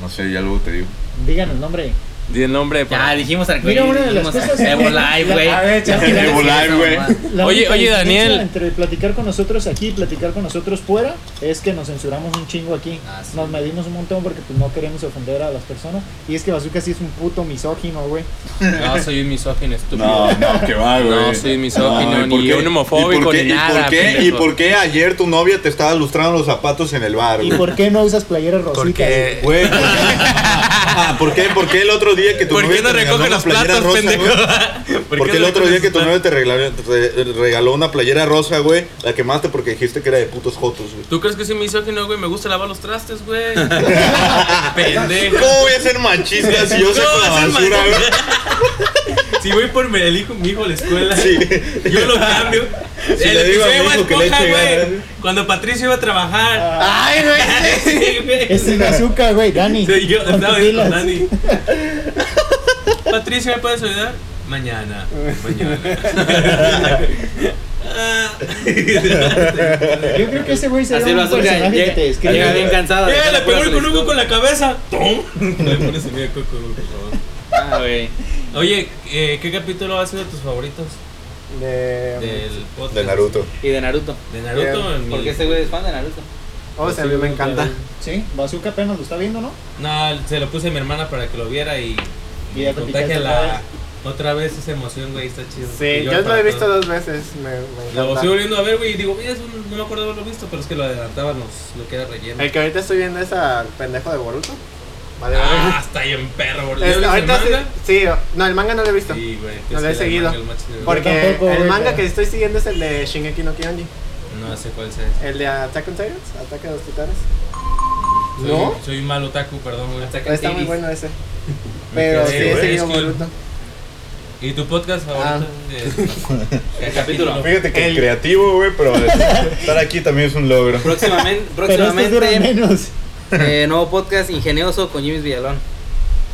Speaker 1: No sé, ya luego te digo.
Speaker 5: digan el nombre.
Speaker 9: Di el nombre.
Speaker 3: Ya
Speaker 9: para-
Speaker 3: dijimos al
Speaker 5: Mira, una de las cosas-
Speaker 3: Live, güey.
Speaker 5: A
Speaker 3: Ya
Speaker 5: ver, chaval.
Speaker 3: quiero
Speaker 1: Evo
Speaker 3: decir
Speaker 1: Live,
Speaker 3: esa
Speaker 1: güey.
Speaker 3: mamada.
Speaker 5: La
Speaker 9: Oye,
Speaker 5: única
Speaker 9: oye,
Speaker 5: diferencia
Speaker 9: Daniel.
Speaker 5: Entre platicar con nosotros aquí y platicar con nosotros fuera es que nos censuramos un chingo aquí.
Speaker 3: Ah, sí.
Speaker 5: Nos medimos un montón porque pues, no queremos ofender a las personas. Y es que Bazooka sí es un puto misógino, güey.
Speaker 9: No, soy un misógino estúpido.
Speaker 1: No, no, que va, güey.
Speaker 9: No, soy misógino,
Speaker 1: No, ¿y por
Speaker 9: ni
Speaker 1: qué?
Speaker 9: un homofóbico,
Speaker 1: ¿Y por qué?
Speaker 9: ni
Speaker 1: ¿Y por
Speaker 9: nada,
Speaker 1: qué?
Speaker 9: pendejo.
Speaker 1: ¿Y por qué ayer tu novia te estaba lustrando los zapatos en el bar,
Speaker 5: ¿Y
Speaker 1: güey?
Speaker 5: por qué no usas playeras rositas?
Speaker 9: Porque.
Speaker 5: güey?
Speaker 1: Güey, ¿por qué? Ah, ¿por qué? ¿Por qué el otro día que tu
Speaker 9: ¿Por
Speaker 1: novia
Speaker 9: qué no
Speaker 1: te regaló
Speaker 9: recoge
Speaker 1: una
Speaker 9: los
Speaker 1: playera
Speaker 9: platos,
Speaker 1: rosa,
Speaker 9: pendejo?
Speaker 1: güey? ¿Por qué el
Speaker 9: no
Speaker 1: otro día que tu
Speaker 9: recoges
Speaker 1: novia te regaló, te regaló una playera rosa, güey? La quemaste porque dijiste que era de putos jotos, güey.
Speaker 9: ¿Tú crees que soy misógino, güey? Me gusta lavar los trastes, güey. Pendejo.
Speaker 1: ¿Cómo voy a ser machista si yo saco
Speaker 9: ¿Cómo
Speaker 1: la
Speaker 9: vas a ser
Speaker 1: basura, güey?
Speaker 9: Si voy por mi el hijo, mi hijo a la escuela,
Speaker 1: Sí.
Speaker 9: yo lo cambio.
Speaker 1: Si le digo a mi
Speaker 9: episodio
Speaker 1: hijo que
Speaker 9: de
Speaker 1: le
Speaker 9: Esponja,
Speaker 1: eche
Speaker 9: güey,
Speaker 1: ganas.
Speaker 9: Cuando Patricio iba a trabajar.
Speaker 1: Ay, güey.
Speaker 9: Sí, güey.
Speaker 5: Es sin azúcar, güey, Dani.
Speaker 9: Sí, yo
Speaker 5: Con
Speaker 9: estaba
Speaker 5: tus
Speaker 9: ahí con
Speaker 5: filas.
Speaker 9: Dani. Patricio, ¿me puedes ayudar? mañana, mañana. Ah.
Speaker 5: Yo creo que ese güey sería
Speaker 8: Así lo
Speaker 5: un
Speaker 8: hace,
Speaker 5: personaje que
Speaker 8: llega,
Speaker 5: te describe.
Speaker 8: llega bien cansado.
Speaker 9: ¡Eh,
Speaker 8: deja
Speaker 9: le
Speaker 8: la pura
Speaker 9: pegó el
Speaker 8: solicitud.
Speaker 9: conuco con la cabeza! ¡Tom! Le pones semilla de coco, güey, por favor.
Speaker 8: Ah, güey.
Speaker 9: Oye, eh, ¿qué capítulo ha sido tus favoritos
Speaker 4: De.
Speaker 9: del podcast?
Speaker 1: De Naruto.
Speaker 8: Y de Naruto.
Speaker 9: ¿De Naruto? Pues
Speaker 4: Bien,
Speaker 9: mi-
Speaker 8: Porque ese güey es fan de Naruto.
Speaker 4: Oh, se me encanta.
Speaker 5: Sí, Bazooka apenas lo está viendo, ¿no?
Speaker 9: No, se lo puse a mi hermana para que lo viera y,
Speaker 5: Y
Speaker 9: me
Speaker 5: ya te
Speaker 9: contagia
Speaker 5: picaste otra
Speaker 9: la
Speaker 5: vez.
Speaker 9: otra vez esa emoción, güey, está chido.
Speaker 4: Sí, yo lo he visto dos veces. Me, me
Speaker 9: veces. Lo
Speaker 4: encanta.
Speaker 9: estoy volviendo a ver, güey, y digo, mira, eso no me acuerdo haberlo visto, pero es que lo adelantábamos, lo que era relleno.
Speaker 4: El que ahorita estoy viendo es al pendejo de Boruto. Vale,
Speaker 9: Ah,
Speaker 4: vale.
Speaker 9: está bien perro, boludo.
Speaker 4: Es-
Speaker 9: ¿Ya viste el
Speaker 4: ahorita sí,
Speaker 9: manga?
Speaker 4: sí, no, el manga no lo he visto.
Speaker 9: Sí, güey.
Speaker 4: No
Speaker 9: es
Speaker 4: lo he
Speaker 9: que el
Speaker 4: seguido.
Speaker 9: manga es más chido.
Speaker 4: Porque
Speaker 5: tampoco,
Speaker 4: el
Speaker 5: güey,
Speaker 4: manga
Speaker 5: pero-
Speaker 4: que estoy siguiendo es el de Shingeki no Kyojin.
Speaker 9: No sé cuál sea.
Speaker 4: El de Attack on Titans, Ataque a los Titanes.
Speaker 9: Soy,
Speaker 4: ¿No?
Speaker 9: Soy un mal otaku, perdón, güey.
Speaker 4: Pero está muy
Speaker 8: Tiris.
Speaker 4: bueno ese. Pero sí,
Speaker 9: quedé,
Speaker 4: he
Speaker 9: güey,
Speaker 4: seguido
Speaker 9: es que-
Speaker 4: Boruto.
Speaker 9: ¿Y tu podcast favorito?
Speaker 1: Ah.
Speaker 9: De-
Speaker 8: El capítulo.
Speaker 1: Fíjate que creativo, güey, pero estar aquí también es un logro.
Speaker 8: Próximamente,
Speaker 1: este
Speaker 5: Pero estos duran
Speaker 8: próximamente
Speaker 5: menos.
Speaker 8: eh, nuevo podcast ingenioso con Jimis Villalón.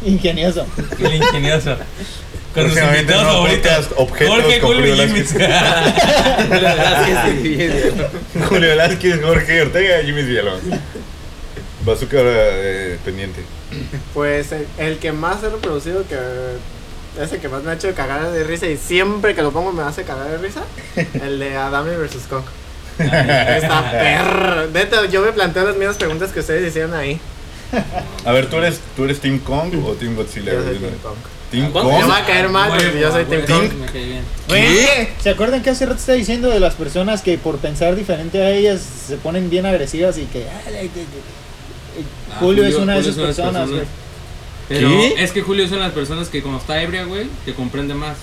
Speaker 5: Ingenioso.
Speaker 9: El ingenioso. Con sus
Speaker 1: Próximamente
Speaker 9: invitados
Speaker 1: no,
Speaker 9: favoritos.
Speaker 1: podcast, objetos
Speaker 9: Jorge
Speaker 1: con
Speaker 9: Julio
Speaker 1: Julio
Speaker 9: y Jimis.
Speaker 8: Gracias, Jimis.
Speaker 1: Julio Velázquez, Jorge Ortega y Jimmy Villalón. Bazooka eh, pendiente.
Speaker 4: Pues el, el que más he reproducido, que es el que más me ha hecho cagar de risa y siempre que lo pongo me hace cagar de risa, el de Adame vs. Kong. Está perro. Neta, yo me planteo las mismas preguntas que ustedes hicieron ahí.
Speaker 1: A ver, ¿tú eres, ¿tú eres Team Kong o Team Godzilla?
Speaker 4: Yo
Speaker 1: güey?
Speaker 4: soy
Speaker 1: Dime.
Speaker 4: Team Kong.
Speaker 1: Team
Speaker 8: ¿Kong?
Speaker 1: Kong.
Speaker 4: Me va a caer mal porque yo soy Team Kong.
Speaker 8: Me caí bien.
Speaker 5: ¿Qué? ¿Se acuerdan que hace rato estaba diciendo de las personas que por pensar diferente a ellas se ponen bien agresivas y que... "Ah, le- le- le-". Eh,
Speaker 9: Ah,
Speaker 5: Julio,
Speaker 9: Julio-
Speaker 5: es una de esas
Speaker 9: Julio es una de esas
Speaker 5: personas, güey.
Speaker 9: personas. Pero
Speaker 1: ¿Qué?
Speaker 9: es que Julio es una de las personas que como está ebria, güey, te comprende más.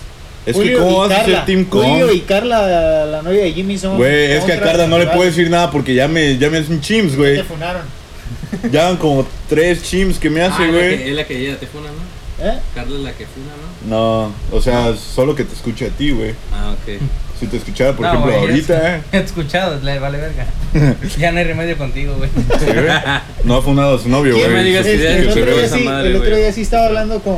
Speaker 1: Es que,
Speaker 5: Julio
Speaker 1: ¿cómo
Speaker 5: y
Speaker 1: vas a ser
Speaker 5: Carla.
Speaker 1: Team Kong?
Speaker 5: Julio y Carla, la, la novia de Jimmy, son.
Speaker 1: Güey, es que a Carla no le puedo decir nada porque ya me, ya me hacen chims,
Speaker 5: Te
Speaker 1: güey.
Speaker 5: funaron.
Speaker 1: Ya van como tres chims que me
Speaker 3: Ah,
Speaker 1: hace,
Speaker 9: Ah, es, la que,
Speaker 1: Ah, güey.
Speaker 9: es la que ella te funa, ¿no?
Speaker 5: ¿Eh?
Speaker 9: Carla es la que funa, ¿no?
Speaker 1: No, o sea, solo que te escuche a ti, güey.
Speaker 9: Ah, ok.
Speaker 1: Si te escuchara, por
Speaker 3: No,
Speaker 1: ejemplo,
Speaker 3: güey, ya
Speaker 1: ahorita, eh.
Speaker 3: He escuchado, le vale verga. Ya no hay remedio contigo, güey.
Speaker 1: Sí, güey. No ha funado a su novio,
Speaker 9: ¿Quién
Speaker 1: güey.
Speaker 9: me digas
Speaker 1: Eso
Speaker 5: Este,
Speaker 1: es
Speaker 9: ideas
Speaker 1: que
Speaker 5: el,
Speaker 9: que
Speaker 1: se
Speaker 5: otro
Speaker 1: ve.
Speaker 5: día
Speaker 9: esa
Speaker 5: sí,
Speaker 9: madre,
Speaker 5: el otro
Speaker 9: güey.
Speaker 5: día sí estaba hablando con.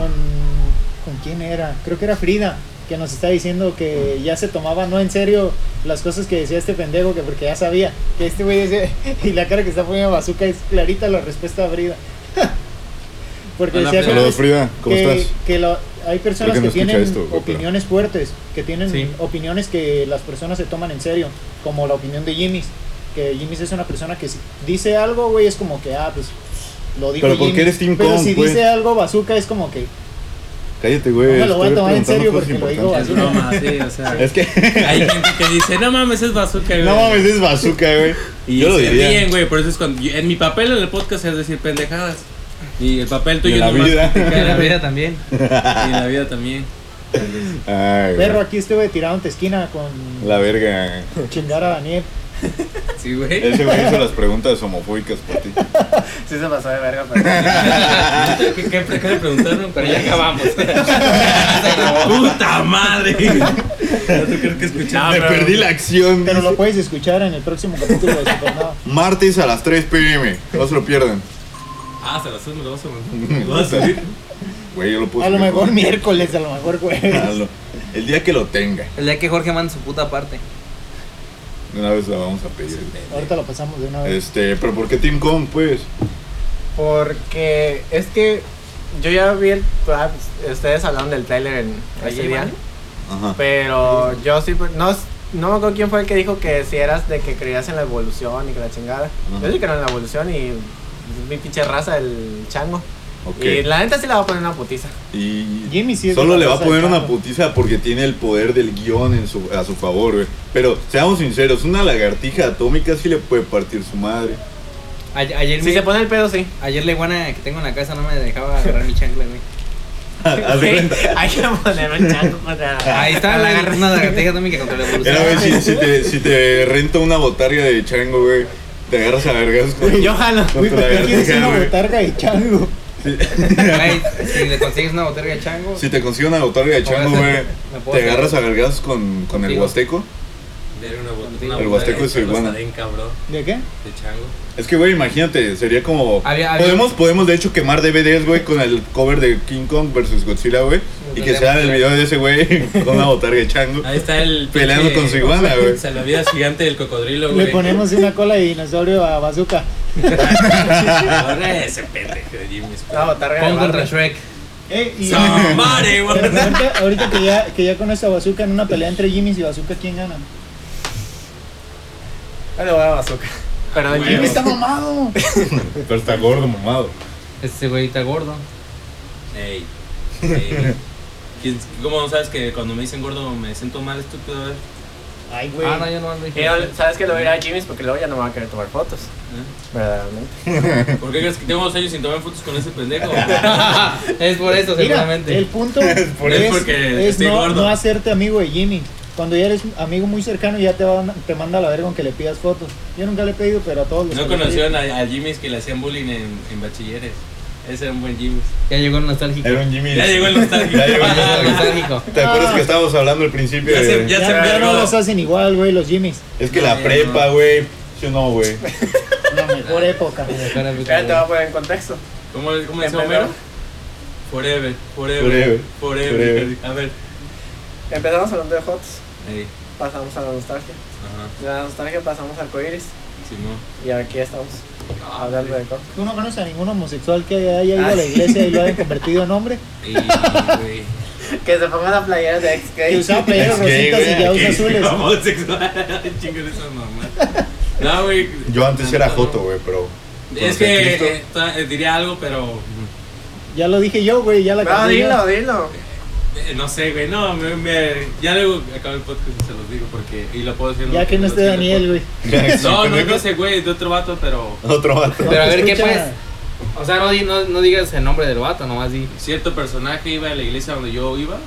Speaker 5: ¿Con quién era? Creo que era Frida, que nos está diciendo que ya se tomaba no en serio las cosas que decía este pendejo, que porque ya sabía que este güey decía. Y la cara que está poniendo Bazooka es clarita la respuesta a Frida. porque
Speaker 9: Hola,
Speaker 5: decía
Speaker 9: Frida.
Speaker 5: que-
Speaker 1: Saludos, Frida. ¿Cómo
Speaker 5: que,
Speaker 1: estás?
Speaker 5: que lo- hay personas
Speaker 1: Creo
Speaker 5: que,
Speaker 1: que no escucha
Speaker 5: tienen
Speaker 1: esto, pero-
Speaker 5: opiniones fuertes, que tienen
Speaker 9: Sí.
Speaker 5: opiniones que las personas se toman en serio, como la opinión de Jimmy, que Jimmy es una persona que si dice algo, güey, es como que, ah, pues lo dijo
Speaker 1: Pero ¿por qué
Speaker 5: Jimmy.
Speaker 1: eres Team
Speaker 5: Pero
Speaker 1: Kong, pues?
Speaker 5: si
Speaker 1: güey?
Speaker 5: dice algo bazooka es como que,
Speaker 1: Cállate, güey.
Speaker 5: No me lo voy a
Speaker 1: estoy
Speaker 5: tomar en
Speaker 1: preguntando
Speaker 5: serio
Speaker 1: cosas
Speaker 5: porque lo digo
Speaker 1: importantes.
Speaker 9: Es broma, sí, o sea.
Speaker 1: Es que.
Speaker 9: Hay gente que dice, no mames, es bazooka, güey.
Speaker 1: No mames, es bazooka, güey.
Speaker 9: Y
Speaker 1: Yo lo
Speaker 9: se
Speaker 1: diría.
Speaker 9: ríen, güey, por eso es cuando... yo- en mi papel en el podcast es decir pendejadas. Y el papel tuyo
Speaker 1: Y en la
Speaker 9: nomás
Speaker 1: vida.
Speaker 9: criticar,
Speaker 3: En la
Speaker 9: güey.
Speaker 3: vida también.
Speaker 9: Y en la vida también.
Speaker 1: Ay, güey.
Speaker 5: perro, aquí estuve tirado en tu esquina con
Speaker 1: La verga.
Speaker 5: chingar a Daniel.
Speaker 9: Sí, güey.
Speaker 1: Ese güey hizo las preguntas homofóbicas por ti.
Speaker 4: Sí se pasó de verga, pero.
Speaker 9: ¿Qué, qué, qué le preguntaron?
Speaker 3: Pero ya acabamos. Ah,
Speaker 9: ¡Puta madre! No te creo que escuchaba.
Speaker 1: Me perdí la acción.
Speaker 5: Pero
Speaker 1: dice.
Speaker 5: lo puedes escuchar en el próximo capítulo de Supernova.
Speaker 1: Martes a las 3 pm. No se lo pierdan.
Speaker 9: Ah, se la subes, me lo vas a mandar. Me lo vas a subir.
Speaker 1: Güey, yo lo puedo
Speaker 5: A lo
Speaker 1: subir
Speaker 5: mejor
Speaker 1: con-
Speaker 5: miércoles, a lo mejor
Speaker 1: Ah,
Speaker 5: jueves.
Speaker 1: lo- El día que lo tenga.
Speaker 3: El día que Jorge manda su puta parte.
Speaker 1: De Una vez la vamos a pedir.
Speaker 5: Ahorita lo pasamos de una vez.
Speaker 1: Este, pero ¿por qué Team Kong, pues?
Speaker 4: Porque es que yo ya vi el. ah, pues, Ustedes hablaron del tráiler en ese
Speaker 3: Ayer,
Speaker 4: día.
Speaker 3: ¿no?
Speaker 1: Ajá.
Speaker 4: Pero yo sí, pues, no, no me acuerdo quién fue el que dijo que si eras de que creías en la evolución y que la chingada.
Speaker 1: Ajá.
Speaker 4: Yo sí creo en la evolución y mi pinche raza, el chango.
Speaker 1: Ok.
Speaker 4: Y la neta sí la va a poner una putiza.
Speaker 1: Y
Speaker 5: Jimmy sí es
Speaker 1: solo
Speaker 5: de la
Speaker 1: le va a
Speaker 5: raza
Speaker 1: poner
Speaker 5: del
Speaker 1: una
Speaker 5: chango.
Speaker 1: putiza porque tiene el poder del guión en su, a su favor, güey. Pero seamos sinceros, una lagartija atómica sí le puede partir su madre.
Speaker 3: A- Ayer,
Speaker 4: Si
Speaker 3: mi-
Speaker 4: se pone el pedo, sí.
Speaker 3: ayer la iguana que tengo en la casa no me dejaba agarrar mi chancla, güey.
Speaker 1: Haz de cuenta.
Speaker 4: Hay que poner el chango para.
Speaker 3: Ahí está
Speaker 4: para
Speaker 3: la,
Speaker 4: agarrar.
Speaker 3: una lagartija también que contra la
Speaker 5: Pues
Speaker 3: evolución.
Speaker 1: Era, güey, si, si te, si te renta una botarga de chango, güey, te agarras a vergas con,
Speaker 4: Yo jalo.
Speaker 1: con
Speaker 5: Uy,
Speaker 1: tu
Speaker 5: ¿por qué quieres
Speaker 1: lagartija,
Speaker 5: una
Speaker 1: güey.
Speaker 5: botarga de chango?
Speaker 3: Güey, si le consigues una botella de chango,
Speaker 1: Si te consigue una botarga de chango,
Speaker 3: Me
Speaker 1: güey,
Speaker 3: puedo
Speaker 1: te
Speaker 3: hacer-
Speaker 1: agarras a vergas con, con el
Speaker 3: Contigo.
Speaker 1: huasteco.
Speaker 9: Era una bot-
Speaker 3: El
Speaker 9: una botella
Speaker 1: huasteco
Speaker 9: de
Speaker 1: es su iguana.
Speaker 9: Salén, cabrón,
Speaker 5: ¿De qué?
Speaker 9: de chango.
Speaker 1: Es que, güey, imagínate, sería como...
Speaker 3: Había- había-
Speaker 1: Podemos, podemos, de hecho, quemar DVDs, güey, con el cover de King Kong versus Godzilla, güey. Y que sea el video de ese güey con una botarga de chango.
Speaker 8: Ahí está el.
Speaker 1: Peleando
Speaker 8: pinche-
Speaker 1: con su iguana, güey.
Speaker 8: Salvavidas gigante del cocodrilo, güey.
Speaker 5: Le ponemos una cola de dinosaurio a Bazooka.
Speaker 8: Ahora ese pendejo de Jimmy.
Speaker 4: Una botarga de
Speaker 3: Pon contra
Speaker 4: barro.
Speaker 3: Shrek.
Speaker 5: Eh, y-
Speaker 8: ¡Somare, güey!
Speaker 5: Pero ahorita, ahorita que ya, que ya conoces a Bazooka en una pelea entre Jimmy's y Bazooka, ¿quién gana?
Speaker 4: No le voy a bazooka. Perdón,
Speaker 8: Güey.
Speaker 4: Jimmy.
Speaker 5: ¡Jimmy está mamado!
Speaker 1: Pero está gordo, mamado.
Speaker 3: Este güey está gordo.
Speaker 8: Ey. ey. ¿Quién- ¿Cómo sabes que cuando me dicen gordo me siento mal, estúpido? eh? A ver.
Speaker 5: Ay, güey.
Speaker 3: Ah, no, yo no ando
Speaker 4: Y yo- ¿Sabes que le voy a ir a Jimmy's? Porque luego ya no me va a querer tomar fotos. Verdaderamente.
Speaker 8: ¿Eh? ¿Por qué crees que tengo dos años sin tomar fotos con ese pendejo?
Speaker 3: Eh, Es por eso,
Speaker 5: Mira,
Speaker 3: seguramente.
Speaker 5: el punto es,
Speaker 8: por eso porque
Speaker 5: es
Speaker 8: estoy
Speaker 5: no,
Speaker 8: gordo.
Speaker 5: no hacerte amigo de Jimmy. Cuando ya eres amigo muy cercano, ya te, van- te manda a la verga aunque le pidas fotos. Yo nunca le he pedido, pero a todos los
Speaker 8: No
Speaker 5: que le
Speaker 8: conocieron a, a Jimmy's que le hacían bullying en, en bachilleres. Ese era un buen Jimmy's.
Speaker 3: Ya llegó el nostálgico.
Speaker 1: Era un Jimmy.
Speaker 8: Ya llegó el nostálgico.
Speaker 1: Ya llegó el
Speaker 3: Ah, el
Speaker 1: nostálgico.
Speaker 3: nostálgico.
Speaker 1: ¿Te acuerdas que estábamos hablando al principio?
Speaker 8: Ya se-
Speaker 1: de-
Speaker 8: ya
Speaker 5: Ya,
Speaker 8: se
Speaker 5: ya no
Speaker 8: envergó.
Speaker 5: los hacen igual, güey, los Jimmys.
Speaker 1: Es que
Speaker 8: No,
Speaker 1: la
Speaker 8: ya
Speaker 1: prepa,
Speaker 8: no.
Speaker 1: güey. Yo no, güey.
Speaker 5: La mejor época.
Speaker 3: Cara de
Speaker 4: Ya te voy a poner pues, en contexto.
Speaker 8: ¿Cómo, cómo dice
Speaker 4: Empezó-
Speaker 8: Homero? Forever, forever,
Speaker 1: Forever,
Speaker 8: forever.
Speaker 1: forever.
Speaker 8: A ver.
Speaker 4: Empezamos hablando de fotos.
Speaker 8: Ey,
Speaker 4: Pasamos a la nostalgia.
Speaker 8: ajá,
Speaker 4: De la nostalgia pasamos al coiris.
Speaker 8: si no.
Speaker 4: Y aquí estamos hablando de cosas.
Speaker 5: Tú no conoces a ningún homosexual que haya ido a la
Speaker 4: Ah, sí.
Speaker 5: iglesia y lo hayan convertido en hombre.
Speaker 8: Ey, güey.
Speaker 4: Que se pongan la playera de ex
Speaker 5: Que usaba playeros
Speaker 1: Es gay,
Speaker 5: rositas y
Speaker 1: güey,
Speaker 5: ya
Speaker 1: aquí,
Speaker 5: usa azules.
Speaker 8: Homosexual. Chingo de esa mamá. No, güey.
Speaker 1: Yo antes era Joto, güey, pero.
Speaker 8: Es que eh, ta- eh, diría algo, pero
Speaker 5: Ya lo dije yo, güey, ya la
Speaker 4: No,
Speaker 5: cambié.
Speaker 4: Ah, dilo, dilo.
Speaker 8: eh, no sé, güey. No, me, me- ya luego acabo el podcast y se los digo porque. Y lo puedo decir.
Speaker 5: Ya que no
Speaker 8: los
Speaker 5: esté
Speaker 8: tiene
Speaker 5: Daniel, güey.
Speaker 8: podcast. No, no, no sé, güey, de otro vato, pero.
Speaker 1: Otro vato.
Speaker 3: Pero a ver, ¿qué
Speaker 5: Escucha.
Speaker 3: pues? O sea, no, di- no, no digas el nombre del vato, nomás di.
Speaker 8: Cierto personaje iba a la iglesia donde yo iba.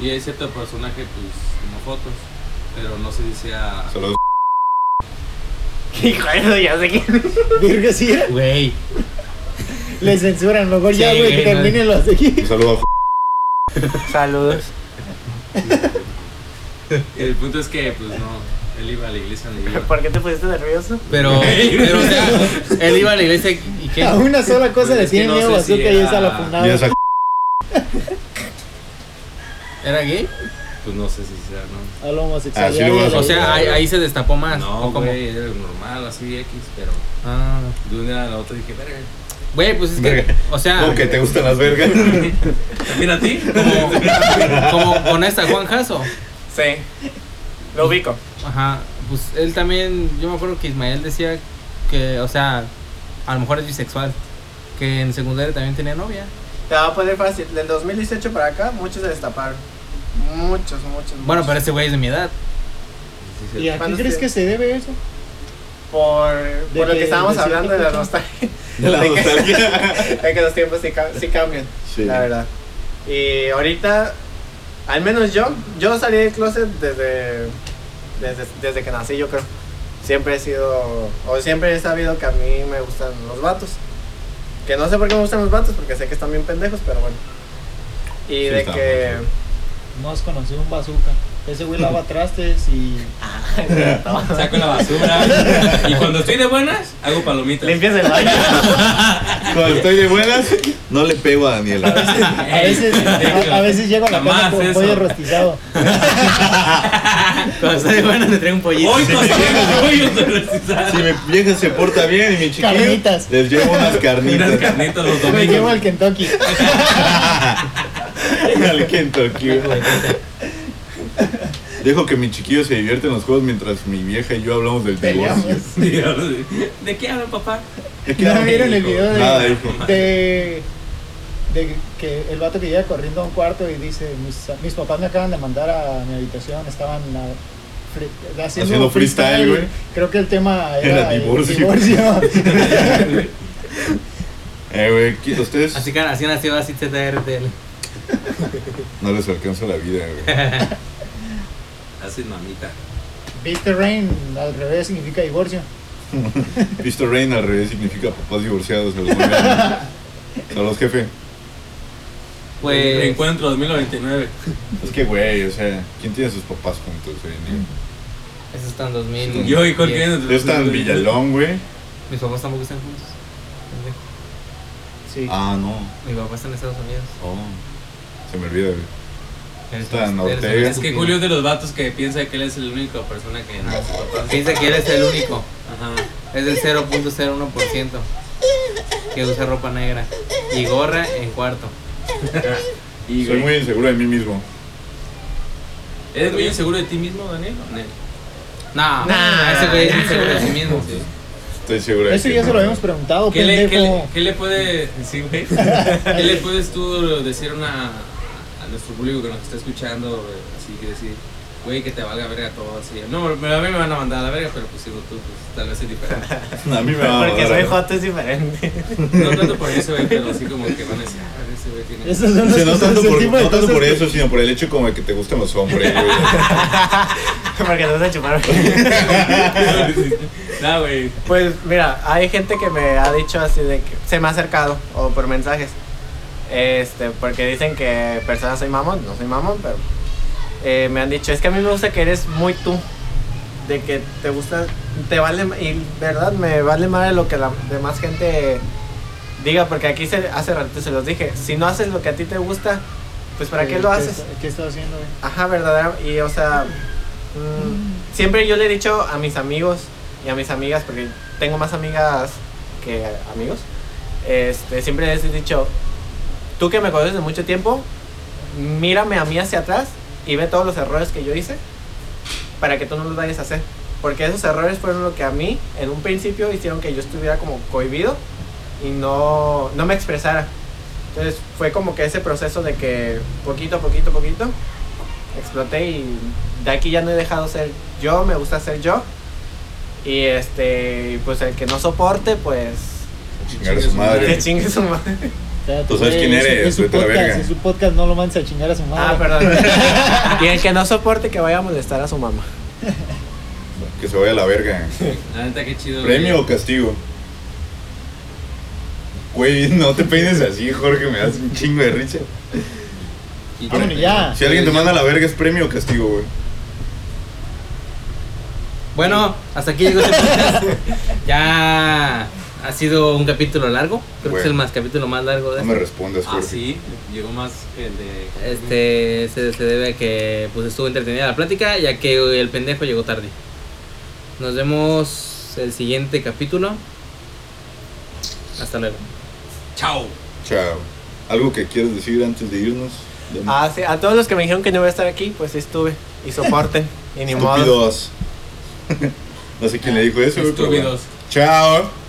Speaker 8: Y hay cierto personaje, pues, como fotos. Pero no sé si sea.
Speaker 1: Se los-
Speaker 4: Hijo, eso ya sé quién.
Speaker 5: Virga, sí,
Speaker 3: Güey.
Speaker 5: le censuran. Mejor ya,
Speaker 3: Sí,
Speaker 5: güey,
Speaker 3: güey,
Speaker 5: que
Speaker 3: no.
Speaker 5: terminen los de aquí.
Speaker 1: Un saludo a
Speaker 4: Saludos.
Speaker 8: El punto es que, pues, no. Él iba a la iglesia donde yo iba.
Speaker 4: ¿Por qué te pusiste nervioso?
Speaker 3: Pero, pero, o sea, él iba a la iglesia y qué.
Speaker 5: A una sola cosa
Speaker 8: Pues
Speaker 5: le
Speaker 8: es que
Speaker 5: tiene
Speaker 8: no
Speaker 5: miedo
Speaker 8: sé
Speaker 5: a Bazooka
Speaker 8: si
Speaker 5: y es a la
Speaker 8: era-
Speaker 1: Y esa
Speaker 5: fundada.
Speaker 3: ¿Era gay?
Speaker 8: Pues no sé si sea, ¿no?
Speaker 5: A la homosexualidad.
Speaker 1: Así lo vas a-
Speaker 3: O sea, ahí, ahí se destapó
Speaker 5: Ah,
Speaker 3: más.
Speaker 8: No,
Speaker 3: ¿o cómo?
Speaker 8: güey, era normal, así X, pero
Speaker 3: Ah.
Speaker 8: de una a la otra dije, verga.
Speaker 3: Güey, pues es que,
Speaker 1: Verga.
Speaker 3: o sea,
Speaker 1: Como que te gustan las vergas.
Speaker 8: Mira a ti.
Speaker 3: como, como con esta Juan Jasso.
Speaker 4: Sí. Lo ubico.
Speaker 3: Ajá, pues él también, yo me acuerdo que Ismael decía que, o sea, a lo mejor es bisexual, que en secundaria también tenía novia.
Speaker 4: Te va a poner fácil. Del 2018 para acá, muchos se destaparon. Muchos, muchos.
Speaker 3: Bueno,
Speaker 4: muchos.
Speaker 3: pero ese güey es de mi edad.
Speaker 5: ¿Y a qué
Speaker 4: ¿Cuándo
Speaker 5: crees
Speaker 4: se-
Speaker 5: que se debe eso?
Speaker 4: Por, por lo
Speaker 5: que-
Speaker 4: que estábamos
Speaker 5: de
Speaker 4: hablando de la
Speaker 5: cierto
Speaker 4: nostalgia.
Speaker 1: De la
Speaker 4: De que-
Speaker 1: nostalgia.
Speaker 4: de que los tiempos sí, ca- sí cambian.
Speaker 1: Sí.
Speaker 4: La verdad. Y ahorita, al menos yo, yo salí del closet desde, desde, desde que nací, yo creo. Siempre he sido, o siempre he sabido que a mí me gustan los vatos. Que no sé por qué me gustan los vatos, porque sé que están bien pendejos, pero bueno. Y de
Speaker 1: estamos,
Speaker 4: que...
Speaker 5: No has conocido un bazooka. Ese güey lava trastes y.
Speaker 8: Saco la basura. Y cuando estoy de buenas, hago palomitas.
Speaker 4: Limpias el baño.
Speaker 1: Cuando estoy de buenas, no le pego a Daniela.
Speaker 5: A veces, a, a veces llego a la casa
Speaker 8: Jamás
Speaker 5: con
Speaker 8: eso.
Speaker 5: pollo rostizado.
Speaker 9: Ah.
Speaker 3: Cuando está de buena le trae un pollito.
Speaker 8: Hoy no
Speaker 1: Si mi vieja se porta bien y mi chiquillo,
Speaker 5: Carnitas.
Speaker 1: les llevo unas
Speaker 8: Unas
Speaker 1: carnitas.
Speaker 8: carnitas los
Speaker 5: Me llevo
Speaker 8: domingos.
Speaker 5: al Kentucky.
Speaker 1: Al Kentucky. Dejo que mi chiquillo se divierte en los juegos mientras mi vieja y yo hablamos del
Speaker 5: Peleamos.
Speaker 1: divorcio.
Speaker 8: ¿De qué hablan, papá?
Speaker 5: ¿Ya vieron el video de-
Speaker 1: Nada, hijo.
Speaker 5: De. De que el vato que llega corriendo a un cuarto y dice: Mis, mis papás me acaban de mandar a mi habitación, estaban a- fri- haciendo,
Speaker 1: Haciendo freestyle, güey.
Speaker 5: Creo que el tema era,
Speaker 1: Era
Speaker 5: el
Speaker 1: divorcio.
Speaker 5: divorcio.
Speaker 1: Eh, güey, ¿qué- ustedes
Speaker 3: Así que así nació así TTRTL.
Speaker 1: no les alcanza la vida, güey.
Speaker 8: Así mamita.
Speaker 5: Viste Rain al revés significa divorcio.
Speaker 1: Visto Rain al revés significa papás divorciados. Se los voy a a los jefes.
Speaker 3: Pues,
Speaker 8: Encuentro 2099.
Speaker 1: Es que, güey, o sea, ¿quién tiene a sus papás juntos? güey? Ni-
Speaker 5: Mm.
Speaker 3: eso está en 2000.
Speaker 8: Yo y Jorge.
Speaker 1: Yo estaba en Villalón, güey.
Speaker 3: Mis papás tampoco están juntos.
Speaker 5: Sí.
Speaker 1: Ah, no.
Speaker 3: Mi papá está en Estados Unidos.
Speaker 1: Oh, Ah, se me olvida, güey.
Speaker 9: Eres-
Speaker 1: Tan
Speaker 9: eres-
Speaker 1: Ortega.
Speaker 9: Es que Julio es de los vatos que piensa que él es el único persona que no es su papá.
Speaker 3: Piensa que eres el único.
Speaker 9: Ajá.
Speaker 3: Es del 0.01% que usa ropa negra y gorra en cuarto.
Speaker 9: Y,
Speaker 1: Soy
Speaker 9: güey,
Speaker 1: muy inseguro de mí mismo.
Speaker 9: ¿Eres muy inseguro de ti mismo, Daniel? o Nel?
Speaker 3: No,
Speaker 4: Nah.
Speaker 3: ese güey es inseguro de sí mismo.
Speaker 9: Sí.
Speaker 1: Estoy seguro de
Speaker 5: Eso
Speaker 1: que
Speaker 5: ya
Speaker 1: no.
Speaker 5: se lo habíamos preguntado,
Speaker 9: ¿Qué le, qué, le,
Speaker 5: pendejo.
Speaker 9: qué le puede sí, güey? ¿Qué le puedes tú decir una, a nuestro público que nos está escuchando? güey? Así que decir, güey, que te valga verga todo así. No, pero a mí me van a mandar a la verga, pero pues digo tú, pues tal vez es diferente.
Speaker 1: A mí me va a
Speaker 4: Porque
Speaker 1: dar
Speaker 4: soy
Speaker 1: algo.
Speaker 4: joto es diferente.
Speaker 9: No tanto por eso, güey, pero así como que van a decir, ah, ese güey tiene.
Speaker 5: Esas son
Speaker 1: O sea, no
Speaker 5: las cosas,
Speaker 1: tanto,
Speaker 5: ese
Speaker 1: por,
Speaker 5: tipo de
Speaker 1: no tanto
Speaker 5: cosas
Speaker 1: por
Speaker 5: que-
Speaker 1: eso, sino por el hecho como de que te gustan los hombres, güey.
Speaker 4: Porque te vas a chupar.
Speaker 9: No, güey.
Speaker 4: Pues mira, hay gente que me ha dicho así de que se me ha acercado o por mensajes. Este, porque dicen que personas soy mamón, no soy mamón, pero eh, me han dicho, es que a mí me gusta que eres muy tú. De que te gusta, te vale, y verdad, me vale madre lo que la demás gente diga, porque aquí se, hace ratito se los dije, si no haces lo que a ti te gusta, pues para qué
Speaker 5: Eh,
Speaker 4: lo haces.
Speaker 5: está- ¿Qué estás haciendo, güey?
Speaker 4: Ajá, verdadera. Y o sea, mm, siempre yo le he dicho a mis amigos y a mis amigas, porque tengo más amigas que amigos, este, siempre les he dicho, tú que me conoces de mucho tiempo, mírame a mí hacia atrás y ve todos los errores que yo hice para que tú no los vayas a hacer. Porque esos errores fueron lo que a mí en un principio hicieron que yo estuviera como cohibido y no, no me expresara. Entonces fue como que ese proceso de que poquito a poquito, poquito, exploté y de aquí ya no he dejado ser yo, me gusta ser yo. Y este, pues el que no soporte, pues
Speaker 1: Chingar a su madre.
Speaker 4: que chingue su madre.
Speaker 5: Cállate,
Speaker 1: Tú sabes
Speaker 5: güey,
Speaker 1: quién
Speaker 5: es su-
Speaker 1: eres,
Speaker 5: Es su
Speaker 1: vete a la
Speaker 5: podcast,
Speaker 1: verga.
Speaker 5: es su podcast, no lo mandes a chingar a su madre.
Speaker 4: Ah, perdón. Y el que no soporte que vaya a molestar a su mamá.
Speaker 1: Que se vaya a la verga.
Speaker 9: La neta, qué chido. güey.
Speaker 1: ¿Premio o castigo? Güey, no te peines así, Jorge, me das un chingo de risa.
Speaker 9: Y-
Speaker 5: Vámonos ya.
Speaker 1: Si alguien te manda a la verga, ¿es premio o castigo, güey?
Speaker 3: Bueno, hasta aquí llegó este podcast. Ya ha sido un capítulo largo. Creo que es el
Speaker 1: Bueno.
Speaker 3: más capítulo más largo de
Speaker 1: No
Speaker 3: este.
Speaker 1: me respondas,
Speaker 9: Ah,
Speaker 1: Jorge.
Speaker 9: sí, llegó más que el de.
Speaker 3: Este se, se debe a que pues estuvo entretenida la plática ya que el pendejo llegó tarde. Nos vemos el siguiente capítulo. Hasta luego.
Speaker 9: ¡Chao!
Speaker 1: Chao. ¿Algo que quieras decir antes de irnos? De-
Speaker 4: Ah, sí, a todos los que me dijeron que no iba a estar aquí, pues sí estuve. Y soporten. Y ni modo.
Speaker 1: Estúpidos. no sé quién le dijo eso, güey, pero bueno.
Speaker 9: Estúpidos.
Speaker 1: Chao.